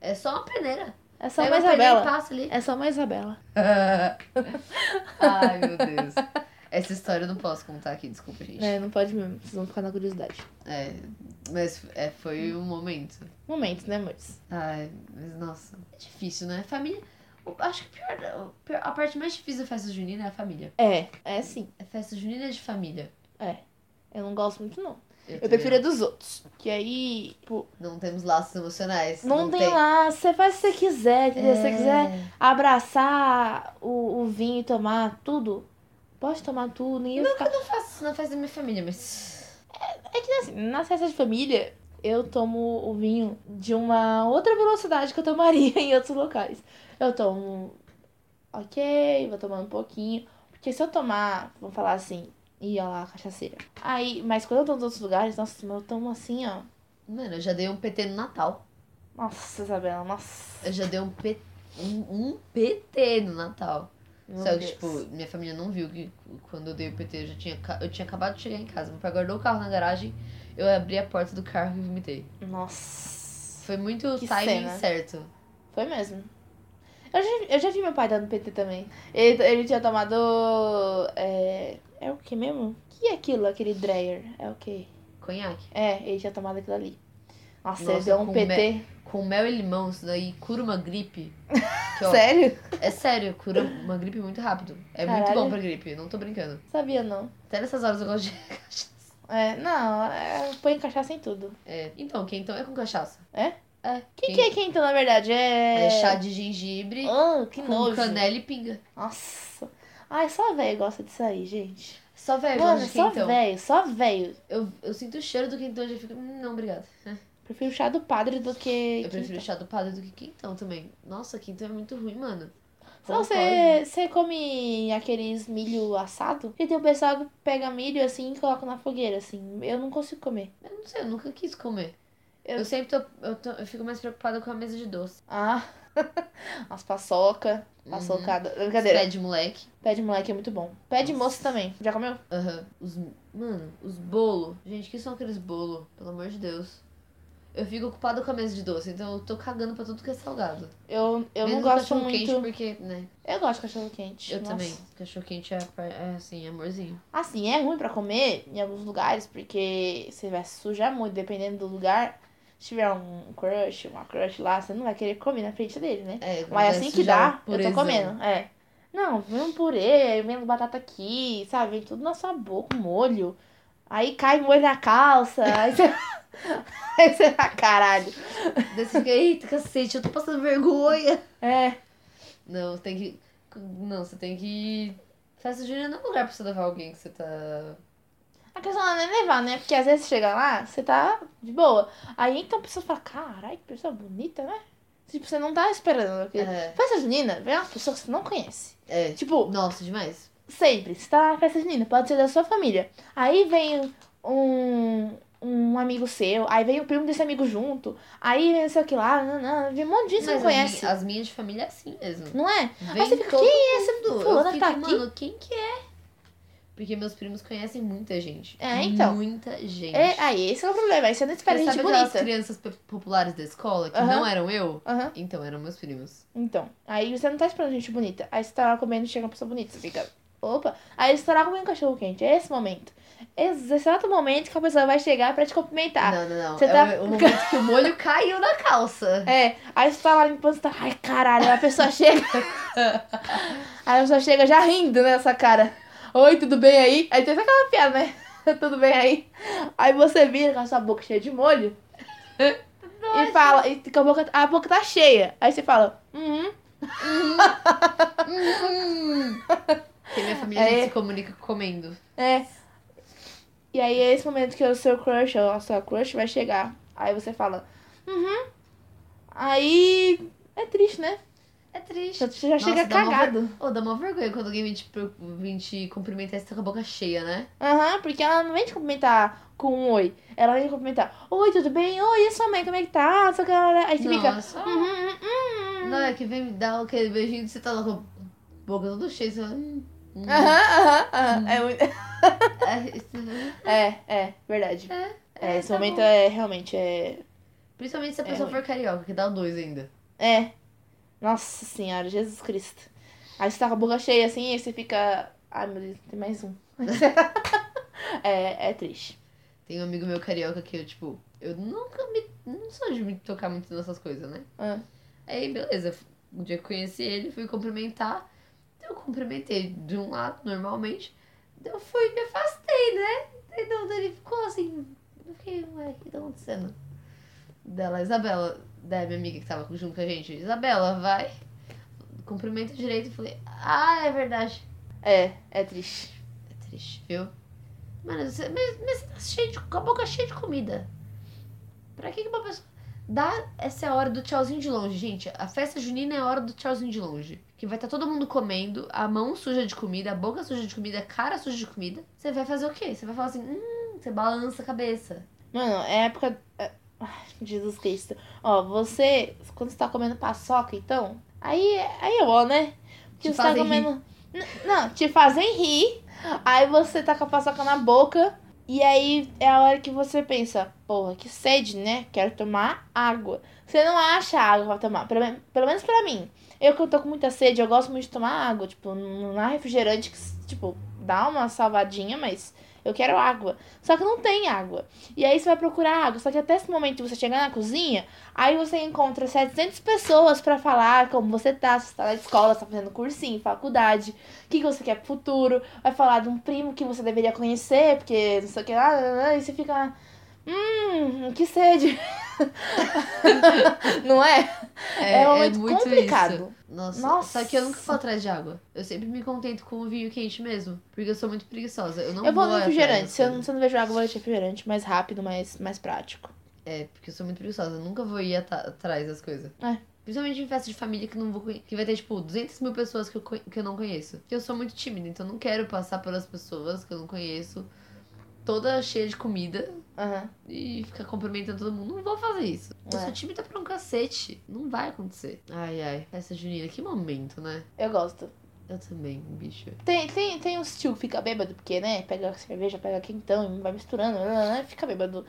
Speaker 3: É só uma peneira.
Speaker 2: É só
Speaker 3: Pega
Speaker 2: uma
Speaker 3: uma peneira e
Speaker 2: Isabela.
Speaker 3: passa ali.
Speaker 2: É só uma Isabela.
Speaker 3: Ai, meu Deus. Essa história eu não posso contar aqui, desculpa, gente.
Speaker 2: É, não pode mesmo, vocês vão ficar na curiosidade.
Speaker 3: É, mas é, foi um momento.
Speaker 2: Momentos, né, amores?
Speaker 3: Ai, mas nossa, é difícil, né? Família. eu Acho que o pior, o pior- a parte mais difícil da festa junina é a família.
Speaker 2: É, é sim.
Speaker 3: A festa junina é de família.
Speaker 2: Eu não gosto muito, não. Eu,
Speaker 3: também
Speaker 2: prefiro a dos outros. Que aí, tipo,
Speaker 3: não. Não temos laços emocionais.
Speaker 2: não, tem, É. lá, você faz o que você quiser, entendeu? Se você
Speaker 3: É.
Speaker 2: quiser abraçar o, o vinho e tomar tudo, pode tomar tudo, ninguém vai ficar.
Speaker 3: Eu não faço isso na festa da minha família, mas.
Speaker 2: É que assim, nas festas de família, eu tomo o vinho de uma outra velocidade que eu tomaria em outros locais. Eu tomo, ok, vou tomando um pouquinho. Porque se eu tomar, vamos falar assim, e olha lá, cachaceira. Aí, mas quando eu tô nos outros lugares, nossa, eu tomo assim, ó.
Speaker 3: Mano, eu já dei um PT no Natal.
Speaker 2: Nossa, Isabela, nossa.
Speaker 3: Eu já dei um PT. Um, um PT no Natal.
Speaker 2: Meu
Speaker 3: Só que,
Speaker 2: Deus.
Speaker 3: tipo, minha família não viu que quando eu dei o PT eu já tinha, ca- eu tinha acabado de chegar em casa. Meu pai guardou o carro na garagem, eu abri a porta do carro e vomitei.
Speaker 2: Nossa.
Speaker 3: Foi muito
Speaker 2: Que
Speaker 3: timing
Speaker 2: cena.
Speaker 3: certo.
Speaker 2: Foi mesmo. Eu já, eu já vi meu pai dando PT também. Ele, ele tinha tomado. É, é o que mesmo? que é aquilo, aquele Dreyer? É o que?
Speaker 3: Conhaque.
Speaker 2: É, ele tinha tomado aquilo ali. Nossa, ele
Speaker 3: Nossa,
Speaker 2: deu um
Speaker 3: com
Speaker 2: PT.
Speaker 3: Com mel e limão, isso daí cura uma gripe. Que, ó,
Speaker 2: Sério?
Speaker 3: É sério, cura uma gripe muito rápido. É muito
Speaker 2: Caralho.
Speaker 3: bom pra gripe, não tô brincando.
Speaker 2: Sabia não.
Speaker 3: Até nessas horas eu gosto de.
Speaker 2: É, não, é, põe cachaça em tudo.
Speaker 3: É. Então, quem então é com cachaça?
Speaker 2: É?
Speaker 3: É.
Speaker 2: Quem que é quem então, na verdade? É.
Speaker 3: É chá de gengibre
Speaker 2: Ah, que
Speaker 3: com
Speaker 2: nojo.
Speaker 3: canela e pinga.
Speaker 2: Nossa. Ai, só velho gosta disso aí, gente.
Speaker 3: Só velho,
Speaker 2: Mano,
Speaker 3: gosto de
Speaker 2: só
Speaker 3: quentão.
Speaker 2: velho, só velho.
Speaker 3: Eu, eu sinto o cheiro do quentão e já fico. "Hum, não, obrigada.
Speaker 2: Prefiro chá do padre do que.
Speaker 3: Eu prefiro
Speaker 2: quinta.
Speaker 3: chá do padre do que quentão também. Nossa, quentão é muito ruim, mano.
Speaker 2: Se
Speaker 3: Como
Speaker 2: você, você come aqueles milho assado, e tem um pessoal que pega milho assim e coloca na fogueira, assim. Eu não consigo comer.
Speaker 3: pode? Eu não sei, eu nunca quis comer.
Speaker 2: Eu-
Speaker 3: Eu, sempre tô eu, tô. eu fico mais preocupada com a mesa de doce.
Speaker 2: Ah, as paçoca,
Speaker 3: Uhum.
Speaker 2: paçocada. Brincadeira.
Speaker 3: Pé de moleque.
Speaker 2: Pé de moleque é muito bom. Pé de
Speaker 3: Nossa.
Speaker 2: moço também. Já comeu?
Speaker 3: Aham. Os. Mano, os bolo. Gente, que são aqueles bolo? Pelo amor de Deus. Eu fico ocupada com a mesa de doce, então eu tô cagando pra tudo que é salgado.
Speaker 2: Eu, eu não
Speaker 3: Menos
Speaker 2: gosto
Speaker 3: cachorro
Speaker 2: muito.
Speaker 3: quente, porque, né?
Speaker 2: Eu gosto de cachorro quente.
Speaker 3: Eu também. Cachorro quente é, é assim, amorzinho.
Speaker 2: Assim, é ruim pra comer em alguns lugares, porque você vai se sujar muito, dependendo do lugar. Se tiver um crush, uma crush lá, você não vai querer comer na frente dele, né?
Speaker 3: É, né? vai
Speaker 2: Mas assim que dá,
Speaker 3: sujar o
Speaker 2: eu tô
Speaker 3: purezão.
Speaker 2: comendo. É. Não, vem um purê, vem batata aqui, sabe? Vem tudo na sua boca, um molho. Aí cai molho na calça. Aí você. aí você fala, caralho.
Speaker 3: Daí você fica, eita, cacete, eu tô passando vergonha.
Speaker 2: É.
Speaker 3: Não, tem que. Não, você tem que. Festa junina não é um lugar pra você levar alguém que você tá.
Speaker 2: A questão não é nem levar, né? Porque às vezes você chega lá, você tá de boa. Aí então a pessoa fala, caralho, que pessoa bonita, né? Tipo, você não tá esperando. Porque...
Speaker 3: É.
Speaker 2: Festa junina, vem umas pessoas que você não conhece.
Speaker 3: É.
Speaker 2: Tipo,
Speaker 3: Nossa, demais.
Speaker 2: sempre. Você tá na festa junina, pode ser da sua família. Aí vem um, um amigo seu, aí vem o primo desse amigo junto, aí vem não sei o que lá, não, não, vem um monte de gente que você não
Speaker 3: Mas
Speaker 2: conhece.
Speaker 3: As, mi- as minhas de família é assim mesmo.
Speaker 2: Não é?
Speaker 3: Vem
Speaker 2: você fica,
Speaker 3: todo
Speaker 2: quem é essa
Speaker 3: mundo.
Speaker 2: fulana
Speaker 3: Eu
Speaker 2: que
Speaker 3: fico,
Speaker 2: tá aqui?
Speaker 3: mano, quem que é? Porque meus primos conhecem muita gente.
Speaker 2: É, então.
Speaker 3: Muita gente.
Speaker 2: É, aí esse é o problema, aí você não espera
Speaker 3: Porque
Speaker 2: gente
Speaker 3: sabe aquelas
Speaker 2: bonita.
Speaker 3: crianças pe- populares da escola que
Speaker 2: Aham.
Speaker 3: não eram eu?
Speaker 2: Aham.
Speaker 3: Então eram meus primos.
Speaker 2: Então, aí você não tá esperando gente bonita. Aí você tá lá comendo e chega uma pessoa bonita, você fica. Opa, aí eles estouravam um cachorro quente. É esse momento. Esse exato momento que a pessoa vai chegar pra te cumprimentar.
Speaker 3: Não, não, não.
Speaker 2: Você
Speaker 3: é
Speaker 2: tá-
Speaker 3: o, o momento que o molho caiu na calça.
Speaker 2: É, aí você tá lá limpando, você tá, ai caralho, aí a pessoa chega. aí a pessoa chega já rindo nessa cara. Oi, tudo bem aí? Aí tem sempre aquela piada, né? tudo bem aí? Aí você vira com a sua boca cheia de molho e fala, e com a boca, a boca tá cheia. Aí você fala, uhum.
Speaker 3: Hum. Porque minha família
Speaker 2: É.
Speaker 3: já se comunica comendo.
Speaker 2: É. E aí é esse momento que o seu crush ou a sua crush vai chegar. Aí você fala, uhum. Aí é triste, né?
Speaker 3: É triste.
Speaker 2: Você já
Speaker 3: Nossa,
Speaker 2: chega
Speaker 3: dá uma
Speaker 2: cagado.
Speaker 3: Ô, dá uma vergonha quando alguém vem te, pro- vem te cumprimentar e você tá com a boca cheia, né?
Speaker 2: Aham, porque ela não vem te cumprimentar com um oi. Ela vem te cumprimentar. Oi, tudo bem? Oi, e a sua mãe, como é que tá? Só que ela... Aí você fica...
Speaker 3: Nossa.
Speaker 2: "Uhum, uhum, uhum."
Speaker 3: Não, é que vem dar aquele beijinho e você tá lá com a boca toda cheia. Você fala, hum, hum.
Speaker 2: Aham, aham, aham. É muito-
Speaker 3: É, isso-
Speaker 2: É, é, verdade.
Speaker 3: é,
Speaker 2: É, esse
Speaker 3: tá
Speaker 2: momento
Speaker 3: bom.
Speaker 2: é realmente... É...
Speaker 3: Principalmente se a
Speaker 2: é
Speaker 3: pessoa
Speaker 2: ruim.
Speaker 3: for carioca, que dá dois ainda.
Speaker 2: é. Nossa senhora, Jesus Cristo. Aí você tá com a boca cheia assim e você fica... Ai, meu Deus, tem mais um. é, é triste.
Speaker 3: Tem um amigo meu carioca que eu, tipo, eu nunca me. Não sou de me tocar muito nessas coisas, né?
Speaker 2: Ah.
Speaker 3: Aí, beleza. Um dia que eu conheci ele, fui cumprimentar. Eu cumprimentei de um lado, normalmente. Eu fui e me afastei, né? Aí não, ele ficou assim. Eu fiquei, ué, o que tá acontecendo? Dela, Isabela, da minha amiga que tava junto com a gente, Isabela, vai. Cumprimenta direito. Eu Falei, ah, é verdade.
Speaker 2: É, é triste.
Speaker 3: É triste, viu? Mano, você, mas, mas você tá cheio de, com a boca cheia de comida. Pra que, que uma pessoa. Dá essa é a hora do tchauzinho de longe, gente. A festa junina é a hora do tchauzinho de longe. Que vai estar todo mundo comendo, a mão suja de comida, a boca suja de comida, a cara suja de comida. Você vai fazer o quê? Você vai falar assim, hum, você balança a cabeça.
Speaker 2: Mano, é época. é- Ai, Jesus Cristo. Ó, você. Quando você tá comendo paçoca, então. Aí, aí é bom, né? Porque
Speaker 3: Te
Speaker 2: você tá
Speaker 3: fazem
Speaker 2: comendo. N- Não, te fazem rir. Aí você tá com a paçoca na boca. E aí é a hora que você pensa: porra, que sede, né? Quero tomar água. Você não acha água pra tomar. Pelo, men- pelo menos pra mim. Eu que eu tô com muita sede, eu gosto muito de tomar água. Tipo, n- não há refrigerante que, tipo, dá uma salvadinha, mas eu quero água. Só que não tem água. E aí você vai procurar água. Só que até esse momento de você chegar na cozinha, aí você encontra 700 pessoas pra falar como você tá, se você tá na escola, se tá fazendo cursinho, faculdade, o que, que você quer pro futuro. Vai falar de um primo que você deveria conhecer, porque não sei o que lá, lá, lá, lá, e você fica. Hum, que sede. não é? É, um momento complicado.
Speaker 3: Nossa,
Speaker 2: Nossa.
Speaker 3: Só que eu nunca vou atrás de água. Eu sempre me contento com o vinho quente mesmo. Porque eu sou muito preguiçosa. Eu não
Speaker 2: Eu vou no
Speaker 3: atrás
Speaker 2: refrigerante.
Speaker 3: das
Speaker 2: Se eu,
Speaker 3: coisas.
Speaker 2: não- se eu não vejo água, eu vou de refrigerante. Mais rápido, mais, mais prático.
Speaker 3: É, porque eu sou muito preguiçosa, eu nunca vou ir ata- atrás das coisas.
Speaker 2: É.
Speaker 3: Principalmente em festa de família que não vou conhe- que vai ter, tipo, 200 mil pessoas que eu, conhe- que eu não conheço. Porque eu sou muito tímida, então eu não quero passar pelas pessoas que eu não conheço, toda cheia de comida
Speaker 2: Aham.
Speaker 3: e ficar cumprimentando todo mundo. Não vou fazer isso. Eu
Speaker 2: É.
Speaker 3: sou tímida pra um cacete. Não vai acontecer. Ai, ai. Festa junina, que momento, né?
Speaker 2: Eu gosto.
Speaker 3: Eu também, bicho.
Speaker 2: Tem, tem, tem uns tio que fica bêbado, porque, né? Pega cerveja, pega quentão, e vai misturando, lá, lá, lá, fica bêbado.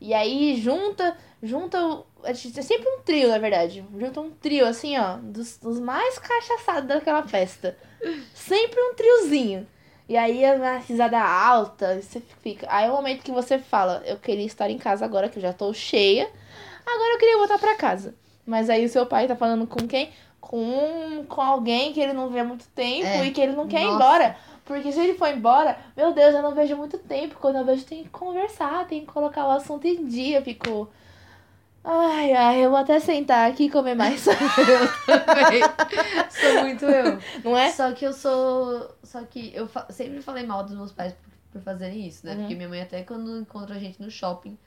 Speaker 2: E aí junta, junta. o- É sempre um trio, na verdade. Junta um trio, assim, ó, dos, dos mais cachaçados daquela festa. Sempre um triozinho. E aí é uma risada alta, e você fica. Aí é o momento que você fala, eu queria estar em casa agora, que eu já tô cheia. Agora eu queria voltar pra casa. Mas aí o seu pai tá falando com quem? Com, com alguém que ele não vê há muito tempo
Speaker 3: É.
Speaker 2: e que ele não quer ir
Speaker 3: Nossa.
Speaker 2: embora. Porque se ele for embora, meu Deus, eu não vejo há muito tempo. Quando eu vejo, tem que conversar, tem que colocar o assunto em dia. Ficou. Ai, ai, eu vou até sentar aqui e comer mais.
Speaker 3: Também. sou muito eu.
Speaker 2: não é?
Speaker 3: Só que eu sou. Só que eu fa- sempre falei mal dos meus pais por, por fazerem isso, né?
Speaker 2: Uhum.
Speaker 3: Porque minha mãe, até quando encontra a gente no shopping,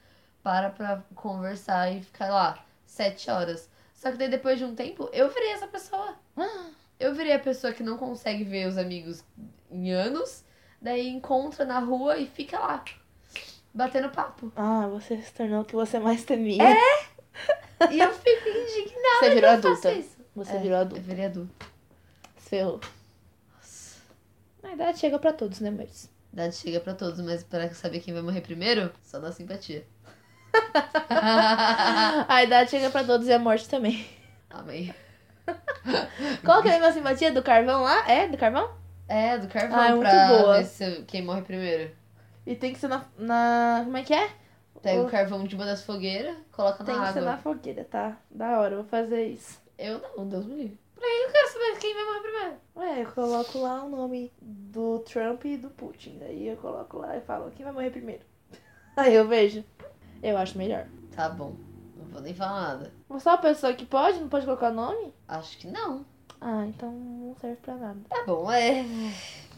Speaker 3: para pra conversar e ficar lá sete horas. Só que daí depois de um tempo, eu virei essa pessoa. Eu virei a pessoa que não consegue ver os amigos em anos, daí encontra na rua e fica lá, batendo papo.
Speaker 2: Ah, você se tornou o que você mais temia.
Speaker 3: É, E eu fico indignada.
Speaker 2: você virou
Speaker 3: que eu faço
Speaker 2: adulta.
Speaker 3: isso.
Speaker 2: Você
Speaker 3: É,
Speaker 2: virou
Speaker 3: Eu
Speaker 2: adulta.
Speaker 3: virei adulta.
Speaker 2: Se ferrou.
Speaker 3: Nossa.
Speaker 2: Na idade chega pra todos, né, mas
Speaker 3: A idade chega pra todos, mas pra saber quem vai morrer primeiro, só dá simpatia.
Speaker 2: A idade chega pra todos e a morte também.
Speaker 3: Amém.
Speaker 2: Qual que é a mesma simpatia do carvão lá? É? Do carvão?
Speaker 3: É, do carvão
Speaker 2: Ah, é muito
Speaker 3: pra
Speaker 2: boa.
Speaker 3: ver se, quem morre primeiro.
Speaker 2: E tem que ser na. na como é que é?
Speaker 3: Pega
Speaker 2: Oh.
Speaker 3: o carvão de uma das fogueiras, coloca
Speaker 2: Tem
Speaker 3: na
Speaker 2: que ser
Speaker 3: água.
Speaker 2: na fogueira, tá? Da hora, eu vou fazer isso.
Speaker 3: Eu não, Deus me livre. Pra ele eu quero saber quem vai morrer primeiro.
Speaker 2: Ué, É, eu coloco lá o nome do Trump e do Putin. Daí eu coloco lá e falo, quem vai morrer primeiro? Aí eu vejo. Eu acho melhor.
Speaker 3: Tá bom, não vou nem falar nada.
Speaker 2: Só a pessoa que pode, não pode colocar nome?
Speaker 3: Acho que não.
Speaker 2: Ah, então não serve pra nada.
Speaker 3: Tá bom, é.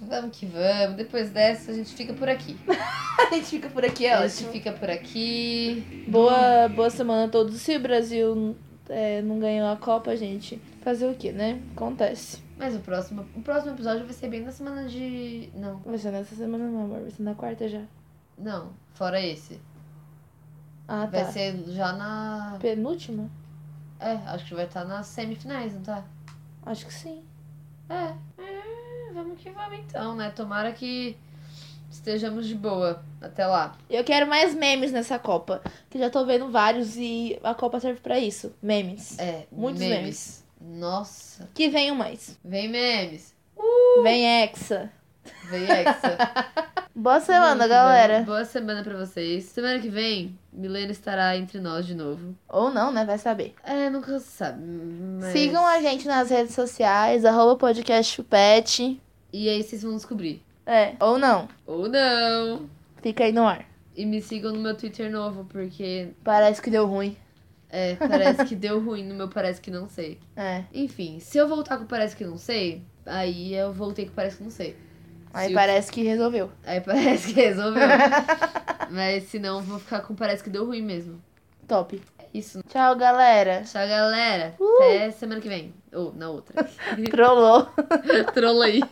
Speaker 3: Vamos que vamos. Depois dessa a gente fica por aqui.
Speaker 2: A gente fica por aqui, é
Speaker 3: a gente
Speaker 2: ótimo.
Speaker 3: fica por aqui.
Speaker 2: Boa, boa semana a todos. Se o Brasil é, não ganhou a Copa, gente, fazer o que, né? Acontece.
Speaker 3: Mas o próximo, o próximo episódio vai ser bem na semana de. Não,
Speaker 2: Vai ser nessa semana, meu amor. Vai ser na quarta já.
Speaker 3: não. Fora esse.
Speaker 2: Ah,
Speaker 3: Vai
Speaker 2: tá.
Speaker 3: ser já na.
Speaker 2: Penúltima?
Speaker 3: É, acho que vai estar nas semifinais, não tá?
Speaker 2: Acho que sim.
Speaker 3: É. É, vamos que vamos então, né? Tomara que estejamos de boa. Até lá.
Speaker 2: Eu quero mais memes nessa Copa. Que já tô vendo vários e a Copa serve pra isso. Memes.
Speaker 3: É,
Speaker 2: Muitos
Speaker 3: memes. Nossa.
Speaker 2: Que venham mais.
Speaker 3: Vem memes.
Speaker 2: Vem Hexa.
Speaker 3: Vem Hexa.
Speaker 2: Boa
Speaker 3: Vamos
Speaker 2: semana,
Speaker 3: que
Speaker 2: galera.
Speaker 3: vamos. Boa semana pra vocês. Semana que vem, Milena estará entre nós de novo.
Speaker 2: Ou não, né? Vai saber.
Speaker 3: É, nunca se sabe. mas-
Speaker 2: Sigam a gente nas redes sociais, arroba podcast chupete.
Speaker 3: E aí vocês vão descobrir.
Speaker 2: É. Ou não.
Speaker 3: Ou não.
Speaker 2: Fica aí no ar.
Speaker 3: E me sigam no meu Twitter novo, porque
Speaker 2: Parece que deu ruim.
Speaker 3: é, parece que deu ruim no meu parece que não sei.
Speaker 2: É.
Speaker 3: Enfim, se eu voltar com parece que não sei, aí eu voltei com parece que não sei.
Speaker 2: Aí
Speaker 3: Se-
Speaker 2: parece que resolveu.
Speaker 3: Aí parece que resolveu. Mas se não, vou ficar com parece que deu ruim mesmo.
Speaker 2: Top.
Speaker 3: É isso.
Speaker 2: Tchau, galera.
Speaker 3: Tchau, galera. Até semana que vem. Ou na outra.
Speaker 2: Trollou.
Speaker 3: Trola aí.